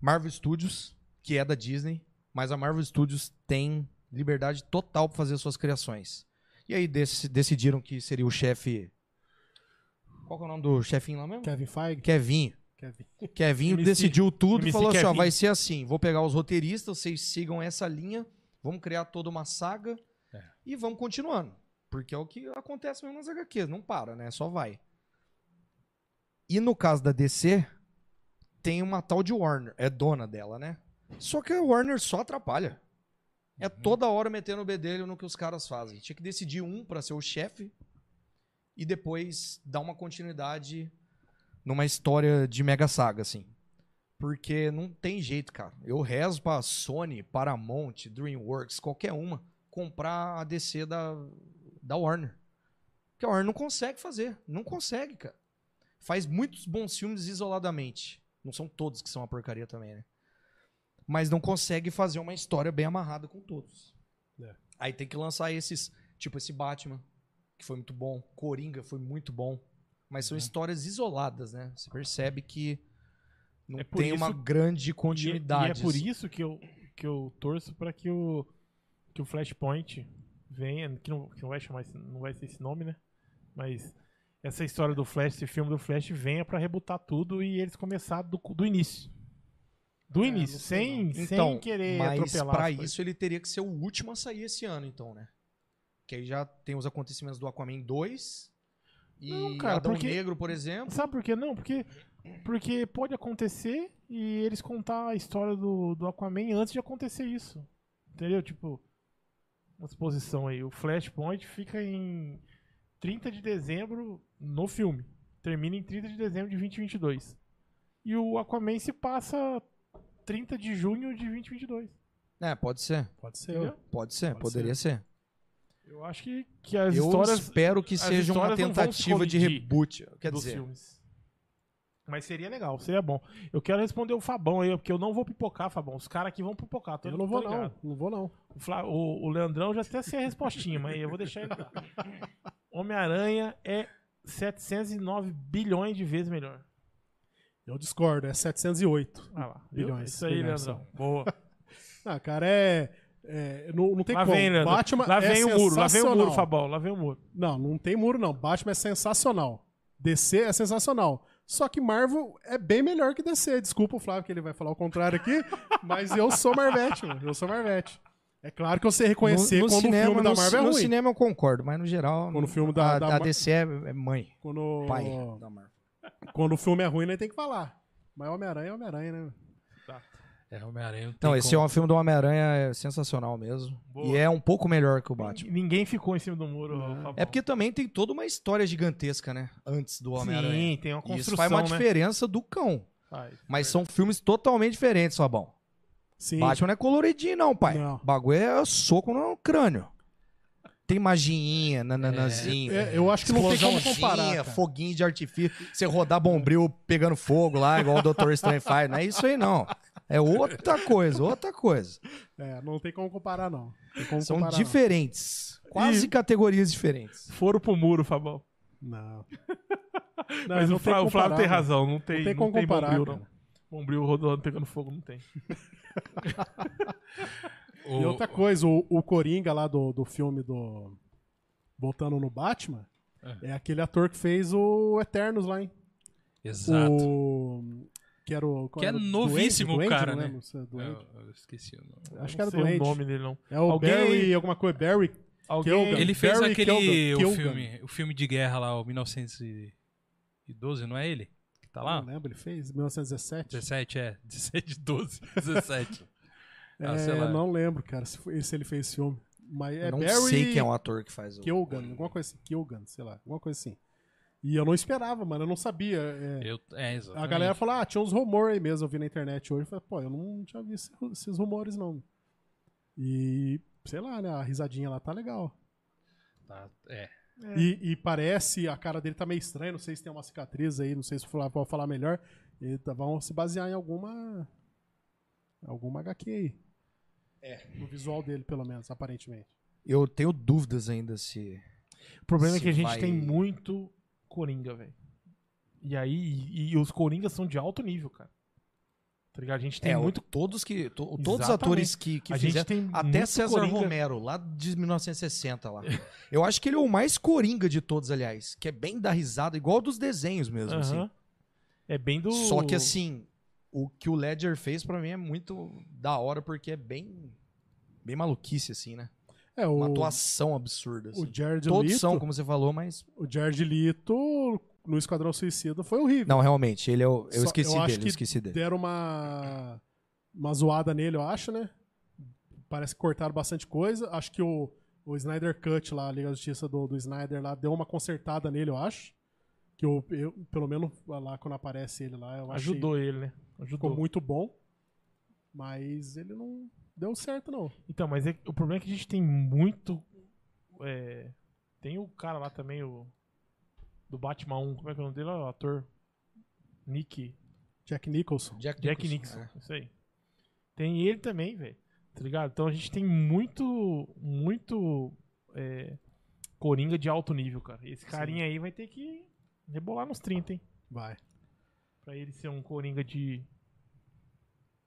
Speaker 5: Marvel Studios, que é da Disney, mas a Marvel Studios tem liberdade total para fazer suas criações. E aí dec- decidiram que seria o chefe Qual que é o nome do chefinho lá mesmo?
Speaker 4: Kevin Feige,
Speaker 5: Kevin.
Speaker 4: Kevin.
Speaker 5: Kevin
Speaker 2: MC.
Speaker 5: decidiu tudo
Speaker 2: MC
Speaker 5: e falou assim: ó,
Speaker 2: Kevin.
Speaker 5: vai ser assim. Vou pegar os roteiristas, vocês sigam essa linha, vamos criar toda uma saga
Speaker 1: É.
Speaker 5: e vamos continuando. Porque é o que acontece mesmo nas HQs, não para, né? Só vai. E no caso da DC, tem uma tal de Warner, é dona dela, né? Só que a Warner só atrapalha. É toda hora metendo o bedelho no que os caras fazem. Tinha que decidir um pra ser o chefe e depois dar uma continuidade numa história de mega saga, assim. Porque não tem jeito, cara. Eu rezo pra Sony, Paramount, DreamWorks, qualquer uma, comprar a DC da, da Warner. Porque a Warner não consegue fazer. Não consegue, cara. Faz muitos bons filmes isoladamente. Não são todos que são uma porcaria também, né? Mas não consegue fazer uma história bem amarrada com todos.
Speaker 4: É.
Speaker 5: Aí tem que lançar esses, tipo esse Batman, que foi muito bom. Coringa foi muito bom. Mas são
Speaker 2: É.
Speaker 5: histórias isoladas, né? Você percebe que não
Speaker 2: É por
Speaker 5: tem uma
Speaker 2: isso-
Speaker 5: grande
Speaker 2: E, e
Speaker 5: continuidade.
Speaker 2: é por isso que eu, que eu torço pra que o, que o Flashpoint venha, que não, que não vai chamar, esse- não vai ser esse nome, né? Mas essa história do Flash, esse filme do Flash venha pra rebutar tudo e eles começar do, do início. Do
Speaker 4: É,
Speaker 2: início,
Speaker 4: não sei
Speaker 2: sem, sem
Speaker 5: Então,
Speaker 2: querer
Speaker 5: Mas
Speaker 2: atropelar.
Speaker 5: pra
Speaker 2: as coisas.
Speaker 5: isso ele teria que ser o último a sair esse ano, então, né? Que aí já tem os acontecimentos do Aquaman 2 e
Speaker 2: Não, cara,
Speaker 5: Adão
Speaker 2: porque-
Speaker 5: Negro, por exemplo.
Speaker 2: Sabe por que não? Porque, porque pode acontecer e eles contar a história do, do Aquaman antes de acontecer isso. Entendeu? Tipo, uma exposição aí. O Flashpoint fica em 30 de dezembro no filme. Termina em 30 de dezembro de 2022. E o Aquaman se passa 30 de junho de 2022.
Speaker 5: É, pode ser.
Speaker 4: Pode ser. né?
Speaker 2: Entendeu?
Speaker 5: Pode ser,
Speaker 4: Pode
Speaker 5: poderia ser.
Speaker 2: Eu acho que, que as
Speaker 5: Eu
Speaker 2: histórias
Speaker 5: espero que
Speaker 2: as
Speaker 5: seja uma
Speaker 2: histórias não vão se
Speaker 5: tentativa de
Speaker 2: colidir
Speaker 5: reboot. Quer
Speaker 2: dos
Speaker 5: dizer,
Speaker 2: filmes. Mas seria legal, seria bom. Eu quero responder o Fabão aí, porque eu não vou pipocar, Fabão. Os caras aqui vão pipocar. Tô,
Speaker 4: Eu não vou
Speaker 2: tô
Speaker 4: não,
Speaker 2: ligado.
Speaker 4: não vou não.
Speaker 2: O, Fla- o- o Leandrão já até sem a respostinha, mas eu vou deixar ele lá. Homem-Aranha é 709 bilhões de vezes melhor.
Speaker 4: Eu discordo, é 708.
Speaker 2: Ah lá, viu?
Speaker 4: Bilhões,
Speaker 2: Isso aí,
Speaker 4: bilhões,
Speaker 2: Leandrão. Boa.
Speaker 4: Ah, cara, é, é, não, não tem
Speaker 2: Lá
Speaker 4: como.
Speaker 2: vem, Leandrão.
Speaker 4: Batman
Speaker 2: lá
Speaker 4: é
Speaker 2: vem o muro, lá vem o muro,
Speaker 4: sensacional.
Speaker 2: Fabão. Lá vem o muro.
Speaker 4: Não, não tem muro, não. Batman é sensacional. DC é sensacional. Só que Marvel é bem melhor que DC. Desculpa o Flávio que ele vai falar o contrário aqui, mas eu sou Marvete, mano. Eu sou Marvete. É claro que eu sei reconhecer quando o filme da
Speaker 5: no,
Speaker 4: Marvel é
Speaker 5: no
Speaker 4: ruim.
Speaker 5: cinema eu concordo, mas no geral
Speaker 4: Quando o filme da-
Speaker 5: a,
Speaker 4: da
Speaker 5: a
Speaker 4: Mar-
Speaker 5: DC é, é mãe,
Speaker 4: Quando...
Speaker 5: pai da Marvel.
Speaker 4: quando o filme é ruim, nem tem que falar. Mas Homem-Aranha é Homem-Aranha, né?
Speaker 1: É, Homem-Aranha.
Speaker 5: Não, esse é
Speaker 1: homem.
Speaker 5: um filme do Homem-Aranha é sensacional mesmo.
Speaker 2: Boa.
Speaker 5: E é um pouco melhor que o Batman.
Speaker 2: Ninguém ficou em cima do muro, Fabão.
Speaker 5: É porque também tem toda uma história gigantesca, né? Antes do Homem-Aranha.
Speaker 2: Sim, tem uma
Speaker 5: E
Speaker 2: construção,
Speaker 5: Isso faz uma
Speaker 2: né?
Speaker 5: diferença do cão.
Speaker 2: Faz.
Speaker 5: Mas são filmes totalmente diferentes, Fabão.
Speaker 4: Sim.
Speaker 5: Batman não é coloridinho, não, pai.
Speaker 4: Não.
Speaker 5: O bagulho é soco no crânio. Tem maginha, nananazinho.
Speaker 4: É, eu acho que não tem como comparar.
Speaker 5: Explosãozinha,
Speaker 4: cara.
Speaker 5: foguinho de artifício. Você rodar bombril pegando fogo lá, igual o Doutor Estranho faz. Não é isso aí, não. É outra coisa, outra coisa.
Speaker 4: É, não tem como comparar, não. Tem como
Speaker 5: São
Speaker 4: comparar, não.
Speaker 5: diferentes. Quase
Speaker 2: E-
Speaker 5: categorias diferentes.
Speaker 2: Foram pro muro, Fabão.
Speaker 4: Não.
Speaker 2: Mas
Speaker 4: não
Speaker 2: o Flávio, o
Speaker 4: como
Speaker 2: Flávio
Speaker 4: comparar,
Speaker 2: tem
Speaker 4: né?
Speaker 2: razão, não tem,
Speaker 4: tem
Speaker 2: não
Speaker 4: como
Speaker 2: tem
Speaker 4: comparar,
Speaker 2: bombril,
Speaker 4: cara.
Speaker 2: não. Bombril rodando pegando fogo, não tem.
Speaker 1: O-
Speaker 4: E outra coisa, o, o Coringa lá do, do filme do. Voltando no Batman, é. aquele ator que fez o Eternos lá, hein?
Speaker 1: Exato.
Speaker 4: O. Que era o. qual
Speaker 1: Que é
Speaker 4: era o-
Speaker 1: novíssimo o
Speaker 4: Duende?
Speaker 1: cara,
Speaker 4: Duende, não
Speaker 1: né?
Speaker 4: lembro se é Duende.
Speaker 1: Eu, eu esqueci o nome.
Speaker 4: Acho que
Speaker 2: não
Speaker 4: era
Speaker 2: sei
Speaker 4: doente.
Speaker 2: o nome dele, não.
Speaker 4: É o
Speaker 2: Alguém-
Speaker 4: Barry, alguma coisa. Barry.
Speaker 2: Alguém...
Speaker 4: Kilgan.
Speaker 1: Ele fez
Speaker 4: Então, Barry
Speaker 1: aquele
Speaker 4: Keoghan.
Speaker 1: o
Speaker 4: Keoghan.
Speaker 1: filme, o filme de guerra lá, o 1912, não é ele? Que tá lá?
Speaker 4: Não lembro, ele fez? 1917?
Speaker 1: 17, é. 17, 12, 17. Ah,
Speaker 4: é,
Speaker 1: sei lá.
Speaker 4: não lembro, cara, se, foi- se ele fez esse filme. Mas é
Speaker 5: Eu não
Speaker 4: Barry
Speaker 5: sei quem é o ator que faz o.
Speaker 4: Kilgan, alguma coisa assim. Kilgan, sei lá, alguma coisa assim. E eu não esperava, mano, eu não sabia. é,
Speaker 1: Eu, é, exatamente.
Speaker 4: A galera falou, ah, tinha uns rumores aí mesmo, eu vi na internet hoje. Eu falei, pô, eu não tinha visto esse- esses rumores, não. E, sei lá, né, a risadinha lá tá legal.
Speaker 1: Tá, é.
Speaker 4: E, e parece, a cara dele tá meio estranha, não sei se tem uma cicatriz aí, não sei se o Flávio pode falar melhor. E tá- vão se basear em alguma... Alguma HQ aí. É. No visual dele, pelo menos, aparentemente.
Speaker 5: Eu tenho dúvidas ainda se.
Speaker 2: O problema é
Speaker 5: se
Speaker 2: que a gente
Speaker 5: vai-
Speaker 2: tem muito Coringa, velho. E aí, e, e os Coringas são de alto nível, cara. Tá ligado? A gente tem
Speaker 5: é,
Speaker 2: muito.
Speaker 5: muito... todos que. to- todos os
Speaker 2: Exatamente.
Speaker 5: atores que, que
Speaker 2: a
Speaker 5: fizeram.
Speaker 2: gente tem
Speaker 5: Até
Speaker 2: muito
Speaker 5: César
Speaker 2: Coringa.
Speaker 5: Romero, lá de 1960 lá. Eu acho que ele é o mais coringa de todos, aliás. Que é bem da risada, igual dos desenhos mesmo,
Speaker 2: Aham.
Speaker 5: assim.
Speaker 2: É bem do.
Speaker 5: Só que assim, o que o Ledger fez pra mim é muito da hora, porque é bem. Bem maluquice, assim, né?
Speaker 4: É, o,
Speaker 5: Uma atuação absurda.
Speaker 4: o
Speaker 5: Assim.
Speaker 4: Jared
Speaker 5: Todos
Speaker 4: Leto...
Speaker 5: são, como você falou, mas.
Speaker 4: O Jared Leto, no Esquadrão Suicida, foi horrível.
Speaker 5: Não, realmente, ele é o... eu
Speaker 4: Só-
Speaker 5: esqueci
Speaker 4: eu acho
Speaker 5: dele, eu
Speaker 4: que
Speaker 5: esqueci dele.
Speaker 4: deram uma, uma zoada nele, eu acho, né? Parece que cortaram bastante coisa. Acho que o, o Snyder Cut lá, a Liga da Justiça do, do Snyder lá, deu uma consertada nele, eu acho. Que eu, eu, pelo menos lá quando aparece ele lá, eu achei-
Speaker 2: Ajudou ele, né?
Speaker 4: Ficou
Speaker 2: Ajudou.
Speaker 4: muito bom. Mas ele não deu certo, não.
Speaker 2: Então, mas é- o problema é que a gente tem muito. é, tem o cara lá também, o. Do Batman 1, como é que é o nome dele? O ator. Nick.
Speaker 4: Jack Nicholson.
Speaker 2: Jack Nixon. Isso aí. Tem ele também, velho. Tá ligado? Então a gente tem muito. Muito. é, coringa de alto nível, cara. Esse carinha aí vai ter que rebolar nos 30, hein?
Speaker 4: Vai.
Speaker 2: Pra ele ser um coringa de.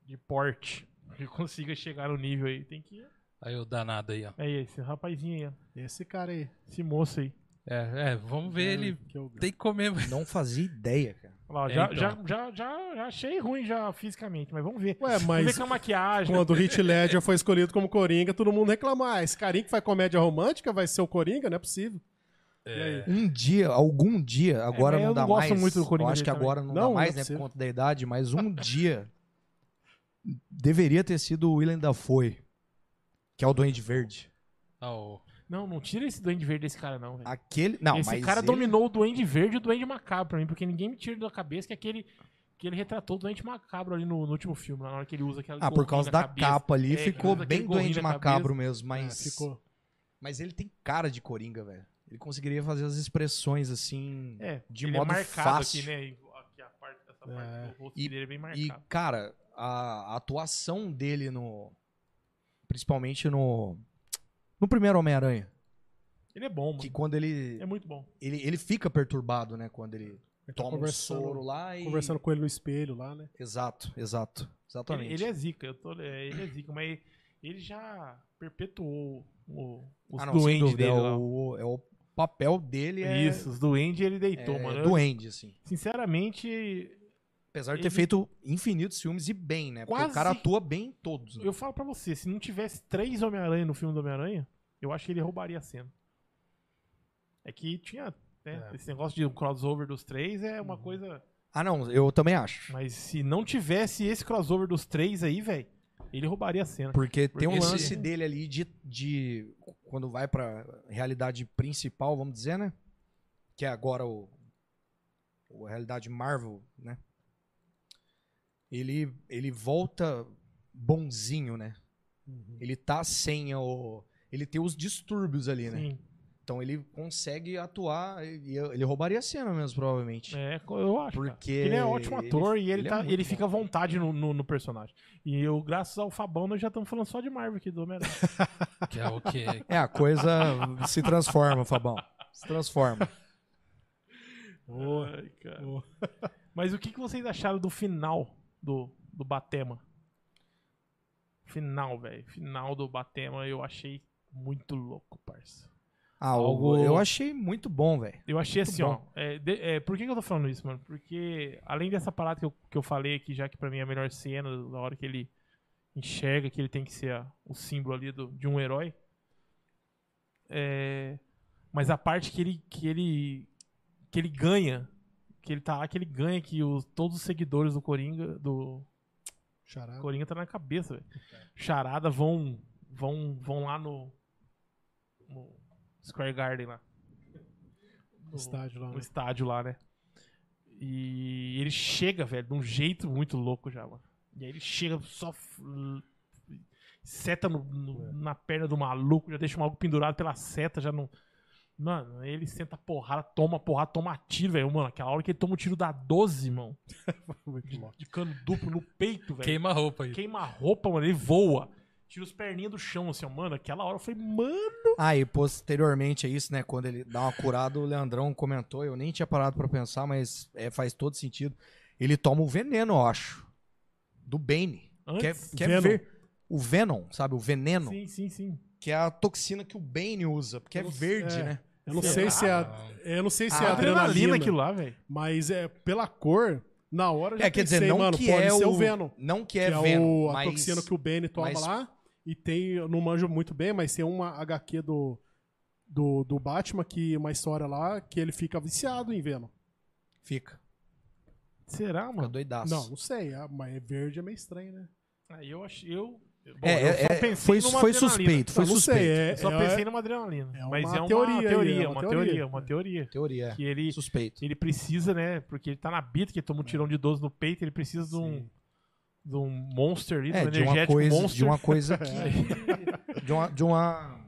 Speaker 2: De porte. Que consiga chegar no nível aí. Tem que.
Speaker 1: Aí o danado aí, ó.
Speaker 2: É esse rapazinho aí, ó.
Speaker 4: Esse cara aí.
Speaker 2: Esse moço aí.
Speaker 1: É, é, vamos ver ele.
Speaker 4: Que eu-
Speaker 1: Tem que comer.
Speaker 5: É. Não fazia ideia, cara.
Speaker 2: Olha lá,
Speaker 1: É,
Speaker 2: já,
Speaker 1: então.
Speaker 2: já, já, já, já achei ruim já fisicamente, mas vamos ver.
Speaker 4: Ué,
Speaker 2: Vamos ver
Speaker 4: mas
Speaker 2: com a maquiagem.
Speaker 4: Quando o Heath Ledger foi escolhido como Coringa, todo mundo reclamar. "Ah, Esse carinha que faz comédia romântica vai ser o Coringa? Não é possível. E
Speaker 1: É,
Speaker 4: aí?
Speaker 5: Um dia, algum dia, agora
Speaker 2: mas
Speaker 5: não
Speaker 2: É, eu
Speaker 5: dá
Speaker 2: não gosto
Speaker 5: mais.
Speaker 2: muito do Coringa
Speaker 5: eu acho que
Speaker 2: dele também.
Speaker 5: agora não,
Speaker 4: Não,
Speaker 5: dá mais,
Speaker 4: não
Speaker 5: né,
Speaker 4: sei.
Speaker 5: por conta da idade, mas um dia deveria ter sido o Willem Dafoe, que é o Duende Verde.
Speaker 1: Ah, o-
Speaker 2: Não, não tira esse Duende Verde desse cara, não, velho.
Speaker 5: Aquele, Ah, não,
Speaker 2: Esse
Speaker 5: mas
Speaker 2: cara
Speaker 5: ele-
Speaker 2: dominou o Duende Verde e o Duende Macabro pra mim, porque ninguém me tira da cabeça que aquele que ele retratou o Duende Macabro ali no, no último filme, lá na hora que ele usa aquela
Speaker 5: Ah, por causa da capa ali,
Speaker 2: É,
Speaker 5: ficou
Speaker 2: por causa
Speaker 5: bem
Speaker 2: daquele gorrinho
Speaker 5: Duende
Speaker 2: na
Speaker 5: Macabro mesmo,
Speaker 2: É,
Speaker 4: Ah,
Speaker 5: mas
Speaker 4: ficou.
Speaker 5: mas ele tem cara de Coringa, velho. Ele conseguiria fazer as expressões assim.
Speaker 2: É,
Speaker 5: de
Speaker 2: ele é
Speaker 5: modo
Speaker 2: marcado
Speaker 5: fácil.
Speaker 2: aqui, né? E Aqui a parte, essa
Speaker 4: É.
Speaker 2: parte do rosto
Speaker 5: E-
Speaker 2: dele é bem marcado.
Speaker 5: E, cara, a, a atuação dele no. Principalmente no. No primeiro Homem-Aranha.
Speaker 2: Ele é bom, mano.
Speaker 5: Que quando ele,
Speaker 2: É muito bom.
Speaker 5: ele. Ele fica perturbado, né? Quando ele
Speaker 4: Ele tá
Speaker 5: toma um soro
Speaker 4: conversando,
Speaker 5: lá e.
Speaker 4: conversando com ele no espelho lá, né?
Speaker 5: Exato, exato.
Speaker 2: Ele,
Speaker 5: Exatamente.
Speaker 2: ele é zica, eu tô, é, ele é zica, mas ele já perpetuou o, os
Speaker 5: Ah, não, sem
Speaker 2: duendes
Speaker 5: dúvida,
Speaker 2: dele
Speaker 5: é
Speaker 2: lá.
Speaker 5: o, é o papel dele é.
Speaker 2: Isso, né? os duendes ele
Speaker 5: é
Speaker 2: deitou, mano. Eu-
Speaker 5: Duende, assim.
Speaker 2: Sinceramente,
Speaker 5: Apesar de ter
Speaker 2: Ele-
Speaker 5: feito infinitos filmes e bem, né? Porque
Speaker 2: Quase-
Speaker 5: o cara atua bem em todos. né?
Speaker 2: Eu falo pra você, se não tivesse três Homem-Aranha no filme do Homem-Aranha, eu acho que ele roubaria a cena. É que tinha, né?
Speaker 4: É.
Speaker 2: Esse negócio de um crossover dos três é uma coisa.
Speaker 5: Ah, não, eu também acho.
Speaker 2: Mas se não tivesse esse crossover dos três aí, velho, ele roubaria a cena.
Speaker 5: Porque, tem um
Speaker 2: Porque
Speaker 1: esse-
Speaker 5: lance dele ali de, de quando vai pra realidade principal, vamos dizer, né? Que é agora o, o realidade Marvel, né? Ele
Speaker 2: Uhum.
Speaker 5: ele volta bonzinho, né? Ele tá sem o
Speaker 3: ele tem os distúrbios ali, né?
Speaker 2: Sim.
Speaker 3: Então ele consegue atuar e ele roubaria a cena mesmo, provavelmente.
Speaker 2: É, eu acho. cara.
Speaker 3: Porque
Speaker 2: Ele é um ótimo ator e ele,
Speaker 3: ele é
Speaker 2: tá,
Speaker 3: muito
Speaker 2: ele
Speaker 3: bom.
Speaker 2: fica à vontade no, no- no personagem. E eu, graças ao Fabão, nós já estamos falando só de Marvel aqui do Homem-Aranha.
Speaker 1: Que é o que.
Speaker 5: É, a coisa se transforma, Fabão. Se transforma.
Speaker 2: Ai, cara. Mas o que, que vocês acharam do final do, do Batema? Final, velho. Final do Batema eu achei muito louco, parça.
Speaker 5: Ah, o-
Speaker 2: Algo-
Speaker 5: eu achei muito bom, velho.
Speaker 2: Eu achei
Speaker 5: Muito
Speaker 2: assim, ó. é, de- é, por que, que eu tô falando isso, mano? Porque, além dessa parada que eu, que eu falei aqui, já que pra mim é a melhor cena, da hora que ele enxerga que ele tem que ser a- o símbolo ali do, de um herói. É, mas a parte que ele, que ele. que ele ganha. Que ele tá lá, que ele ganha, que os, todos os seguidores do Coringa. Do,
Speaker 4: Charada.
Speaker 2: Coringa tá na cabeça, velho. Charada vão, vão, vão lá no, no Square Garden lá.
Speaker 4: No estádio lá,
Speaker 2: no
Speaker 4: né?
Speaker 2: estádio lá, né? E ele chega, velho, de um jeito muito louco já, mano. E aí ele chega só f- seta no- no-
Speaker 4: É.
Speaker 2: na perna do maluco, já deixa o maluco pendurado pela seta, já não Mano, aí ele senta porrada, toma porrada, toma tiro, velho. Mano, aquela hora que ele toma o tiro da 12, irmão.
Speaker 4: Muito louco.
Speaker 2: De cano duplo no peito, velho
Speaker 1: Queima a roupa aí.
Speaker 2: queima a roupa, mano, ele voa. Tira os perninhas do chão, assim, ó, mano. Aquela hora eu falei, mano.
Speaker 5: Ah, e posteriormente a isso, né? Quando ele dá uma curada, o Leandrão comentou, eu nem tinha parado pra pensar, mas é, faz todo sentido. Ele toma o veneno, eu acho. Do Bane. Quer,
Speaker 2: Antes,
Speaker 5: quer
Speaker 4: Venom.
Speaker 5: ver? O Venom, sabe? O veneno.
Speaker 2: Sim, sim, sim.
Speaker 3: Que é a toxina que o Bane usa, porque é
Speaker 4: Eu não-
Speaker 3: verde,
Speaker 4: é.
Speaker 3: né?
Speaker 4: Eu não
Speaker 2: Será?
Speaker 4: sei se é, a- eu não sei se é
Speaker 5: Ah,
Speaker 2: Adrenalina,
Speaker 4: adrenalina,
Speaker 2: aquilo lá, velho.
Speaker 4: mas é pela cor, na hora eu já
Speaker 5: É, quer dizer,
Speaker 4: pensei,
Speaker 5: não
Speaker 4: mano,
Speaker 5: que
Speaker 4: pode
Speaker 5: é
Speaker 4: ser
Speaker 5: o,
Speaker 4: o Venom.
Speaker 5: Não que
Speaker 4: que
Speaker 5: é,
Speaker 4: é
Speaker 5: Venom,
Speaker 4: o, a
Speaker 5: mas...
Speaker 4: toxina que o Bane toma
Speaker 5: mas-
Speaker 4: lá. E tem, eu não manjo muito bem, mas tem uma HQ do, do, do Batman, que uma história lá, que ele fica viciado em Venom.
Speaker 5: Fica.
Speaker 2: Será,
Speaker 5: Fica
Speaker 2: mano?
Speaker 5: doidaço.
Speaker 4: Não, não sei, ah, mas é verde é meio estranho, né?
Speaker 2: Aí Ah, eu achei. Eu, bom,
Speaker 5: É,
Speaker 2: eu só
Speaker 5: é, é,
Speaker 2: pensei
Speaker 5: foi,
Speaker 2: numa
Speaker 5: foi
Speaker 2: adrenalina.
Speaker 5: suspeito, foi
Speaker 4: Eu não
Speaker 5: suspeito.
Speaker 4: sei, é,
Speaker 2: Eu só
Speaker 4: é-
Speaker 2: pensei numa adrenalina.
Speaker 4: é
Speaker 2: mas
Speaker 4: uma
Speaker 2: é uma
Speaker 4: teoria
Speaker 2: teoria,
Speaker 4: aí,
Speaker 2: teoria uma teoria, uma teoria.
Speaker 5: Teoria,
Speaker 2: Que ele,
Speaker 5: é. Suspeito.
Speaker 2: ele precisa, né? Porque ele tá na bita, que ele toma um tirão de 12 no peito, ele precisa de um, de um monster ali, de
Speaker 5: É,
Speaker 2: um
Speaker 5: de uma
Speaker 2: energético
Speaker 5: coisa,
Speaker 2: monster.
Speaker 5: de uma coisa que... de, uma, de uma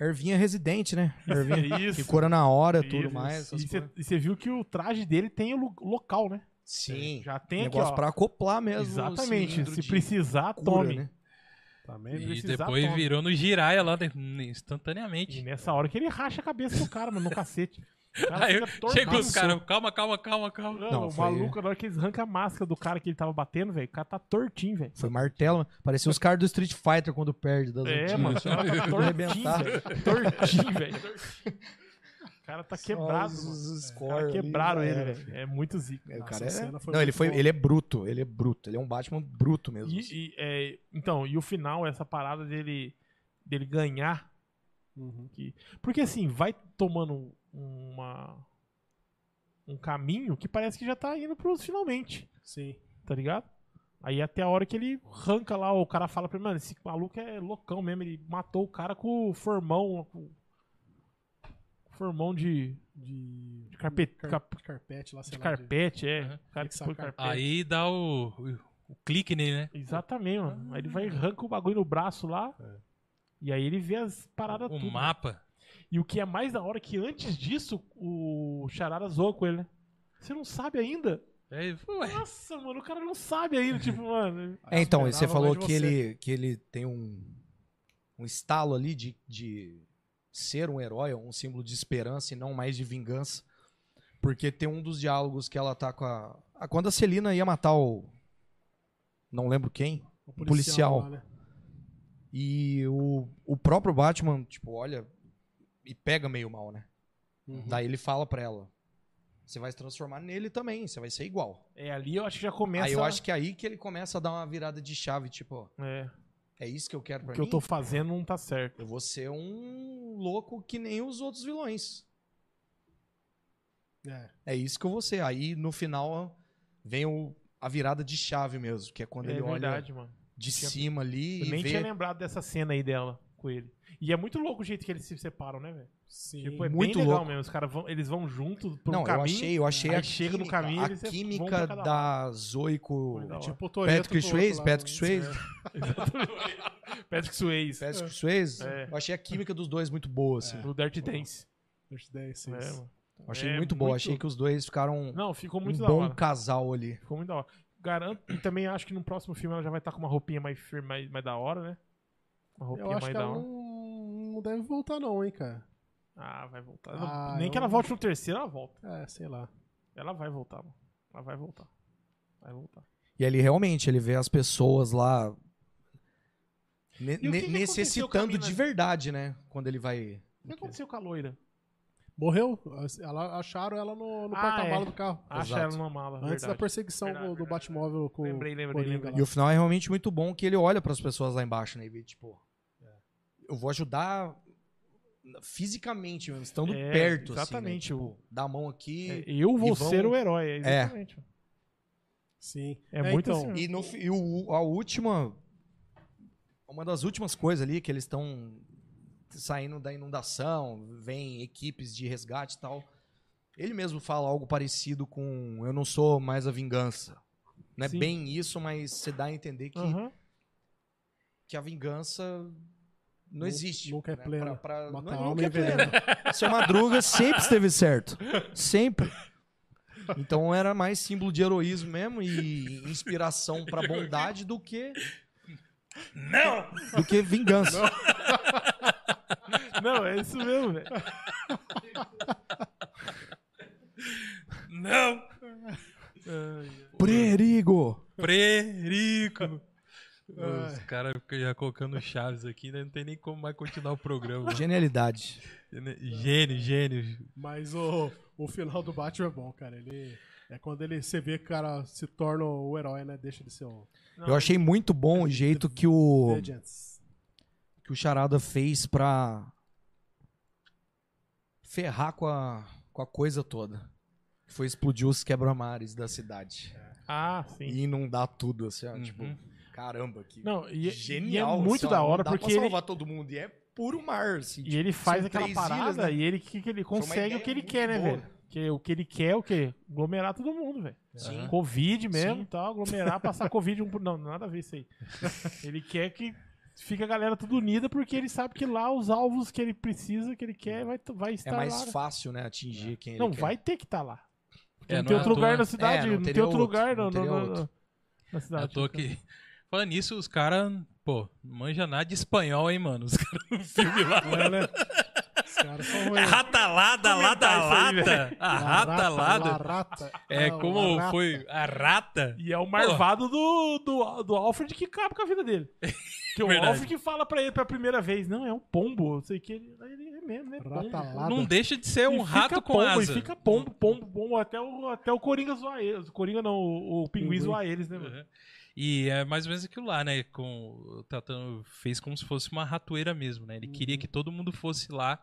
Speaker 5: ervinha residente, né? Ervinha
Speaker 2: É Isso.
Speaker 5: que cura na hora e tudo
Speaker 2: Isso.
Speaker 5: mais. essas
Speaker 2: E
Speaker 5: coisas.
Speaker 2: você viu que o traje dele tem o lo- local, né?
Speaker 5: Sim.
Speaker 2: Já tem aqui,
Speaker 5: É, Negócio
Speaker 2: ó.
Speaker 5: pra acoplar mesmo. o
Speaker 2: Exatamente.
Speaker 5: cilindro
Speaker 2: Se
Speaker 5: de
Speaker 2: precisar,
Speaker 5: cura,
Speaker 2: tome.
Speaker 5: né?
Speaker 4: Também.
Speaker 1: E
Speaker 2: precisar,
Speaker 1: depois
Speaker 2: toma.
Speaker 1: virou no giraia lá de-
Speaker 2: E
Speaker 1: instantaneamente.
Speaker 2: nessa hora que ele racha a cabeça do cara, mano, no cacete. O cara
Speaker 1: Aí
Speaker 2: fica atordoado.
Speaker 1: chegou os caras, calma, calma, calma, calma.
Speaker 2: Não,
Speaker 5: Não,
Speaker 2: o
Speaker 5: foi-
Speaker 2: maluco, na hora que eles arrancam a máscara do cara que ele tava batendo, velho, o cara tá tortinho, velho.
Speaker 5: Foi martelo. né? Parecia os caras do Street Fighter quando perde das
Speaker 2: É,
Speaker 5: antigas.
Speaker 2: mano, o cara tá tortinho,
Speaker 5: Arrebentar.
Speaker 2: velho. Tortinho, velho. tortinho. O cara tá quebrado,
Speaker 5: Só
Speaker 2: mano.
Speaker 5: os
Speaker 2: O
Speaker 5: score
Speaker 2: cara
Speaker 5: ali,
Speaker 2: quebraram
Speaker 5: já
Speaker 2: ele,
Speaker 5: era.
Speaker 2: velho. É muito zica.
Speaker 5: É, o
Speaker 4: Nossa,
Speaker 5: cara é-
Speaker 4: essa cena foi
Speaker 5: Não, ele
Speaker 4: muito
Speaker 5: foi,
Speaker 4: boa.
Speaker 5: ele é bruto, ele é bruto, ele é um Batman bruto mesmo. assim.
Speaker 2: E, e, é, então, e o final, essa parada dele, dele ganhar
Speaker 4: Uhum.
Speaker 2: que- Porque assim, vai tomando uma um caminho que parece que já tá indo pros finalmente,
Speaker 4: Sim.
Speaker 2: tá ligado? Aí até a hora que ele arranca lá, o cara fala pra ele, mano, esse maluco é loucão mesmo, ele matou o cara com o formão, com o formão de,
Speaker 4: De.
Speaker 2: de carpete,
Speaker 4: car-
Speaker 2: cap-
Speaker 4: de carpete lá, sei
Speaker 2: de
Speaker 4: lá, de-
Speaker 2: carpete, é,
Speaker 1: Aham.
Speaker 2: o cara que foi
Speaker 4: Sacar.
Speaker 2: carpete.
Speaker 1: Aí dá o, o- o clique nele, né?
Speaker 2: Exatamente, mano. Aí ele vai e arranca o bagulho no braço lá. E aí ele vê as paradas
Speaker 1: O
Speaker 2: tudo.
Speaker 1: mapa.
Speaker 2: E o que é mais da hora é que antes disso, o Charada zoa com ele, né? Você não sabe ainda?
Speaker 1: Aí, é. ué,
Speaker 2: Nossa, mano, o cara não sabe ainda, tipo, mano.
Speaker 5: É, então,
Speaker 4: esperava
Speaker 5: você
Speaker 4: mais
Speaker 5: falou que
Speaker 4: de você.
Speaker 5: ele, que ele tem um, um estalo ali de, de ser um herói, um símbolo de esperança e não mais de vingança. Porque tem um dos diálogos que ela tá com a. a- Quando a Celina ia matar o. Não lembro quem.
Speaker 4: O
Speaker 5: policial.
Speaker 4: lá, né?
Speaker 5: E o, o próprio Batman, tipo, olha e pega meio mal, né?
Speaker 4: Uhum.
Speaker 5: Daí ele fala pra ela: Você vai se transformar nele também, você vai ser igual.
Speaker 2: É, ali eu acho que já começa.
Speaker 5: Aí eu acho que é aí que ele começa a dar uma virada de chave, tipo, ó,
Speaker 2: É,
Speaker 5: é isso que eu quero
Speaker 2: o
Speaker 5: pra
Speaker 2: que
Speaker 5: mim.
Speaker 2: eu tô fazendo não tá certo.
Speaker 5: Eu vou ser um louco que nem os outros vilões.
Speaker 4: É.
Speaker 5: É isso que eu vou ser. Aí no final vem o- a virada de chave mesmo, que é quando
Speaker 2: é
Speaker 5: ele
Speaker 2: verdade, mano.
Speaker 5: olha de
Speaker 2: Tinha-
Speaker 5: cima ali
Speaker 2: Eu
Speaker 5: e
Speaker 2: nem tinha
Speaker 5: vê.
Speaker 2: lembrado dessa cena aí dela com ele. E é muito louco o jeito que eles se separam, né, velho?
Speaker 4: Sim.
Speaker 2: Tipo, é
Speaker 5: Muito
Speaker 2: bem legal
Speaker 5: louco.
Speaker 2: mesmo. Os caras vão, eles vão junto pro
Speaker 5: Não, eu
Speaker 2: caminho.
Speaker 5: achei, eu achei
Speaker 2: aí
Speaker 5: a
Speaker 2: chega no
Speaker 5: química,
Speaker 2: caminho, eles
Speaker 5: a
Speaker 2: vão
Speaker 5: química
Speaker 2: pra cada
Speaker 5: da Zoico,
Speaker 2: Foi da hora.
Speaker 4: Tipo, o Toretto
Speaker 5: Patrick
Speaker 4: pro outro
Speaker 5: Swayze,
Speaker 4: lado,
Speaker 5: Patrick
Speaker 4: né?
Speaker 5: Swayze,
Speaker 2: Exatamente. Patrick Swayze.
Speaker 5: Patrick Swayze,
Speaker 2: É.
Speaker 5: eu achei a química dos dois muito boa, assim.
Speaker 2: Do Dirty Dance.
Speaker 4: Dirty
Speaker 2: É,
Speaker 4: Dancing.
Speaker 2: mano.
Speaker 5: Eu achei
Speaker 2: É
Speaker 5: muito boa,
Speaker 2: muito-
Speaker 5: achei que os dois ficaram
Speaker 2: Não, ficou
Speaker 5: um
Speaker 2: muito da
Speaker 5: bom
Speaker 2: hora.
Speaker 5: casal ali.
Speaker 2: Ficou muito da hora. Garanto, e também acho que no próximo filme ela já vai estar com uma roupinha mais firme, mais, mais da hora, né? Uma roupinha
Speaker 4: Eu acho
Speaker 2: mais
Speaker 4: que
Speaker 2: da
Speaker 4: ela
Speaker 2: hora.
Speaker 4: não, não deve voltar não, hein, cara.
Speaker 2: Ah, vai voltar.
Speaker 4: Ah,
Speaker 2: Nem
Speaker 4: eu-
Speaker 2: que ela volte no terceiro, ela volta.
Speaker 4: É, sei lá.
Speaker 2: Ela vai voltar, mano. Ela vai voltar. Vai voltar.
Speaker 5: E ele realmente, ele vê as pessoas lá ne-
Speaker 2: que que
Speaker 5: ne-
Speaker 2: aconteceu com a
Speaker 5: necessitando
Speaker 2: mina?
Speaker 5: de verdade, né? Quando ele vai.
Speaker 2: O que aconteceu com a loira?
Speaker 4: Morreu? Ela, acharam ela no, no
Speaker 2: Ah,
Speaker 4: porta-mala
Speaker 2: é.
Speaker 4: do carro.
Speaker 2: Acha
Speaker 5: Exato.
Speaker 2: ela numa mala,
Speaker 4: Antes da
Speaker 2: verdade.
Speaker 4: perseguição
Speaker 2: Verdade,
Speaker 4: do, do
Speaker 2: verdade,
Speaker 4: Batmóvel com
Speaker 2: Lembrei, lembrei,
Speaker 4: Coringa
Speaker 2: lembrei.
Speaker 4: lá.
Speaker 5: E o final é realmente muito bom que ele olha para as pessoas lá embaixo, né? E vê, tipo, eu vou ajudar fisicamente mesmo, estando
Speaker 2: É,
Speaker 5: perto,
Speaker 2: exatamente,
Speaker 5: assim. Né? Tipo, dá a mão aqui.
Speaker 2: É, Eu vou
Speaker 5: e vão-
Speaker 2: ser o herói, é exatamente. mano.
Speaker 4: Sim. então,
Speaker 2: É muito assim.
Speaker 5: E, no, fi- e o- a última. Uma das últimas coisas ali que eles estão saindo da inundação, vem equipes de resgate e tal. Ele mesmo fala algo parecido com Eu não sou mais a vingança. Não é
Speaker 2: Sim.
Speaker 5: bem isso, mas você dá a entender que,
Speaker 2: Aham.
Speaker 5: que a vingança não
Speaker 4: Nu-
Speaker 5: existe.
Speaker 4: nunca é
Speaker 5: né?
Speaker 4: plena.
Speaker 5: Pra- pra-
Speaker 4: Matar
Speaker 5: não é-
Speaker 4: alma
Speaker 5: nunca é
Speaker 4: e veneno.
Speaker 5: plena.
Speaker 2: né?
Speaker 5: Seu Madruga sempre esteve certo. Sempre. Então era mais símbolo de heroísmo mesmo e inspiração pra bondade do que. Não! Do que vingança.
Speaker 2: Não, é isso mesmo, velho.
Speaker 1: Não!
Speaker 2: Ai,
Speaker 5: Prerigo!
Speaker 1: Prerico!
Speaker 4: Ai.
Speaker 1: Os caras ficam já colocando chaves aqui, né? Não tem nem como mais continuar o programa.
Speaker 5: Genialidade.
Speaker 1: gênio, gênio.
Speaker 4: Mas o, o final do Batman é bom, cara. Ele. É quando ele você vê que o cara se torna o herói, né? Deixa de ser o
Speaker 2: não.
Speaker 5: Eu achei muito bom o jeito que o,
Speaker 4: Vengeance.
Speaker 5: que o Charada fez pra ferrar com a, com a coisa toda. Que Foi explodir os quebra-mares da cidade.
Speaker 2: Ah, sim.
Speaker 5: E inundar tudo, assim, ó,
Speaker 1: Uhum.
Speaker 5: tipo, caramba, que
Speaker 2: Não, e, e
Speaker 5: genial.
Speaker 2: é muito
Speaker 5: assim, ó,
Speaker 2: da
Speaker 5: não
Speaker 2: hora,
Speaker 5: dá
Speaker 2: porque
Speaker 5: pra
Speaker 2: ele,
Speaker 5: salvar todo mundo. E é puro mar, assim.
Speaker 2: e ele faz
Speaker 5: são
Speaker 2: aquela
Speaker 5: três ilhas,
Speaker 2: parada
Speaker 5: né?
Speaker 2: e ele, que, que ele
Speaker 5: uma
Speaker 2: consegue o
Speaker 5: ideia
Speaker 2: que ele
Speaker 5: muito
Speaker 2: quer, né,
Speaker 5: boa. Né?
Speaker 2: velho? Que, o que ele quer é o quê? Aglomerar todo mundo, velho.
Speaker 5: Sim.
Speaker 2: Covid mesmo e tal, aglomerar, passar Covid um por. Não, nada a ver isso aí. Ele quer que fique a galera tudo unida, porque ele sabe que lá os alvos que ele precisa, que ele quer, vai, vai
Speaker 5: É
Speaker 2: estar
Speaker 5: mais
Speaker 2: lá. né?
Speaker 5: fácil, né, atingir quem
Speaker 2: não,
Speaker 5: ele quer.
Speaker 2: vai ter que estar lá.
Speaker 1: É,
Speaker 2: não
Speaker 1: não
Speaker 2: tem
Speaker 1: é
Speaker 2: outro
Speaker 1: à
Speaker 2: lugar
Speaker 1: toa- É
Speaker 2: na cidade,
Speaker 5: é, não
Speaker 2: não, tem
Speaker 5: teria
Speaker 2: outro
Speaker 5: outro,
Speaker 2: lugar
Speaker 5: não
Speaker 2: na-
Speaker 5: teria
Speaker 2: na-
Speaker 5: outro.
Speaker 2: na cidade. né?
Speaker 1: Eu tô aqui. Falando nisso, os caras, pô, não manja nada de espanhol, hein, mano? Os caras no filme lá.
Speaker 4: É, né? Os caras são
Speaker 1: A
Speaker 4: ruins.
Speaker 1: ratalada, lada,
Speaker 2: é. Comentar isso aí,
Speaker 1: lata. A
Speaker 4: La
Speaker 1: ratalada.
Speaker 4: rata.
Speaker 1: É
Speaker 4: Ah,
Speaker 1: como
Speaker 4: la rata.
Speaker 1: foi a rata.
Speaker 2: E é o marvado do, do, do Alfred que acaba com a vida dele. Que o
Speaker 1: Verdade.
Speaker 2: Alfred que fala pra ele pela primeira vez, não, é um pombo, não sei o que. Ele, ele é mesmo, né? Pombo.
Speaker 4: Ratalada.
Speaker 1: Não deixa de ser
Speaker 2: E
Speaker 1: um
Speaker 2: fica
Speaker 1: rato com
Speaker 2: pombo,
Speaker 1: asa.
Speaker 2: E fica pombo, pombo, pombo, até o, até o Coringa zoar eles. O Coringa não, o, o Pinguim
Speaker 4: Pinguim.
Speaker 2: zoar eles, né, mano?
Speaker 1: Uhum. E é mais ou menos aquilo lá, né? Com, o Tatano fez como se fosse uma ratoeira mesmo, né? Ele queria
Speaker 2: Uhum.
Speaker 1: que todo mundo fosse lá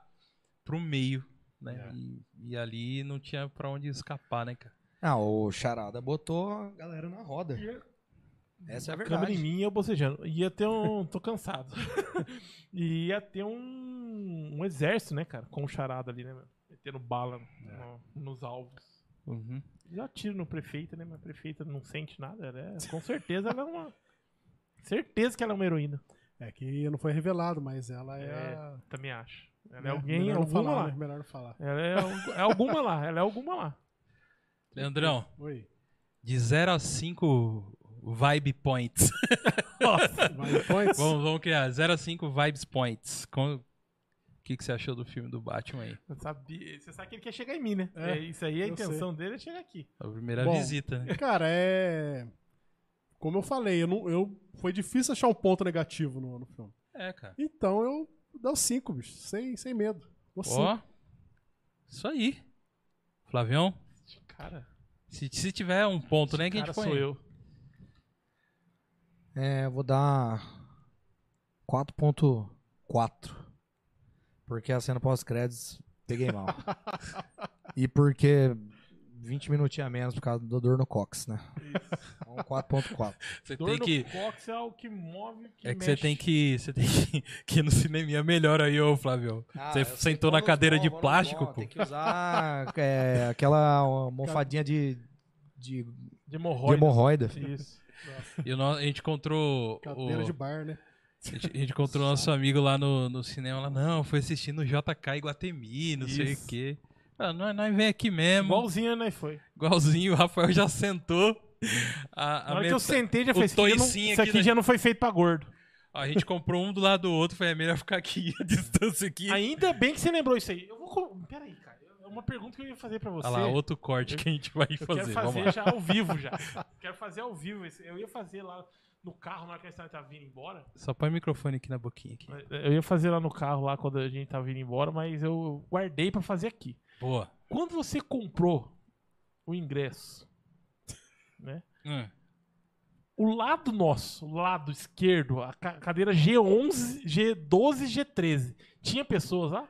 Speaker 1: pro meio,
Speaker 2: É.
Speaker 1: né? E, e ali não tinha pra onde escapar, né, cara?
Speaker 5: Ah, o Charada botou a galera na roda. Essa é a
Speaker 2: Câmera em
Speaker 5: verdade.
Speaker 2: mim e eu bocejando. Ia ter um. tô cansado. e ia ter um, um exército, né, cara? Com o charada ali, né, mano? Metendo bala no- nos alvos. Já tiro no prefeito, né? Mas a prefeita não sente nada. Ela é, com certeza ela é uma. Certeza que ela é uma heroína.
Speaker 4: É que não foi revelado, mas ela é.
Speaker 2: É,
Speaker 4: a-
Speaker 2: Também acho. Ela é,
Speaker 4: né?
Speaker 2: alguém,
Speaker 4: Melhor não
Speaker 2: alguma
Speaker 4: falar,
Speaker 2: lá.
Speaker 4: né? Melhor não falar.
Speaker 2: Ela é, algu- é alguma lá. Ela é alguma lá.
Speaker 1: Leandrão,
Speaker 4: Oi.
Speaker 1: de 0 a 5 vibe points.
Speaker 4: Vai, points.
Speaker 1: vamos, vamos criar 0 a 5 vibes points. Com- O que, que você achou do filme do Batman aí?
Speaker 2: Eu sabia- Você sabe que ele quer chegar em mim, né?
Speaker 4: É,
Speaker 2: É, isso aí, a
Speaker 4: eu
Speaker 2: intenção dele é chegar aqui.
Speaker 1: A primeira
Speaker 4: Bom,
Speaker 1: visita, né?
Speaker 4: Cara, é. Como eu falei, eu não, eu, foi difícil achar um ponto negativo no, no filme.
Speaker 1: É, cara.
Speaker 4: Então eu dou cinco, bicho. Sem, sem medo. Dou
Speaker 2: Assim.
Speaker 4: cinco.
Speaker 1: Ó, isso aí. Flavião,
Speaker 2: Cara,
Speaker 1: se, se tiver um ponto, né, que a
Speaker 2: cara
Speaker 1: gente
Speaker 2: sou
Speaker 1: põe.
Speaker 2: eu.
Speaker 5: É, eu vou dar 4.4. Porque a cena pós-créditos peguei mal. e porque 20 minutinhos a menos por causa da dor no cox, né? Então 4.4.
Speaker 1: Você
Speaker 2: Dor
Speaker 1: tem
Speaker 2: no
Speaker 1: que.
Speaker 2: cox é o que move, que
Speaker 1: É que
Speaker 2: mexe.
Speaker 1: você tem que. Você tem que, que ir no cineminha melhor aí, ô Flávio.
Speaker 5: Ah,
Speaker 1: Você
Speaker 5: eu sei,
Speaker 1: sentou
Speaker 5: vou
Speaker 1: na
Speaker 5: no
Speaker 1: cadeira
Speaker 5: bom,
Speaker 1: de
Speaker 5: vou no
Speaker 1: plástico,
Speaker 5: bom,
Speaker 1: pô.
Speaker 5: Tem que usar é, aquela almofadinha de, de, de
Speaker 2: De hemorroida.
Speaker 5: hemorroida.
Speaker 2: Isso.
Speaker 1: E o no- a gente encontrou.
Speaker 4: Cadeira
Speaker 1: o-
Speaker 4: de bar, né?
Speaker 1: A gente, a gente encontrou nosso amigo lá no, no cinema. Lá, não, foi assistindo JK Iguatemi, não sei
Speaker 2: Isso.
Speaker 1: o quê. Ah, nós, nós vem aqui mesmo.
Speaker 2: Igualzinho, né? Foi.
Speaker 1: Igualzinho, o Rafael já sentou. A, a
Speaker 2: Na hora que
Speaker 1: meta-
Speaker 2: eu sentei, já
Speaker 1: o
Speaker 2: fez. Isso aqui, já não,
Speaker 1: toicinho
Speaker 2: isso
Speaker 1: aqui
Speaker 2: aqui
Speaker 1: da-
Speaker 2: já não foi feito pra gordo.
Speaker 1: A gente comprou um do lado do outro. Foi é melhor ficar aqui a distância aqui.
Speaker 2: Ainda bem que você lembrou isso aí. Eu vou. co- Peraí, cara. É uma pergunta que eu ia fazer pra você.
Speaker 1: Olha lá, outro corte que a gente vai
Speaker 2: Eu
Speaker 1: fazer.
Speaker 2: quero
Speaker 1: Vamos
Speaker 2: fazer
Speaker 1: lá.
Speaker 2: já ao vivo já. quero fazer ao vivo. esse- Eu ia fazer lá no carro na hora que a gente tava vindo embora.
Speaker 1: Só põe o microfone aqui na boquinha. Aqui.
Speaker 2: Eu ia fazer lá no carro lá quando a gente tava vindo embora, mas eu guardei pra fazer aqui.
Speaker 1: Boa.
Speaker 2: Quando você comprou o ingresso, né?
Speaker 1: Hum.
Speaker 2: O lado nosso, o lado esquerdo, a ca- cadeira G11, G12, G13, tinha pessoas lá?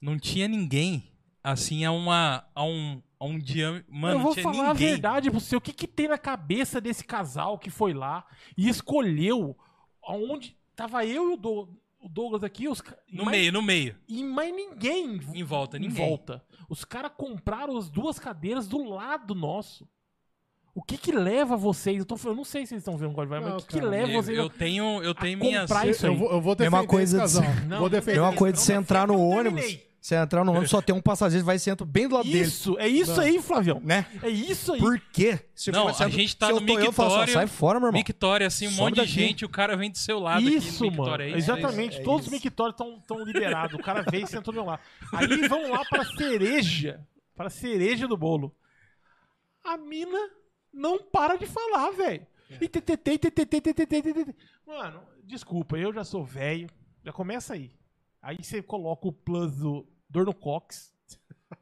Speaker 1: Não tinha ninguém. Assim, a uma. A um, a um diâmetro. Mano,
Speaker 2: eu
Speaker 1: não
Speaker 2: vou
Speaker 1: tinha
Speaker 2: falar
Speaker 1: ninguém.
Speaker 2: a verdade pra você. O que, que tem na cabeça desse casal que foi lá e escolheu aonde tava eu e o, Dou- o Douglas aqui? Os, ca- e
Speaker 1: No
Speaker 2: mais-
Speaker 1: meio, no meio.
Speaker 2: E mais ninguém
Speaker 1: Em volta,
Speaker 2: em
Speaker 1: ninguém.
Speaker 2: volta. Os caras compraram as duas cadeiras do lado nosso. O que que leva vocês? Eu, tô, falando- eu não sei se vocês estão vendo o código, mas
Speaker 4: Não,
Speaker 2: o que, que
Speaker 4: cara,
Speaker 2: leva
Speaker 1: Eu,
Speaker 2: vocês?
Speaker 1: eu tenho, eu tenho
Speaker 2: a
Speaker 1: minhas.
Speaker 2: É, comprar isso
Speaker 4: eu,
Speaker 2: aí.
Speaker 4: vou, eu vou defender
Speaker 5: Mesma coisa
Speaker 4: esse casal.
Speaker 5: de-
Speaker 2: Não,
Speaker 4: vou
Speaker 2: não
Speaker 5: É
Speaker 4: defender.
Speaker 5: uma coisa de você
Speaker 2: Então,
Speaker 5: entrar no
Speaker 2: eu
Speaker 5: ônibus.
Speaker 2: terminei.
Speaker 5: Você entrar no ônibus, só tem um passageiro, vai e senta bem do lado dele.
Speaker 2: Isso, é isso aí, Flavião.
Speaker 5: Né?
Speaker 2: É isso aí.
Speaker 5: Por quê? Se
Speaker 1: Não,
Speaker 5: for- se
Speaker 1: a gente tá
Speaker 5: se
Speaker 1: no
Speaker 5: eu tô eu, eu falo assim, ó,
Speaker 1: mictório.
Speaker 5: Sai fora, meu irmão.
Speaker 1: Mictória, assim, um
Speaker 5: Some
Speaker 1: monte de
Speaker 5: daqui.
Speaker 1: gente, o cara vem do seu lado
Speaker 2: Isso,
Speaker 1: aqui no
Speaker 2: mano.
Speaker 1: Mictória. é isso?
Speaker 2: Exatamente.
Speaker 5: É isso.
Speaker 2: Todos os mictórios estão liberados. O cara veio e sentou do meu lado. Aí vão lá pra cereja. Pra cereja do bolo. A mina não para de falar, velho. E TTT, e TTT, TTT, TTT. Mano, desculpa, eu já sou velho. Já começa aí. Aí você coloca o plus do dor no cox.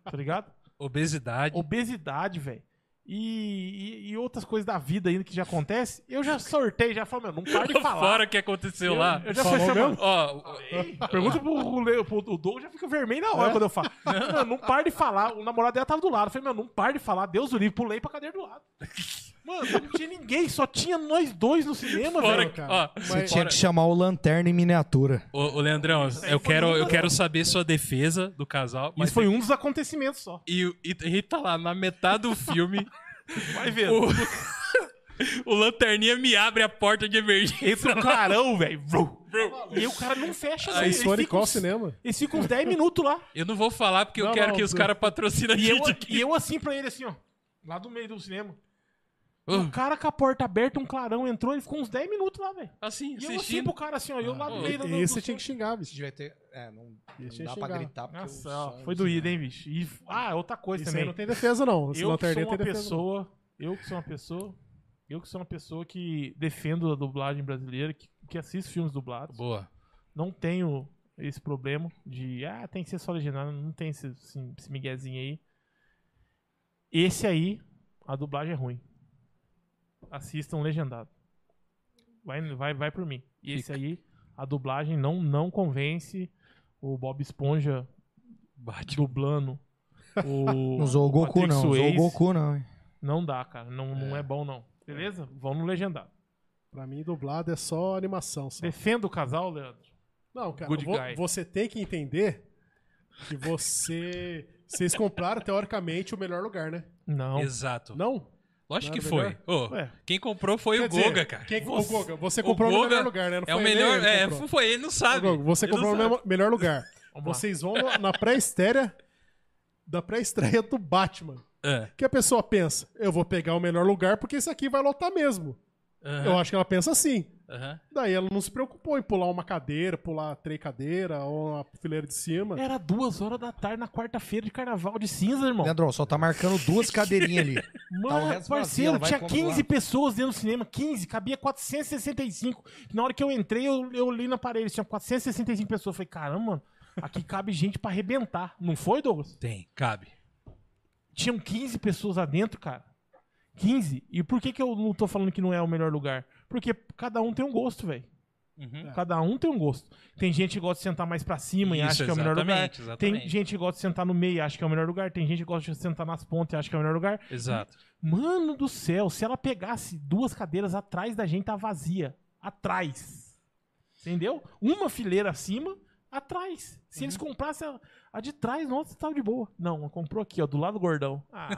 Speaker 2: Tá ligado?
Speaker 1: é Obesidade.
Speaker 2: obesidade, velho. E, e- e outras coisas da vida ainda que já acontece, eu já sorteio, já falo, meu, não para de falar.
Speaker 1: Fora o que aconteceu
Speaker 2: eu,
Speaker 1: lá.
Speaker 2: eu já fui chamando.
Speaker 1: Ó,
Speaker 2: Pergunta pro Le- pro- o Doug, já fica vermelho na hora quando eu falo. Mano, não para de falar. O namorado dela tava do lado. Eu falei, meu, não para de falar. Deus o livre, pulei pra cadeira do lado. Mano, não tinha ninguém, só tinha nós dois no cinema,
Speaker 1: fora
Speaker 2: velho.
Speaker 1: que.
Speaker 4: cara.
Speaker 1: Ó,
Speaker 5: Você
Speaker 4: Mas-
Speaker 5: tinha que chamar o lanterna em miniatura.
Speaker 1: ô, ô, Leandrão, eu quero, eu quero saber sua defesa do casal. Mas
Speaker 2: Isso foi um dos acontecimentos só.
Speaker 1: E, e, e tá lá, na metade do filme,
Speaker 2: Vai ver.
Speaker 1: o, o lanterninha me abre a porta de emergência.
Speaker 2: Entra um clarão, velho. Vrum. E o cara não fecha, não.
Speaker 4: Vocês foram em qual
Speaker 2: uns-
Speaker 4: cinema?
Speaker 2: eles ficam uns 10 minutos lá.
Speaker 1: Eu não vou falar porque eu
Speaker 4: Não,
Speaker 1: quero
Speaker 4: não,
Speaker 1: que os
Speaker 4: eu-
Speaker 1: caras patrocinem a
Speaker 2: E eu,
Speaker 1: gente aqui.
Speaker 2: e eu assim pra ele, assim, ó. Lá do meio do cinema.
Speaker 1: Uh,
Speaker 2: O cara com a porta aberta, um clarão entrou, ele ficou uns 10 minutos lá, velho.
Speaker 1: assim,
Speaker 2: E eu assim
Speaker 4: um
Speaker 1: assistindo.
Speaker 2: pro cara, assim, ó. E eu lá do
Speaker 1: Ah,
Speaker 2: meio do, do,
Speaker 4: E isso você
Speaker 2: do
Speaker 4: tinha que xingar, bicho.
Speaker 5: devia ter. É, não,
Speaker 4: Isso ia chegar.
Speaker 2: Nossa, ó, foi doído, hein, bicho. E, ah, outra coisa
Speaker 4: Isso aí
Speaker 2: também.
Speaker 4: não tem defesa, não. Esse
Speaker 2: Eu que
Speaker 4: lanterninha
Speaker 2: sou uma
Speaker 4: tem defesa, não.
Speaker 2: pessoa... Eu que sou uma pessoa... Eu que sou uma pessoa que defendo a dublagem brasileira, que, que assisto filmes dublados.
Speaker 1: Boa.
Speaker 2: Não tenho esse problema de... Ah, tem que ser só legendado. Não tem esse, esse, esse miguezinho aí. Esse aí, a dublagem é ruim. Assistam legendado. Vai, vai, vai por mim. E esse aí, a dublagem não, não convence o Bob Esponja
Speaker 1: Bate.
Speaker 2: dublando. O,
Speaker 5: Não usou o Goku,
Speaker 2: Patrick
Speaker 5: não. Usou o
Speaker 2: Swayze.
Speaker 5: Goku, não. hein?
Speaker 2: Não dá, cara. Não, não é bom, não. Beleza? Vão no legendado.
Speaker 4: Pra mim, dublado é só animação. Só.
Speaker 2: Defenda o casal, Leandro.
Speaker 4: Não, cara,
Speaker 2: Good
Speaker 4: vo-
Speaker 2: guy.
Speaker 4: você tem que entender que você. Vocês compraram, teoricamente, o melhor lugar, né?
Speaker 2: Não.
Speaker 1: Exato.
Speaker 4: Não?
Speaker 1: Lógico
Speaker 4: Não
Speaker 1: que
Speaker 4: era
Speaker 1: foi.
Speaker 4: melhor?
Speaker 1: Ô,
Speaker 2: Ué.
Speaker 1: quem comprou foi
Speaker 4: Quer
Speaker 1: o
Speaker 4: dizer,
Speaker 1: Goga, cara.
Speaker 4: Quem, o
Speaker 1: Você-
Speaker 4: Goga, você
Speaker 1: o
Speaker 4: comprou no
Speaker 1: Goga
Speaker 4: melhor lugar, né? Não
Speaker 1: é o
Speaker 4: foi ele,
Speaker 1: melhor.
Speaker 4: ele
Speaker 1: é,
Speaker 4: comprou.
Speaker 1: foi ele, não sabe.
Speaker 4: Ô, Gogo, você
Speaker 1: Ele
Speaker 4: comprou
Speaker 1: não
Speaker 4: no
Speaker 1: sabe.
Speaker 4: memo- melhor lugar.
Speaker 2: Vamos lá.
Speaker 4: Vocês vão no- na pré-estreia da pré-estreia do Batman.
Speaker 1: É.
Speaker 4: Que a pessoa pensa, eu vou pegar o melhor lugar porque isso aqui vai lotar mesmo. Eu
Speaker 1: Aham,
Speaker 4: acho que ela pensa assim.
Speaker 1: aham.
Speaker 4: Daí ela não se preocupou em pular uma cadeira, pular três cadeiras ou uma fileira de cima.
Speaker 2: Era duas horas da tarde na quarta-feira de carnaval de cinza, irmão.
Speaker 5: Leandrão, só tá marcando duas cadeirinhas ali. Tá o
Speaker 2: Mano,
Speaker 5: resto
Speaker 2: parceiro,
Speaker 5: vazio, vai
Speaker 2: tinha
Speaker 5: como
Speaker 2: 15
Speaker 5: lá.
Speaker 2: pessoas dentro do cinema, 15, cabia 465. Na hora que eu entrei, eu, eu li na parede, tinha 465 pessoas. Eu falei, caramba, mano, aqui cabe gente pra arrebentar. Não foi, Douglas?
Speaker 1: Tem, cabe.
Speaker 2: Tinham 15 pessoas lá dentro, cara. 15. E por que, que eu não tô falando que não é o melhor lugar? Porque cada um tem um gosto, velho.
Speaker 1: Uhum.
Speaker 2: Cada um tem um gosto. Tem gente que gosta de sentar mais pra cima e
Speaker 1: Isso,
Speaker 2: acha que é o melhor lugar.
Speaker 1: exatamente, exatamente.
Speaker 2: Tem gente que gosta de sentar no meio e acha que é o melhor lugar. Tem gente que gosta de sentar nas pontas e acha que é o melhor lugar.
Speaker 1: Exato.
Speaker 2: Mano do céu, se ela pegasse duas cadeiras atrás da gente, tá vazia. Atrás. Entendeu? Uma fileira acima, atrás. Se eles
Speaker 1: Uhum.
Speaker 2: comprassem a, a de trás, nossa, tava de boa. Não, comprou aqui, ó, do lado do gordão. Ah,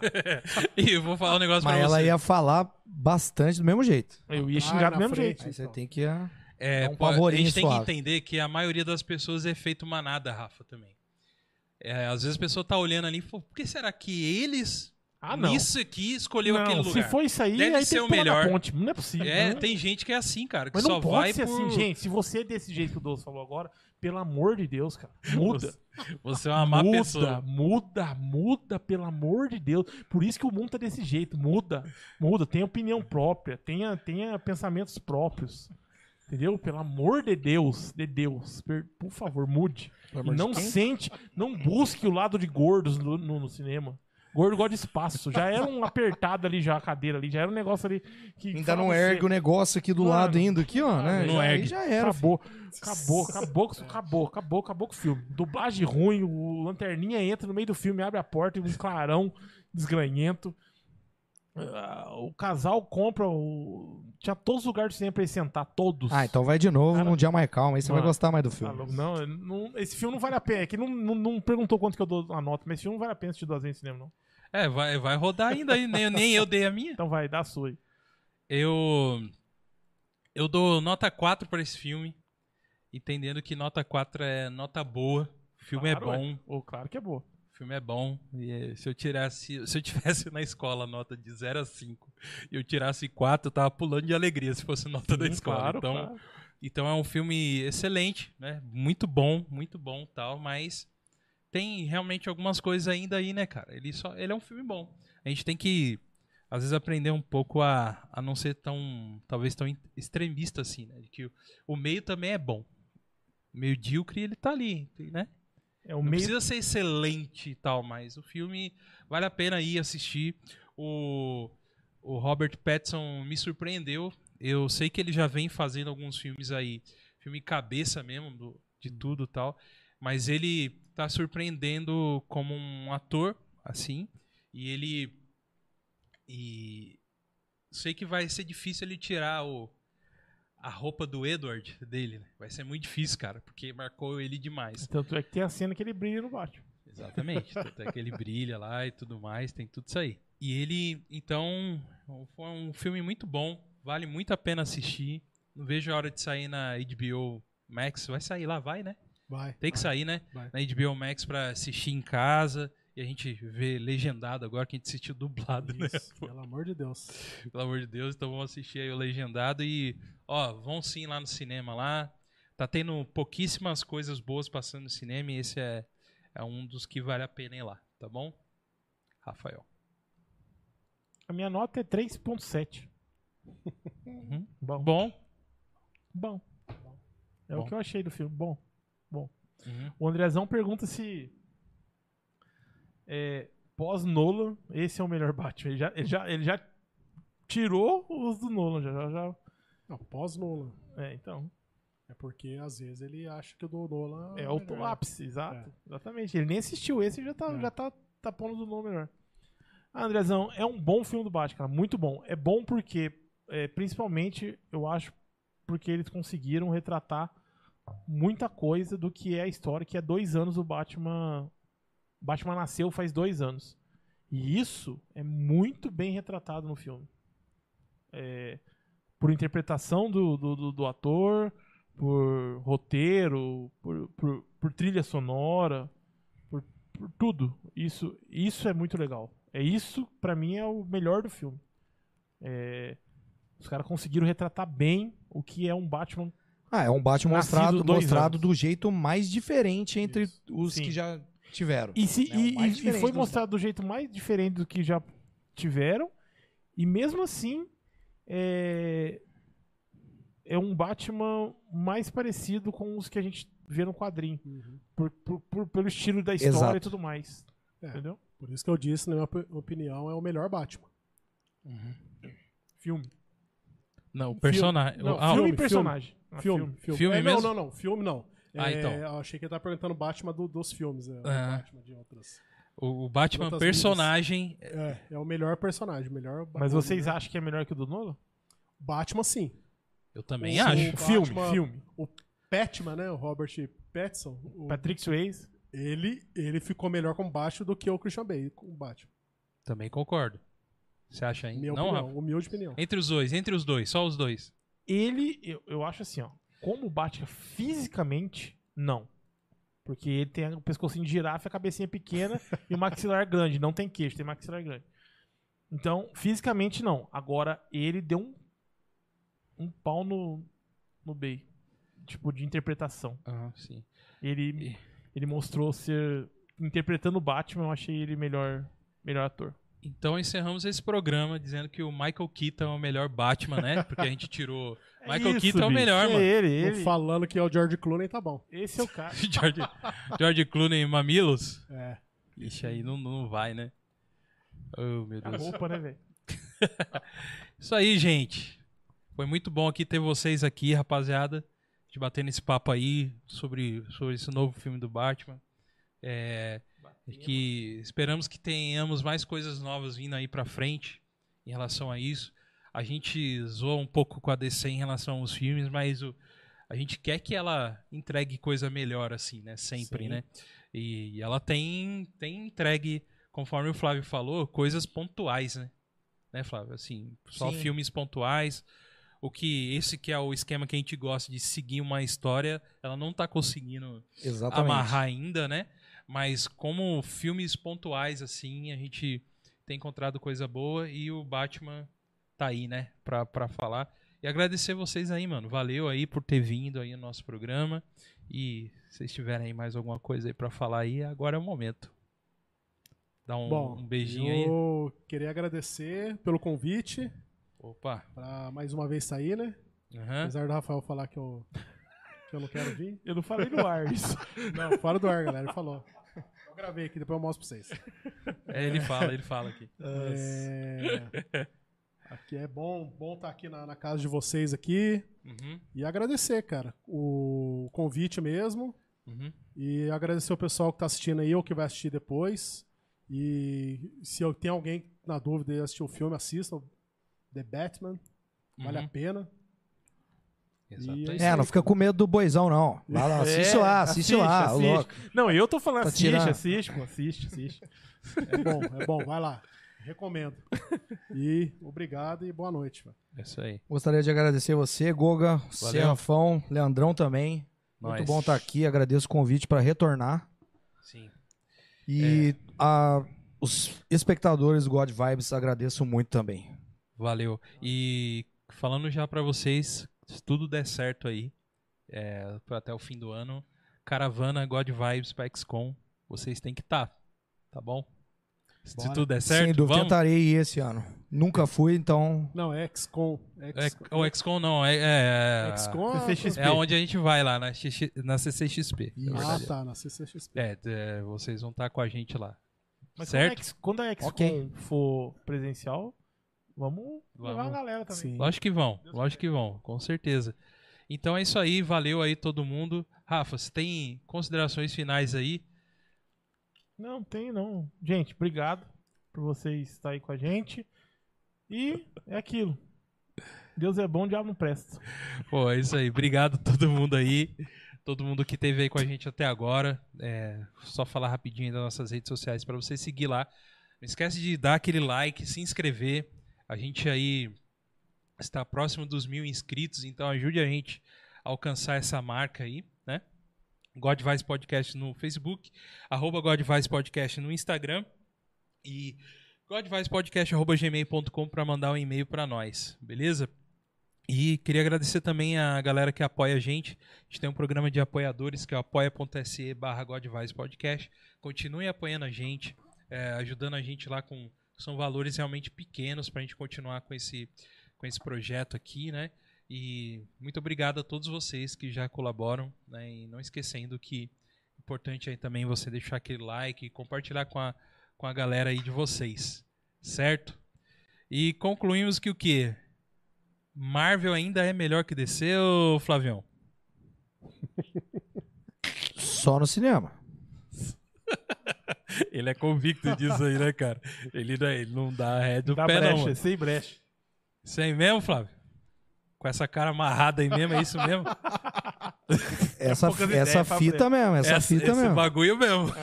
Speaker 1: E eu vou falar um negócio
Speaker 5: Mas
Speaker 1: pra
Speaker 5: ela
Speaker 1: você.
Speaker 5: ia falar bastante do mesmo jeito.
Speaker 2: eu ia
Speaker 4: Ah,
Speaker 2: xingar do
Speaker 4: na
Speaker 2: mesmo
Speaker 4: frente.
Speaker 2: jeito.
Speaker 5: Aí você
Speaker 4: Então.
Speaker 5: tem que. ah,
Speaker 1: É,
Speaker 5: Dá um
Speaker 1: pô, a
Speaker 5: pavorinho
Speaker 1: gente tem que
Speaker 5: suave.
Speaker 1: entender que a maioria das pessoas é feito manada, Rafa, também. É, às vezes a pessoa tá olhando ali e fala, por que será que eles,
Speaker 2: Ah, não.
Speaker 1: nisso aqui, escolheu aquele
Speaker 2: não, se
Speaker 1: é lugar?
Speaker 2: for isso aí,
Speaker 1: Deve
Speaker 2: aí
Speaker 1: ser
Speaker 2: tem
Speaker 1: o
Speaker 2: que pular da
Speaker 1: melhor.
Speaker 2: ponte. Não é possível.
Speaker 1: É,
Speaker 2: né?
Speaker 1: tem gente que é assim, cara, que
Speaker 2: Mas
Speaker 1: só
Speaker 2: não
Speaker 1: vai
Speaker 2: pode ser
Speaker 1: por...
Speaker 2: assim, gente. Se você é desse jeito que o Douglas falou agora, pelo amor de Deus, cara, muda.
Speaker 1: Você é uma má
Speaker 2: muda,
Speaker 1: pessoa.
Speaker 2: muda, muda, pelo amor de Deus. Por isso que o mundo tá desse jeito. Muda, muda. Tenha opinião própria, tenha, tenha pensamentos próprios. Entendeu? Pelo amor de Deus, de Deus, per- por favor, mude. E
Speaker 5: pelo amor de
Speaker 2: não
Speaker 5: Deus.
Speaker 2: sente, não busque o lado de gordos no, no- no cinema. Gordo gosta de espaço. Já era um apertado ali, já a cadeira ali, já era um negócio ali que.
Speaker 5: Ainda
Speaker 2: fala
Speaker 5: não
Speaker 2: você,
Speaker 5: ergue o negócio aqui do
Speaker 2: Mano, Tá
Speaker 5: lado, ainda aqui, ó, né?
Speaker 1: não
Speaker 5: Já- aí
Speaker 1: ergue.
Speaker 5: já era. filho.
Speaker 2: Acabou, acabou, acabou, com- acabou, acabou, acabou com o filme. Dublagem ruim, o Lanterninha entra no meio do filme, abre a porta e um clarão desgranhento. Ah, o casal compra o. Tinha todos os lugares do cinema pra ele sentar, todos.
Speaker 5: Ah, então vai de novo
Speaker 2: Cara,
Speaker 5: num dia mais calmo, aí você vai
Speaker 2: mano,
Speaker 5: gostar mais do
Speaker 2: Tá
Speaker 5: filme.
Speaker 2: louco? não, eu não- esse filme não vale a pena. É que não, não, não perguntou quanto que eu dou a nota, mas esse filme não vale a pena assistir duas vezes no cinema, não.
Speaker 1: É, vai, vai rodar ainda aí, nem, nem eu dei a minha.
Speaker 2: Então vai, dá a sua aí.
Speaker 1: Eu eu dou nota 4 pra esse filme, entendendo que nota 4 é nota boa. O filme
Speaker 2: Claro,
Speaker 1: é
Speaker 2: ué.
Speaker 1: bom,
Speaker 2: Ô, claro que é boa.
Speaker 1: o filme é bom. E, eh, se eu tirasse, se eu tivesse na escola nota de 0 a 5 e eu tirasse 4, eu tava pulando de alegria se fosse nota da
Speaker 2: Sim,
Speaker 1: escola.
Speaker 2: claro,
Speaker 1: então,
Speaker 2: claro.
Speaker 1: então é um filme excelente, né? Muito bom, muito bom, tal, mas tem realmente algumas coisas ainda aí, né, cara? Ele só ele é um filme bom. A gente tem que às vezes aprender um pouco a, a não ser tão talvez tão in- extremista assim, né? De que o, o meio também é bom. O medíocre ele tá ali, né?
Speaker 2: É o
Speaker 1: Não
Speaker 2: meio
Speaker 1: precisa ser excelente e tal, mas o filme vale a pena ir assistir. O, o Robert Pattinson me surpreendeu. Eu sei que ele já vem fazendo alguns filmes aí, filme cabeça mesmo, do- de
Speaker 2: Hum.
Speaker 1: tudo e tal, mas ele tá surpreendendo como um ator, assim, e ele... E sei que vai ser difícil ele tirar o, a roupa do Edward dele, né? Vai ser muito difícil, cara, porque marcou ele demais.
Speaker 2: Tanto é que tem a cena que ele brilha no bate.
Speaker 1: Exatamente. Tanto é que ele brilha lá e tudo mais, tem tudo isso aí. E ele, então, foi um filme muito bom, vale muito a pena assistir. Não vejo a hora de sair na HBO Max. Vai sair lá, vai, né?
Speaker 4: Vai.
Speaker 1: Tem que sair, né?
Speaker 4: Vai.
Speaker 1: Na HBO Max pra assistir em casa. E a gente vê legendado agora que a gente assistiu dublado, né?
Speaker 4: Isso, pelo amor de Deus.
Speaker 1: Pelo amor de Deus, então vamos assistir aí o legendado e, ó, vão sim lá no cinema lá. Tá tendo pouquíssimas coisas boas passando no cinema e esse é, é um dos que vale a pena ir lá, tá bom? Rafael.
Speaker 2: A minha nota é 3.7. Bom.
Speaker 1: Bom.
Speaker 2: Bom. É
Speaker 1: Bom.
Speaker 2: o que eu achei do filme. Bom.
Speaker 1: Uhum.
Speaker 2: O Andrezão pergunta se. É, Pós-Nolan, esse é o melhor Batman. Ele já, ele já, ele já tirou os do Nolan. Já, já, já-
Speaker 4: Não, pós-Nolan.
Speaker 2: É, então.
Speaker 4: É porque às vezes ele acha que o do Nolan.
Speaker 2: É o
Speaker 4: melhor.
Speaker 2: ápice, exato. Exatamente. Ele nem assistiu esse e já tá,
Speaker 4: É.
Speaker 2: já tá, tá pondo do Nolan melhor. Ah, Andrezão, é um bom filme do Batman, cara. Muito bom. É bom porque, é, principalmente, eu acho, porque eles conseguiram retratar muita coisa do que é a história, que é dois anos o Batman. Batman nasceu faz dois anos. E isso é muito bem retratado no filme. É, por interpretação do, do, do- do ator, por roteiro, por, por, por trilha sonora, por, por tudo. Isso, isso é muito legal. É isso, pra mim, é o melhor do filme. É, os caras conseguiram retratar bem o que é um Batman
Speaker 5: Ah, é um Batman
Speaker 2: Nascido
Speaker 5: mostrado,
Speaker 2: dois
Speaker 5: mostrado
Speaker 2: anos.
Speaker 5: do jeito mais diferente entre
Speaker 4: Isso.
Speaker 5: os
Speaker 2: Sim.
Speaker 5: que já tiveram.
Speaker 2: E, se-
Speaker 5: né? O
Speaker 2: e-
Speaker 5: mais
Speaker 2: e- e
Speaker 5: diferente
Speaker 2: foi
Speaker 5: dos
Speaker 2: mostrado do jeito mais diferente do que já tiveram. E mesmo assim, é, é um Batman mais parecido com os que a gente vê no quadrinho.
Speaker 4: Uhum.
Speaker 2: por- por- por- pelo estilo da história
Speaker 5: Exato.
Speaker 2: e tudo mais.
Speaker 4: É.
Speaker 2: Entendeu?
Speaker 4: Por isso que eu disse, na minha op- opinião, é o melhor Batman.
Speaker 2: Filme.
Speaker 1: Não, o personagem.
Speaker 2: Não,
Speaker 1: ah,
Speaker 2: filme
Speaker 4: filme,
Speaker 2: e personagem. Ah,
Speaker 4: Filme. Filme,
Speaker 1: Filme
Speaker 4: É,
Speaker 1: mesmo?
Speaker 4: Não, não, não. Filme não.
Speaker 1: Ah,
Speaker 4: É,
Speaker 1: então.
Speaker 4: eu achei que ele tava perguntando Batman do- dos filmes. É, o
Speaker 1: Ah.
Speaker 4: Batman de outras.
Speaker 1: O, o Batman
Speaker 4: Quantas
Speaker 1: personagem.
Speaker 4: É, é o melhor personagem. o Melhor
Speaker 2: Mas
Speaker 4: o
Speaker 2: vocês
Speaker 4: melhor-
Speaker 2: acham que é melhor que o do Nolan?
Speaker 4: Batman, sim.
Speaker 1: Eu também
Speaker 4: O-
Speaker 1: acho.
Speaker 4: o-
Speaker 2: filme,
Speaker 4: Batman-
Speaker 2: filme.
Speaker 4: O Batman, né? O Robert Pattinson. o-
Speaker 2: Patrick Swayze.
Speaker 4: ele, ele ficou melhor com o Batman do que o Christian Bale com o Batman.
Speaker 1: Também concordo. Você acha ainda?
Speaker 4: Minha
Speaker 1: Não,
Speaker 4: opinião,
Speaker 1: Rafa?
Speaker 4: humilde opinião.
Speaker 1: Entre os dois, entre os dois, só os dois.
Speaker 2: Ele, eu, eu acho assim, ó. Como o Batman fisicamente, não. Porque ele tem o pescocinho de girafa, a cabecinha pequena e o maxilar grande. Não tem queixo, tem maxilar grande. Então, fisicamente, não. Agora, ele deu um, um pau no, no Bay. Tipo, de interpretação.
Speaker 1: Ah, sim.
Speaker 2: Ele, ele mostrou ser... Interpretando o Batman, eu achei ele melhor, melhor ator.
Speaker 1: Então encerramos esse programa dizendo que o Michael Keaton é o melhor Batman, né? Porque a gente tirou. Michael
Speaker 2: Isso,
Speaker 1: Keaton é o
Speaker 2: bicho.
Speaker 1: melhor,
Speaker 2: É
Speaker 1: mano.
Speaker 2: Ele,
Speaker 4: Não
Speaker 2: ele.
Speaker 4: Falando que é o George Clooney, tá bom.
Speaker 2: Esse é o cara.
Speaker 1: George, George Clooney e Mamilos.
Speaker 4: É.
Speaker 1: Ixi, aí não, não vai, né? Oh, meu
Speaker 2: A
Speaker 1: Deus.
Speaker 2: roupa, né, velho?
Speaker 1: Isso aí, gente. Foi muito bom aqui ter vocês aqui, rapaziada. A gente batendo esse papo aí sobre, sobre esse novo filme do Batman. É, que esperamos que tenhamos mais coisas novas vindo aí pra frente em relação a isso. A gente zoa um pouco com a DC em relação aos filmes, mas o- a gente quer que ela entregue coisa melhor, assim, né? Sempre,
Speaker 2: Sim.
Speaker 1: né? E, ela tem, tem entregue, conforme o Flávio falou, coisas pontuais, né? Né, Flávio? Assim, só
Speaker 5: Sim.
Speaker 1: filmes pontuais. O que esse que é o esquema que a gente gosta de seguir uma história, ela não tá conseguindo
Speaker 5: Exatamente.
Speaker 1: amarrar ainda, né? Mas como filmes pontuais, assim, a gente tem encontrado coisa boa e o Batman tá aí, né? Pra, pra falar. E agradecer vocês aí, mano. Valeu aí por ter vindo aí no nosso programa. E se vocês tiverem aí mais alguma coisa aí pra falar aí, agora é o momento. Dá um,
Speaker 4: bom,
Speaker 1: um beijinho aí.
Speaker 4: eu queria agradecer pelo convite
Speaker 1: Opa.
Speaker 4: pra mais uma vez sair, né?
Speaker 1: Aham.
Speaker 4: Apesar do Rafael falar que eu, que eu não quero vir.
Speaker 2: Eu não falei no ar isso.
Speaker 4: Não, fora do ar, galera. Ele falou. Eu gravei aqui, depois eu mostro pra vocês.
Speaker 1: É, ele fala, ele fala aqui.
Speaker 4: É, aqui é bom estar bom tá aqui na, na casa de vocês aqui.
Speaker 1: Uhum,
Speaker 4: E agradecer, cara, o convite mesmo.
Speaker 1: uhum.
Speaker 4: E agradecer o pessoal que tá assistindo aí ou que vai assistir depois. E se eu tem alguém na dúvida de assistir o filme, assista The Batman. Vale
Speaker 1: Uhum.
Speaker 4: a pena.
Speaker 1: Exato.
Speaker 4: E-
Speaker 1: É isso
Speaker 5: É,
Speaker 1: aí.
Speaker 5: não fica com medo do boizão, não. Vai lá, assiste lá, assiste, lá.
Speaker 2: É, assiste.
Speaker 5: Louco.
Speaker 2: Não, eu tô falando,
Speaker 5: Tá
Speaker 2: assiste,
Speaker 5: tirando.
Speaker 2: assiste, pô, assiste, assiste.
Speaker 4: É bom, é bom. Vai lá. Recomendo. E obrigado e boa noite. mano.
Speaker 1: É isso aí.
Speaker 5: Gostaria de agradecer você, Goga, Serrafão, Leandrão também.
Speaker 1: Nós.
Speaker 5: Muito bom estar aqui. Agradeço o convite para retornar.
Speaker 1: Sim.
Speaker 5: E
Speaker 2: É.
Speaker 5: a- os espectadores do God Vibes agradeço muito também.
Speaker 1: Valeu. E falando já pra vocês, se tudo der certo aí, é, pra até o fim do ano, caravana God Vibes pra XCOM, vocês têm que estar, tá, bom? Se
Speaker 4: Bora.
Speaker 1: tudo der
Speaker 5: Sem
Speaker 1: certo,
Speaker 5: dúvida, tá.
Speaker 1: vamos.
Speaker 5: tentarei ir esse ano. Nunca fui, então.
Speaker 4: Não, é XCOM.
Speaker 1: É,
Speaker 4: X-
Speaker 1: o XCOM não, é, é,
Speaker 4: XCOM
Speaker 2: CCXP.
Speaker 1: é onde a gente vai lá, na, XX na CCXP.
Speaker 2: É
Speaker 1: na
Speaker 4: Ah,
Speaker 1: É verdade.
Speaker 4: tá, na CCXP.
Speaker 1: É, é, vocês vão estar com a gente lá.
Speaker 2: Mas é quando a
Speaker 1: certo?
Speaker 2: X- quando a XCOM
Speaker 5: Ok.
Speaker 2: for presencial, vamos levar
Speaker 1: Vamos.
Speaker 2: uma galera também.
Speaker 4: Sim.
Speaker 1: Lógico que vão, lógico que vão, com certeza. Então é isso aí, valeu aí todo mundo. Rafa, você tem considerações finais aí?
Speaker 2: Não, tem não. Gente, obrigado por vocês estarem aí com a gente. E é aquilo. Deus é bom, o diabo não presta.
Speaker 1: Pô, é isso aí. Obrigado a todo mundo aí. Todo mundo que esteve aí com a gente até agora. É, só falar rapidinho aí das nossas redes sociais para você seguir lá. Não esquece de dar aquele like, se inscrever. A gente aí está próximo dos mil inscritos, então ajude a gente a alcançar essa marca aí, né? Godvice Podcast no Facebook, arroba Godvice Podcast no Instagram e godvicepodcast.gmail.com para mandar um e-mail para nós, beleza? E queria agradecer também a galera que apoia a gente. A gente tem um programa de apoiadores que é o apoia.se barra Godvice Podcast. Continue apoiando a gente, eh, ajudando a gente lá com. São valores realmente pequenos para a gente continuar com esse, com esse projeto aqui, né? E muito obrigado a todos vocês que já colaboram, né? E não esquecendo que é importante aí também você deixar aquele like e compartilhar com a, com a galera aí de vocês, certo? E concluímos que o quê? Marvel ainda é melhor que DC, ô Flavião?
Speaker 5: Só no cinema.
Speaker 1: Ele é convicto disso aí, né, cara? Ele não, ele não dá ré do
Speaker 2: Dá
Speaker 1: pé, não.
Speaker 2: brecha,
Speaker 1: mano.
Speaker 2: sem brecha.
Speaker 1: Isso aí mesmo, Flávio? Com essa cara amarrada aí mesmo, é isso mesmo?
Speaker 5: Essa,
Speaker 2: É poucas ideias
Speaker 5: essa
Speaker 2: pra
Speaker 5: fita mesmo, essa,
Speaker 1: Essa-
Speaker 5: fita
Speaker 1: esse
Speaker 5: mesmo.
Speaker 1: bagulho mesmo.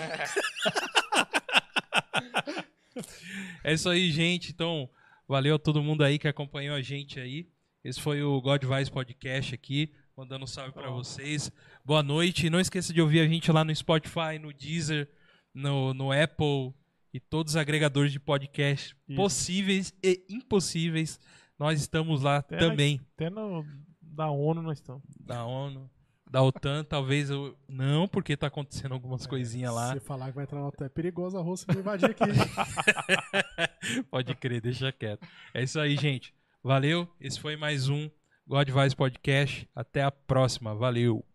Speaker 1: é isso aí, gente. Então, valeu a todo mundo aí que acompanhou a gente aí. Esse foi o God Vice Podcast aqui, mandando um salve pra vocês. Boa noite. E Não esqueça de ouvir a gente lá no Spotify, no Deezer, no, no Apple e todos os agregadores de podcast
Speaker 2: Isso.
Speaker 1: possíveis e impossíveis. Nós estamos lá
Speaker 2: Até na-
Speaker 1: também
Speaker 2: Até no, da ONU nós estamos.
Speaker 1: da ONU, da OTAN, talvez eu não, porque tá acontecendo
Speaker 2: É.
Speaker 1: algumas coisinhas lá.
Speaker 4: Se falar que vai entrar na OTAN, é perigoso a Rússia me invadir aqui. hein?
Speaker 1: Pode crer, deixa quieto. É isso aí, gente. Valeu. Esse foi mais um God Vice Podcast. Até a próxima. Valeu.